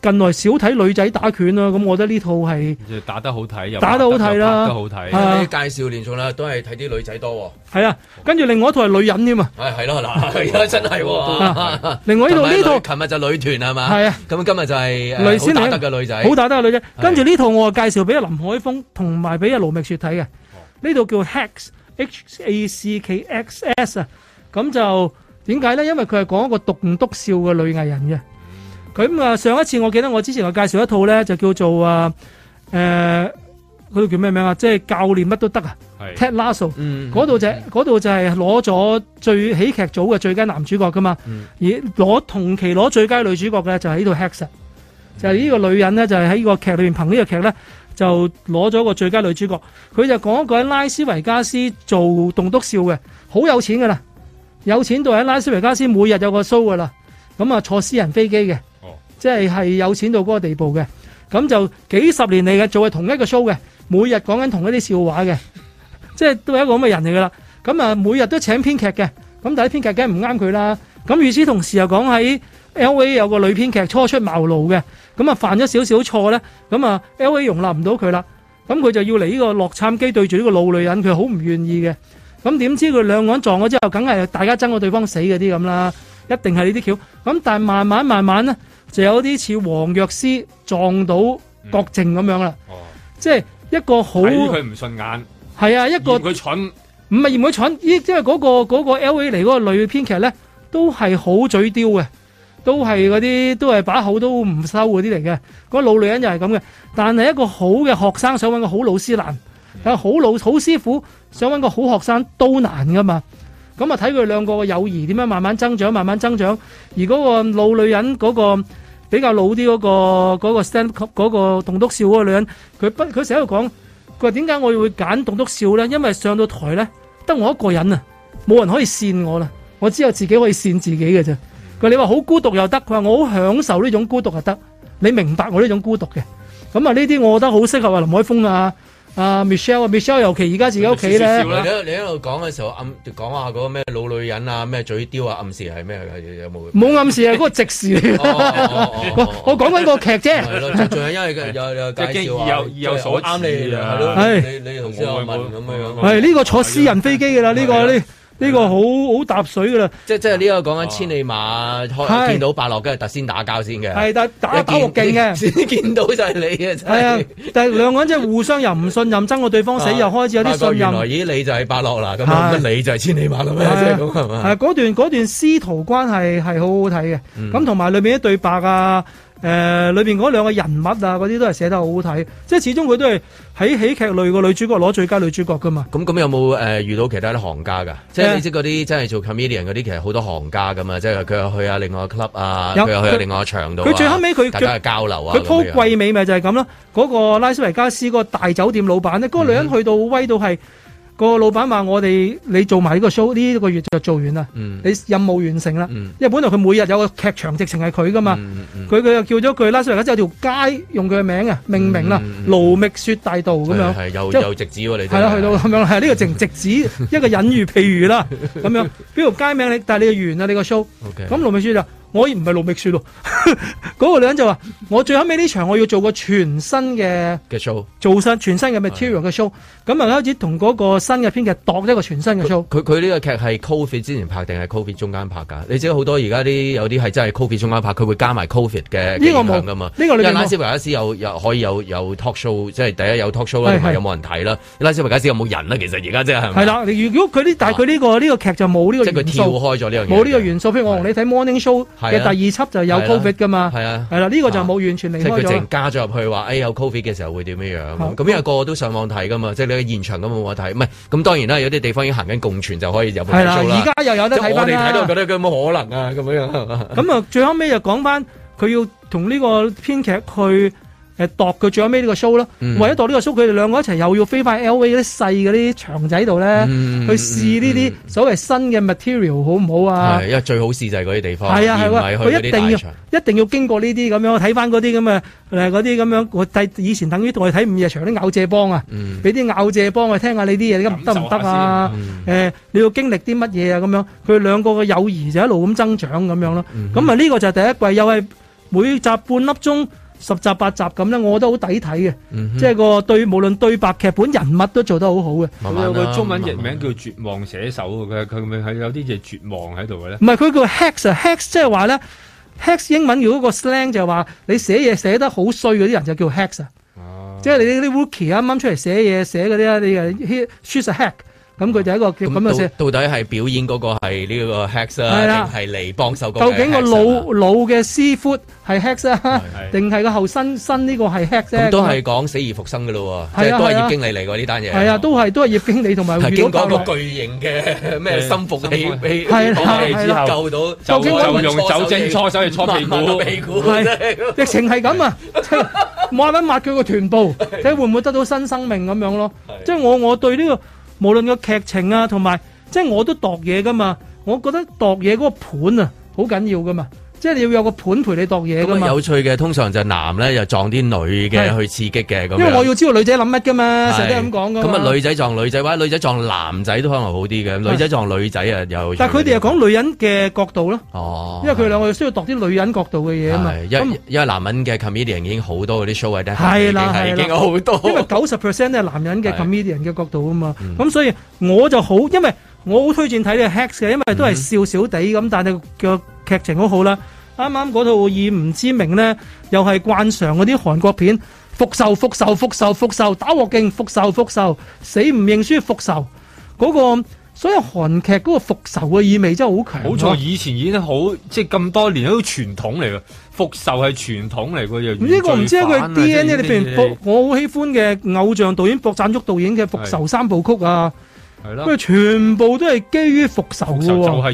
[SPEAKER 4] 近來少睇女仔打拳啦。咁我覺得呢套係
[SPEAKER 6] 就打得好睇，又
[SPEAKER 4] 打得好睇啦
[SPEAKER 6] 拍得好睇。
[SPEAKER 4] 係啊
[SPEAKER 2] 啲介紹連續啦，都係睇啲女仔多
[SPEAKER 4] 係啊，跟住另外一套係女人添啊。
[SPEAKER 2] 喎。係係咯，嗱，而家真係喎
[SPEAKER 4] 啊。另外呢度呢度
[SPEAKER 2] 琴日就女團係嘛？
[SPEAKER 4] 係啊。
[SPEAKER 2] 咁今日就係
[SPEAKER 4] 女
[SPEAKER 2] 誒
[SPEAKER 4] 先
[SPEAKER 2] 好打得嘅女仔，
[SPEAKER 4] 好打得嘅女仔。跟住呢套我介紹俾阿林海峰同埋俾阿盧覓雪睇嘅，呢套叫 Hacks H A C K X S 啊。咁就點解咧？因為佢係講一個讀唔篤笑嘅女藝人嘅。咁啊，上一次我記得我之前我介紹一套咧，就叫做啊誒嗰度叫咩名啊？即係教練乜都得啊
[SPEAKER 6] 係
[SPEAKER 4] ，Ted Lasso
[SPEAKER 6] 嗯
[SPEAKER 4] 嗰度就係嗰度就係攞咗最喜劇組嘅最佳男主角噶嘛，
[SPEAKER 6] 嗯
[SPEAKER 4] 而攞同期攞最佳女主角嘅就係呢度 Hex，就啊係呢個女人呢，就係喺呢個劇裏面憑呢個劇呢，就攞咗個最佳女主角。佢就講一個喺拉斯維加斯做棟篤笑嘅，好有錢噶啦，有錢到喺拉斯維加斯每日有個 show 噶啦，咁啊坐私人飛機嘅。
[SPEAKER 6] 哦
[SPEAKER 4] 即係係有錢到嗰個地步嘅。咁就幾十年嚟嘅做係同一個 show 嘅，每日講緊同一啲笑話嘅，即係都係一個咁嘅人嚟噶啦。咁啊，每日都請編劇嘅，咁但係啲編劇梗係唔啱佢啦。咁與此同時又講喺 L.A. 有個女編劇初出茅廬嘅，咁啊犯咗少少錯咧，咁啊 L.A. 容納唔到佢啦，咁佢就要嚟呢個洛杉磯對住呢個老女人，佢好唔願意嘅。咁點知佢兩個人撞咗之後，梗係大家爭過對方死嗰啲咁啦，一定係呢啲橋。咁但係慢慢慢慢咧，就有啲似黃藥師撞到郭靖咁樣啦，即係一個好
[SPEAKER 6] 哦睇佢唔順眼，
[SPEAKER 4] 係啊一個
[SPEAKER 6] 嫌佢蠢。
[SPEAKER 4] 唔係嫌佢蠢，依因為嗰、個嗰、個 L.A. 嚟嗰個女編劇咧，都係好嘴刁嘅，都係嗰啲都係把口都唔收嗰啲嚟嘅。嗰、老女人又係咁嘅，但係一個好嘅學生想揾個好老師難，但係好老好師傅想揾個好學生都難噶嘛。咁啊睇佢兩個嘅友誼點樣啊慢慢增長，慢慢增長。而嗰個老女人嗰、個比較老啲嗰、個嗰、個 stand up 嗰個棟篤笑嗰個女人，佢不佢成日喺度講，佢話點解我會揀棟篤笑咧？因為上到台咧，得我一個人啊，冇人可以扇我啦，我只有自己可以扇自己嘅啫。佢話你話好孤獨又得，佢話我好享受呢種孤獨又得，你明白我呢種孤獨嘅。咁啊呢啲我覺得好適合啊林海峰啊。啊 Michelle 啊 Michelle 尤其而家自己屋企咧，
[SPEAKER 2] 你喺你喺度講嘅時候暗講下嗰個咩老女人啊，咩嘴刁啊，暗示係咩？有有冇？
[SPEAKER 4] 冇暗示啊，嗰個直視嚟嘅。
[SPEAKER 2] 哦
[SPEAKER 4] 我我講緊個劇
[SPEAKER 2] *laughs* 係咯，仲
[SPEAKER 4] 啫。
[SPEAKER 2] 仲係因為佢有有介紹啊，
[SPEAKER 6] 即係意有意有所指啊
[SPEAKER 2] 啱你係咯，
[SPEAKER 4] 係
[SPEAKER 2] 你你頭先有問咁樣樣。
[SPEAKER 4] 係呢個坐私人飛機㗎啦，呢
[SPEAKER 2] 啊
[SPEAKER 4] 個呢呢個好好搭水㗎啦。
[SPEAKER 2] 即即係呢個講緊千里馬，開
[SPEAKER 4] 哦係
[SPEAKER 2] 見到白落，跟住特先打交先嘅。
[SPEAKER 4] 係但打
[SPEAKER 2] 啊一見
[SPEAKER 4] 打鑊勁嘅
[SPEAKER 2] *laughs* 先見到就係你嘅。真
[SPEAKER 4] 係
[SPEAKER 2] 係
[SPEAKER 4] 啊，但係兩個人真係互相又唔信任，爭過對方死，又開始有啲
[SPEAKER 2] 啊發覺
[SPEAKER 4] 信
[SPEAKER 2] 原來
[SPEAKER 4] 任。
[SPEAKER 2] 咦，你就係白落啦，咁啊
[SPEAKER 4] 係
[SPEAKER 2] 乜你就係千里馬咁樣，即係咁啊係嘛？
[SPEAKER 4] 係嗰段嗰段師徒關係係好好睇嘅，
[SPEAKER 2] 嗯
[SPEAKER 4] 咁同埋裏面啲對白啊，誒裏面嗰兩個人物啊，嗰啲都係寫得好好睇，即係始終佢都係喺喜劇類個女主角攞最佳女主角噶嘛。
[SPEAKER 2] 咁咁有冇誒、呃、遇到其他啲行家㗎？即係
[SPEAKER 4] 誒
[SPEAKER 2] 你知嗰啲真係做 comedian 嗰啲，其實好多行家㗎嘛，即係佢又去下另外一個 club 啊，
[SPEAKER 4] 有
[SPEAKER 2] 佢又去下
[SPEAKER 4] 佢
[SPEAKER 2] 另外一個場度啊、
[SPEAKER 4] 佢最後尾佢
[SPEAKER 2] 大家去交流啊，
[SPEAKER 4] 佢鋪
[SPEAKER 2] 咁樣
[SPEAKER 4] 季尾咪就係咁咯。嗰、個拉斯維加斯嗰個大酒店老闆咧，嗰、個女人去到威到係、個老闆話：我哋你做埋呢個 show 呢個月就做完啦，
[SPEAKER 2] 嗯
[SPEAKER 4] 你任務完成啦。
[SPEAKER 2] 嗯
[SPEAKER 4] 因為本來佢每日有個劇場直情係佢噶嘛，佢佢、又叫咗佢拉斯維加斯有條街用佢嘅名啊命名啦，盧覓雪大道咁樣
[SPEAKER 2] 嗯係，係有
[SPEAKER 4] 即係
[SPEAKER 2] 有直指喎，你真
[SPEAKER 4] 係啦，去到咁樣，係呢個直直指一個隱喻譬如啦，咁樣邊條街名你，但係你嘅完啊，你個 show，
[SPEAKER 2] OK
[SPEAKER 4] 咁盧覓雪就我唔係盧覓雪咯，嗰個女人就話我最後尾呢場我要做個全新嘅
[SPEAKER 2] 嘅 show。
[SPEAKER 4] 做新全新嘅 material 嘅 show，咁啊開始同嗰個新嘅編劇度一個全新嘅 show，
[SPEAKER 2] 佢佢呢個劇係 Covid 之前拍定係 Covid 中間拍㗎？你知好多而家啲有啲係真係 Covid 中間拍，佢會加埋 Covid 嘅
[SPEAKER 4] 呢個冇
[SPEAKER 2] 㗎嘛。
[SPEAKER 4] 呢個
[SPEAKER 2] 因
[SPEAKER 4] 裏面
[SPEAKER 2] 為
[SPEAKER 4] 冇
[SPEAKER 2] 拉斯維加斯有有可以有有 talk show，即係第一有 talk show 啦，同埋
[SPEAKER 4] 係係
[SPEAKER 2] 有冇人睇啦？拉斯維加斯有冇人啊啦？其實而家即係係咪啊
[SPEAKER 4] 係，啦，你如果佢呢，但係佢呢個呢個劇就冇呢
[SPEAKER 2] 即係
[SPEAKER 4] 個
[SPEAKER 2] 佢
[SPEAKER 4] 元
[SPEAKER 2] 跳
[SPEAKER 4] 素，
[SPEAKER 2] 開咗呢樣嘢。
[SPEAKER 4] 冇呢個元素，譬如我同你睇 morning show
[SPEAKER 2] 係
[SPEAKER 4] 嘅第
[SPEAKER 2] 啊
[SPEAKER 4] 二輯就有
[SPEAKER 2] 係啦
[SPEAKER 4] covid 噶嘛，
[SPEAKER 2] 係啊
[SPEAKER 4] 係啦，呢個就冇完全離
[SPEAKER 2] 即係
[SPEAKER 4] 開
[SPEAKER 2] 佢淨
[SPEAKER 4] 咗。
[SPEAKER 2] 加咗入去話，誒有 Covid 嘅時候會點樣樣咁？咁因為個個都上網睇噶嘛，即係你喺現場咁冇得睇。唔係咁當然啦，有啲地方已經行緊共存就可以有部
[SPEAKER 4] 係啦，而家又有得
[SPEAKER 2] 即係
[SPEAKER 4] 睇
[SPEAKER 2] 我
[SPEAKER 4] 翻
[SPEAKER 2] 哋
[SPEAKER 4] 啦
[SPEAKER 2] 睇。到覺得佢有冇可能啊咁樣樣係嘛？
[SPEAKER 4] *laughs* 咁啊，最後尾就講翻佢要同呢個編劇去誒度佢最後尾呢個 show 啦。
[SPEAKER 2] 嗯
[SPEAKER 4] 為咗度呢個 show，佢哋兩個一齊又要飛翻 L.A. 啲細嗰啲場仔度咧，
[SPEAKER 2] 嗯
[SPEAKER 4] 去試呢啲所謂新嘅 material 好唔好啊
[SPEAKER 2] 係，？因為最好試就係嗰啲地方，
[SPEAKER 4] 係啊
[SPEAKER 2] 而
[SPEAKER 4] 係
[SPEAKER 2] 唔
[SPEAKER 4] 啊
[SPEAKER 2] 係，
[SPEAKER 4] 佢
[SPEAKER 2] 去
[SPEAKER 4] 一
[SPEAKER 2] 嗰
[SPEAKER 4] 定
[SPEAKER 2] 啲大場。
[SPEAKER 4] 要一定要經過呢啲咁樣，我睇翻嗰啲咁嘅誒嗰啲咁樣，我睇以前等於我哋睇午夜場啲咬借幫啊，
[SPEAKER 2] 嗯
[SPEAKER 4] 俾啲咬借幫我聽下你啲嘢，你得唔得啊？誒、你要經歷啲乜嘢啊？咁樣佢兩個嘅友誼就一路咁增長咁樣咯。咁啊呢個就係第一季，又係每集半粒鐘。十集八集咁咧，我覺得好抵睇嘅，
[SPEAKER 6] 嗯哼
[SPEAKER 4] 即係個對無論對白劇本人物都做得好好嘅。
[SPEAKER 6] 佢有個中文譯名叫《絕望寫手》嘅，佢咪係有啲嘢絕望喺度嘅咧
[SPEAKER 4] 唔？係佢叫 hex 啊，hex 即係話咧，hex 英文叫嗰個 slang 就係話你寫嘢寫得好衰嗰啲人就叫 hex 啊，即係你啲 rookie 啱啱出嚟寫嘢寫嗰啲啊，你誒 he's 啊 a hack，咁佢就一個叫咁嘅寫。
[SPEAKER 2] 到到底係表演嗰個係呢個 hex
[SPEAKER 4] 係啦
[SPEAKER 2] 啊，定係嚟幫手嗰個
[SPEAKER 4] 究竟個
[SPEAKER 2] hex 啊
[SPEAKER 4] 腦腦嘅 C foot 係 hex 啊，定係個後身身呢個係啊 hex 啫？
[SPEAKER 2] 咁都係講死而復生嘅咯喎，即
[SPEAKER 4] 係
[SPEAKER 2] 係
[SPEAKER 4] 啊
[SPEAKER 2] 都係
[SPEAKER 4] 係啊
[SPEAKER 2] 葉經理嚟喎呢單嘢。
[SPEAKER 4] 係啊，都係都係葉經理
[SPEAKER 2] *laughs*
[SPEAKER 4] 同埋
[SPEAKER 2] 係
[SPEAKER 4] 遇
[SPEAKER 2] 經
[SPEAKER 4] 到
[SPEAKER 2] 過
[SPEAKER 4] 爆
[SPEAKER 2] 一
[SPEAKER 4] 落。
[SPEAKER 2] 個巨型嘅咩心服氣氣
[SPEAKER 4] 係啦
[SPEAKER 2] 氣
[SPEAKER 4] 係啦
[SPEAKER 2] 救到，
[SPEAKER 4] 究竟嗰
[SPEAKER 2] 抹到屁股真
[SPEAKER 4] 個係
[SPEAKER 2] 係
[SPEAKER 4] 疫情係
[SPEAKER 2] *laughs*
[SPEAKER 4] 咁啊，即係抹一抹佢個臀部，睇下會唔會得到新生命咁樣咯。即係我我對呢、個無論個劇情啊，同埋即係我都度嘢噶嘛，我覺得度嘢嗰個盤啊好緊要噶嘛，即係你要有個盤陪你度嘢噶
[SPEAKER 2] 咁啊
[SPEAKER 4] 嘛。
[SPEAKER 2] 有趣嘅，通常就男咧又撞啲女嘅
[SPEAKER 4] 係
[SPEAKER 2] 去刺激嘅咁樣。
[SPEAKER 4] 因為我要知道女仔諗乜噶嘛，成日都係咁講噶。
[SPEAKER 2] 咁啊，女仔撞女仔或者女仔撞男仔都可能好啲嘅，女仔撞女仔啊又。
[SPEAKER 4] 但係佢哋又講女人嘅角度咯，
[SPEAKER 2] 哦
[SPEAKER 4] 因為，佢兩個需要度啲女人角度嘅嘢啊嘛。
[SPEAKER 2] 係因因為男人嘅 comedian 已經好多嗰啲 show 喺度，
[SPEAKER 4] 係啦，
[SPEAKER 2] 已經係
[SPEAKER 4] 係
[SPEAKER 2] 已
[SPEAKER 4] 啦
[SPEAKER 2] 經好多。
[SPEAKER 4] 因為九十 percent 都係男人嘅 comedian 嘅角度啊嘛，
[SPEAKER 2] 嗯
[SPEAKER 4] 咁所以我就好，因為我好推薦睇呢個 Hex 嘅，因為都
[SPEAKER 2] 嗯
[SPEAKER 4] 係笑笑地咁，但係個劇情好好啦。啱啱嗰套以唔知名呢，又係慣常嗰啲韓國片，復仇、復仇、復仇、復仇，打鑊勁、復仇、復仇，死唔認輸、復仇，嗰、個所有韓劇嗰個復仇嘅意味真係好啊強。
[SPEAKER 6] 冇錯，以前已經好，即係咁多年都傳統嚟嘅，復仇啊係傳統嚟嘅，又
[SPEAKER 4] 呢個唔知
[SPEAKER 6] 原罪犯
[SPEAKER 4] 係佢
[SPEAKER 6] 啊
[SPEAKER 4] DNA 裏
[SPEAKER 6] 即係呢
[SPEAKER 4] 邊，
[SPEAKER 6] 啲
[SPEAKER 4] 博我好喜歡嘅偶像導演博贊旭導演嘅《復仇三部曲》啊，
[SPEAKER 6] 係啦
[SPEAKER 4] 佢全部都係基於復仇嘅
[SPEAKER 6] 就
[SPEAKER 4] 喎，
[SPEAKER 6] 係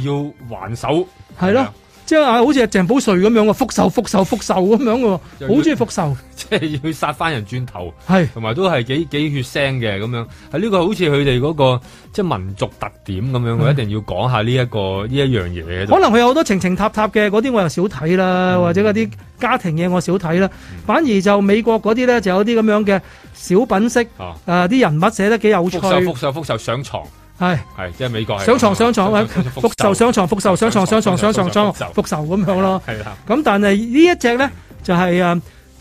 [SPEAKER 6] 要還手。啊
[SPEAKER 4] 係咯，即係啊好似係鄭保瑞咁樣喎，復仇、復仇、復仇咁樣嘅
[SPEAKER 6] 又
[SPEAKER 4] 喎，好
[SPEAKER 6] 要
[SPEAKER 4] 中意復仇。
[SPEAKER 6] *laughs* 即係要殺翻人轉頭，
[SPEAKER 4] 係
[SPEAKER 6] 同埋都係幾幾血腥嘅咁樣。係呢個好似佢哋嗰個即係民族特點咁樣，我一定要講下呢一個呢一樣嘢喺度。
[SPEAKER 4] 嗯可能佢有好多情情塔塔嘅嗰啲，我又少睇啦，
[SPEAKER 6] 嗯
[SPEAKER 4] 或者嗰啲家庭嘢我少睇啦。反而就美國嗰啲咧，就有啲咁樣嘅小品式，誒
[SPEAKER 6] 啊
[SPEAKER 4] 啲人物寫得幾有趣
[SPEAKER 6] 復，仇復仇復仇上床，
[SPEAKER 4] 係。
[SPEAKER 6] 係啊即係美國係
[SPEAKER 4] 上床上床，喂復仇上床復仇上床上床上床
[SPEAKER 6] 復仇
[SPEAKER 4] 上床復仇咁樣咯。
[SPEAKER 6] 係啦。
[SPEAKER 4] 咁但係呢一隻咧就係誒，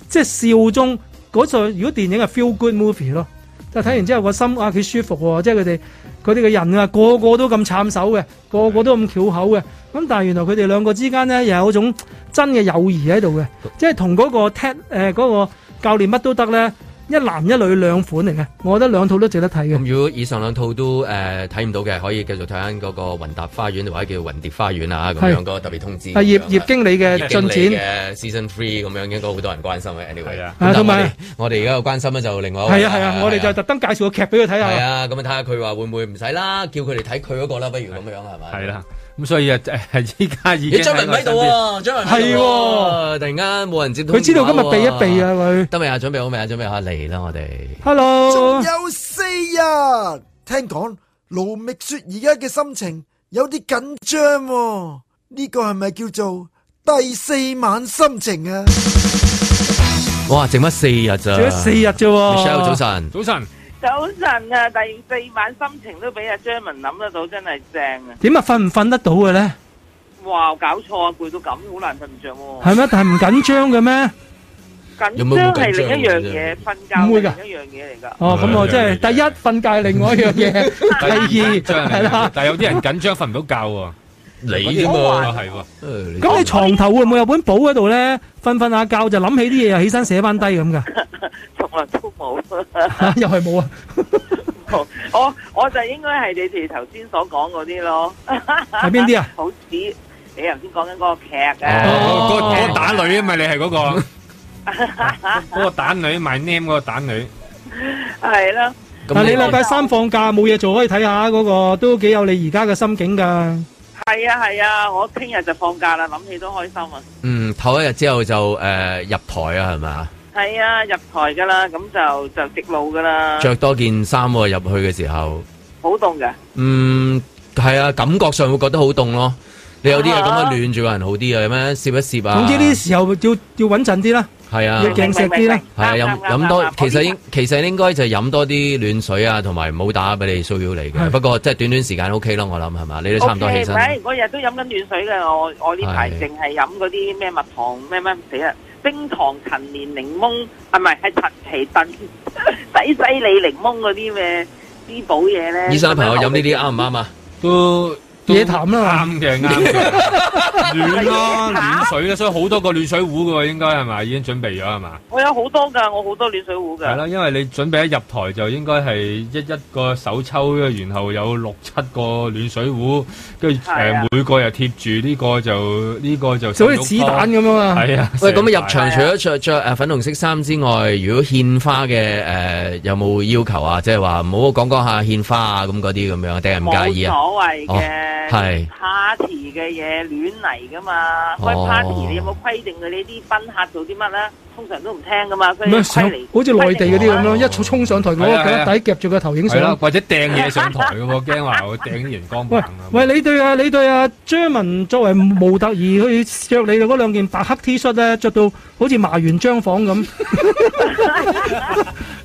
[SPEAKER 4] 即係笑中嗰個。如果電影係 feel good movie 咯，就睇完之後個心啊幾舒服喎。即係佢哋佢哋嘅人啊，個個都咁慘手嘅，個個都咁翹口嘅。咁但係原來佢哋兩個之間咧又有種真嘅友誼喺度嘅，即係同嗰個 Ted 呃誒嗰個教練乜都得咧，一男一女兩款嚟嘅。我覺得兩套都值得睇嘅。
[SPEAKER 2] 咁如果以上兩套都誒睇唔到嘅，可以繼續睇翻嗰個雲達花園或者叫雲蝶花園啊，咁
[SPEAKER 4] 係
[SPEAKER 2] 樣嗰個特別通知。
[SPEAKER 4] 啊葉葉經理嘅
[SPEAKER 2] 葉經理
[SPEAKER 4] 進
[SPEAKER 2] 嘅 Season Three 咁樣應該好多人關心嘅。Anyway，咁
[SPEAKER 4] 啊
[SPEAKER 2] 但係
[SPEAKER 4] 同埋
[SPEAKER 2] 我哋我哋而家嘅關心咧就另外一位
[SPEAKER 4] 係啊係啊，我哋就特登介紹個劇俾佢睇下。
[SPEAKER 2] 係啊，咁啊睇下佢話會唔會唔使啦，叫佢哋睇佢嗰個啦，不如咁樣係咪？
[SPEAKER 6] 係啦，咁所以啊 *laughs* 誒依家已經
[SPEAKER 2] 咦張文唔喺度啊，張文唔喺度啊突然間冇人接通電話喎。
[SPEAKER 4] 佢知道今日避一避啊佢。
[SPEAKER 2] 得未啊？準備好未啊？準備下嚟啦，我哋。
[SPEAKER 4] Hello，
[SPEAKER 14] 仲有四日，聽講盧覓雪而家嘅心情有啲緊張喎，呢個係咪叫做第四晚心情啊？
[SPEAKER 2] 哇，剩乜四日咋？
[SPEAKER 4] 仲有四日啊啫喎
[SPEAKER 2] Ờ, Michelle 早晨，
[SPEAKER 6] 早晨。
[SPEAKER 15] 早晨啊，第四晚心情都俾阿張文諗得到，真係正啊！
[SPEAKER 4] 點啊？瞓唔瞓得到嘅咧？
[SPEAKER 15] 哇，搞錯啊，攰到咁，好難瞓唔着喎。
[SPEAKER 4] 係咩？但係唔緊張嘅咩？有
[SPEAKER 15] 緊
[SPEAKER 4] 冇
[SPEAKER 15] 張
[SPEAKER 4] 咁
[SPEAKER 15] 係另一樣
[SPEAKER 4] 緊張
[SPEAKER 15] 嘢，瞓覺
[SPEAKER 4] 唔會㗎
[SPEAKER 15] 係另一樣嘢嚟㗎。 *laughs*
[SPEAKER 4] 哦，咁我真係第一瞓覺係另外一樣嘢，第二係啦。
[SPEAKER 6] 但係有啲人緊張瞓唔到覺喎。
[SPEAKER 2] 你
[SPEAKER 6] 㗎嘛係喎。
[SPEAKER 4] 咁你床頭會唔會有本簿喺度咧？瞓瞓下覺就諗起啲嘢，又起身寫翻低咁噶？
[SPEAKER 15] 從來都冇。
[SPEAKER 4] 嚇又係冇啊！
[SPEAKER 15] *laughs* 我我就應該係你哋頭先所講嗰啲咯。係
[SPEAKER 4] 邊啲啊？
[SPEAKER 15] 好似你頭先講緊嗰個劇啊。
[SPEAKER 6] 哦，嗰嗰個蛋女啊嘛，你係嗰個 *laughs* 嗰個蛋女賣 name 嗰個蛋女。
[SPEAKER 15] 係啦。
[SPEAKER 4] 但係你禮拜三放假冇嘢做，可以睇下嗰個都幾有你而家嘅心境㗎。
[SPEAKER 15] 係啊係啊，我聽日就放假啦，諗起都開心啊！
[SPEAKER 2] 嗯，頭一日之後就誒、呃入台啊，係嘛？
[SPEAKER 15] 係啊，入台噶啦，咁就就直路噶
[SPEAKER 4] 啊
[SPEAKER 15] 啦，
[SPEAKER 2] 着多件衫喎，入去嘅時候，
[SPEAKER 15] 好凍噶。
[SPEAKER 2] 嗯，係啊，感覺上會覺得好凍咯。你有啲嘢咁樣暖住個人好啲啊，有咩攝一攝啊？
[SPEAKER 4] 總之呢啲時候要要穩陣啲啦。
[SPEAKER 2] 係啊，
[SPEAKER 4] 要勁石啲啦
[SPEAKER 2] 係啊，飲
[SPEAKER 4] 啱啱
[SPEAKER 2] 飲多
[SPEAKER 4] 啱啱，啊
[SPEAKER 2] 其實應其實應該就係飲多啲暖水啊，同埋唔好打俾你騷擾你嘅。
[SPEAKER 4] 係
[SPEAKER 2] 不過即係短短時間 OK 咯，我諗係嘛？你都差唔多起身。
[SPEAKER 15] 係我日都飲緊暖水嘅，我我呢排
[SPEAKER 2] 係
[SPEAKER 15] 淨係飲嗰啲咩蜜糖咩咩死啦，冰糖陳年檸檬啊，唔係係陳皮
[SPEAKER 8] *laughs*
[SPEAKER 15] 燉洗洗你檸檬嗰啲咩滋補嘢咧。
[SPEAKER 4] *laughs*
[SPEAKER 2] 醫生朋友飲呢啲啱唔啱啊？
[SPEAKER 6] 都
[SPEAKER 4] 嘢談啦，
[SPEAKER 6] 啱
[SPEAKER 4] *laughs*
[SPEAKER 6] 嘅，啱嘅，暖咯，暖水啦，所以好多個暖水壺嘅喎，應該係咪已經準備咗係嘛？
[SPEAKER 8] 我有好多㗎，我好多暖水壺
[SPEAKER 6] 係
[SPEAKER 4] 啊
[SPEAKER 8] 㗎。
[SPEAKER 6] 啦，因為你準備一入台就應該係一一個手抽，然後有六七個暖水壺，跟住
[SPEAKER 8] 係啊
[SPEAKER 6] 誒每個又貼住呢個就呢個就
[SPEAKER 4] 就好似子彈咁啊嘛
[SPEAKER 6] 係啊，
[SPEAKER 2] 喂，咁啊入
[SPEAKER 6] 成
[SPEAKER 2] 場除咗着着誒粉紅色衫之外，如果獻花嘅誒有冇要求啊？即係話唔好講講下獻花啊咁嗰啲咁樣，定係唔
[SPEAKER 8] 冇
[SPEAKER 2] 介意啊？
[SPEAKER 8] 所謂
[SPEAKER 2] 哦
[SPEAKER 8] 嘅，
[SPEAKER 2] 係
[SPEAKER 8] party 嘅嘢亂嚟噶嘛，
[SPEAKER 2] 哦
[SPEAKER 8] 開 party 你有冇規定佢呢啲賓客做啲乜咧？通常都唔聽噶嘛，所以
[SPEAKER 4] 咩
[SPEAKER 8] 規
[SPEAKER 4] 上
[SPEAKER 8] 嚟
[SPEAKER 4] 好似內地嗰啲咁樣，一草衝上台攞
[SPEAKER 6] 係
[SPEAKER 4] 個
[SPEAKER 6] 啊係啊
[SPEAKER 4] 腳底夾住個頭影
[SPEAKER 6] 係啦，
[SPEAKER 4] 相。
[SPEAKER 6] 或者掟嘢上台嘅喎， *laughs* 驚話我掟啲熒光棒
[SPEAKER 4] 喂
[SPEAKER 6] 啊！
[SPEAKER 4] 喂，你對啊，你對啊，張文作為模特兒去着你嘅嗰兩件白黑 T 恤咧，着到好似麻原張房咁。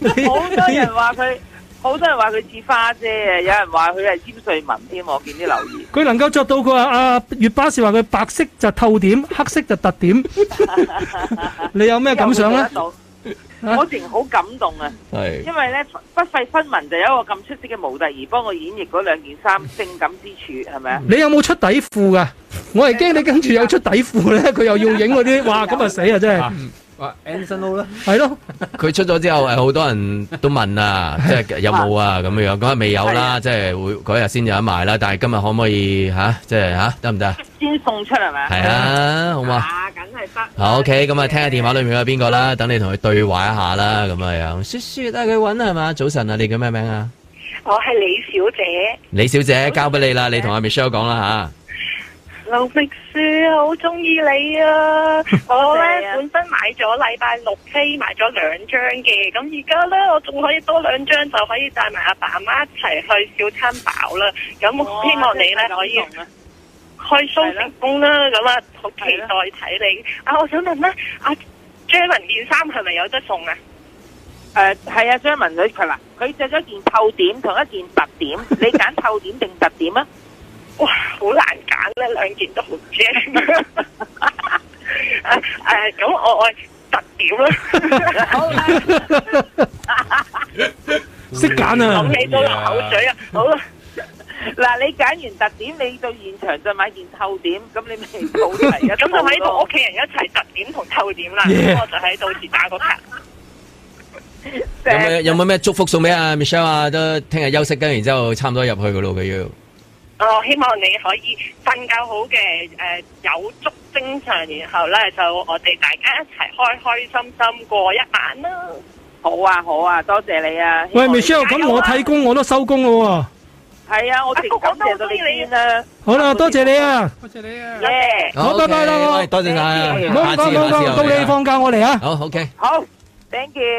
[SPEAKER 8] 好多人話佢，好多人話佢似花姐啊，有人話佢係詹瑞文添，我見啲留
[SPEAKER 4] *laughs*
[SPEAKER 8] 言。
[SPEAKER 4] 佢能夠着到佢話啊，粵巴士話佢白色就透點，黑色就突點。你有咩感想咧？
[SPEAKER 8] 之後會做得到？我淨好感動啊！
[SPEAKER 2] 係
[SPEAKER 8] 因為咧不費分文就有一個咁出色嘅模特兒幫我演繹嗰兩
[SPEAKER 2] *laughs*
[SPEAKER 8] 件衫，性感之處係咪啊？
[SPEAKER 4] 你有冇出底褲噶？我係驚你跟住有出底褲咧，佢又要影嗰
[SPEAKER 8] *laughs*
[SPEAKER 4] 啲，哇咁啊死啊真係！
[SPEAKER 6] 哇，Anson Lo 啦，
[SPEAKER 4] 係咯，
[SPEAKER 2] 佢出咗之後，誒好多人都問
[SPEAKER 4] *laughs*
[SPEAKER 2] 啊，即係有冇啊咁樣。嗰日未有
[SPEAKER 4] 啊
[SPEAKER 2] 啦，即係會嗰日先有得賣啦。但係今日可唔可以吓？即係吓得唔得啊？
[SPEAKER 8] 先送出係咪啊？
[SPEAKER 2] 係啊，好嘛。
[SPEAKER 8] 啊，梗係得。
[SPEAKER 2] 好 OK，咁啊，聽下電話裏面有邊個啦，等你同佢對話一下啦，咁啊樣。雪雪啊，佢揾係嘛？早晨啊，你叫咩名啊？
[SPEAKER 11] 我係李小姐，嗯
[SPEAKER 2] 李小姐，交俾你啦，你同阿 Michelle 講啦
[SPEAKER 11] 劉碧雪好中意
[SPEAKER 8] *laughs*
[SPEAKER 11] 你啊！我咧本身買咗禮拜六 K 買咗兩張嘅，咁而家咧我仲可以多兩張就可以帶埋阿爸阿媽一齊去小餐飽啦。咁
[SPEAKER 8] 哇
[SPEAKER 11] 希望你咧
[SPEAKER 8] 真係
[SPEAKER 11] 可以
[SPEAKER 8] 感動啊
[SPEAKER 11] 開鬆成功啦，咁啊好期待睇你。啊，我想問咧，阿 Jalen 件衫係咪有得送啊？
[SPEAKER 8] 誒係啊，張文女佢嗱，佢着咗件透點同一件突點，你揀透點定突點 *laughs* 啊？
[SPEAKER 11] 哇，好難揀咧，兩件都好正。誒誒，咁我我特點啦。好啦，
[SPEAKER 4] 識揀啊！
[SPEAKER 8] 講起都流口水啊！好啦，嗱，你揀完特點，你到現場再買件透點，咁你咪冇齊一
[SPEAKER 11] 咁就可以同屋企
[SPEAKER 8] 人
[SPEAKER 11] 人一齊特點同透點啦。
[SPEAKER 2] Yeah
[SPEAKER 11] 咁我就喺到時打
[SPEAKER 8] *laughs*
[SPEAKER 11] 個卡。
[SPEAKER 2] 吓。有
[SPEAKER 8] 啊
[SPEAKER 2] 冇有冇咩祝福送俾阿 Michelle 啊？都聽日休息，跟然之後差唔多入去噶咯，佢要。
[SPEAKER 11] 我哦希望你可以瞓覺好嘅，誒、有足精神，然後咧就我哋大家一齊開開心心過一晚啦。
[SPEAKER 8] 好啊好啊，多謝你啊！
[SPEAKER 4] 喂 Michelle，咁我睇工我都收工咯
[SPEAKER 8] 係啊，我直感謝到你先啦。
[SPEAKER 4] 喎。好啦，多謝你啊！
[SPEAKER 8] 多謝你啊！耶！
[SPEAKER 4] 好，拜拜啦，
[SPEAKER 2] 多謝晒，
[SPEAKER 4] 唔好
[SPEAKER 2] 下
[SPEAKER 4] 講
[SPEAKER 2] 次
[SPEAKER 4] 唔好講，到你放假我嚟啊！
[SPEAKER 2] 好 OK。
[SPEAKER 8] 好，thank you。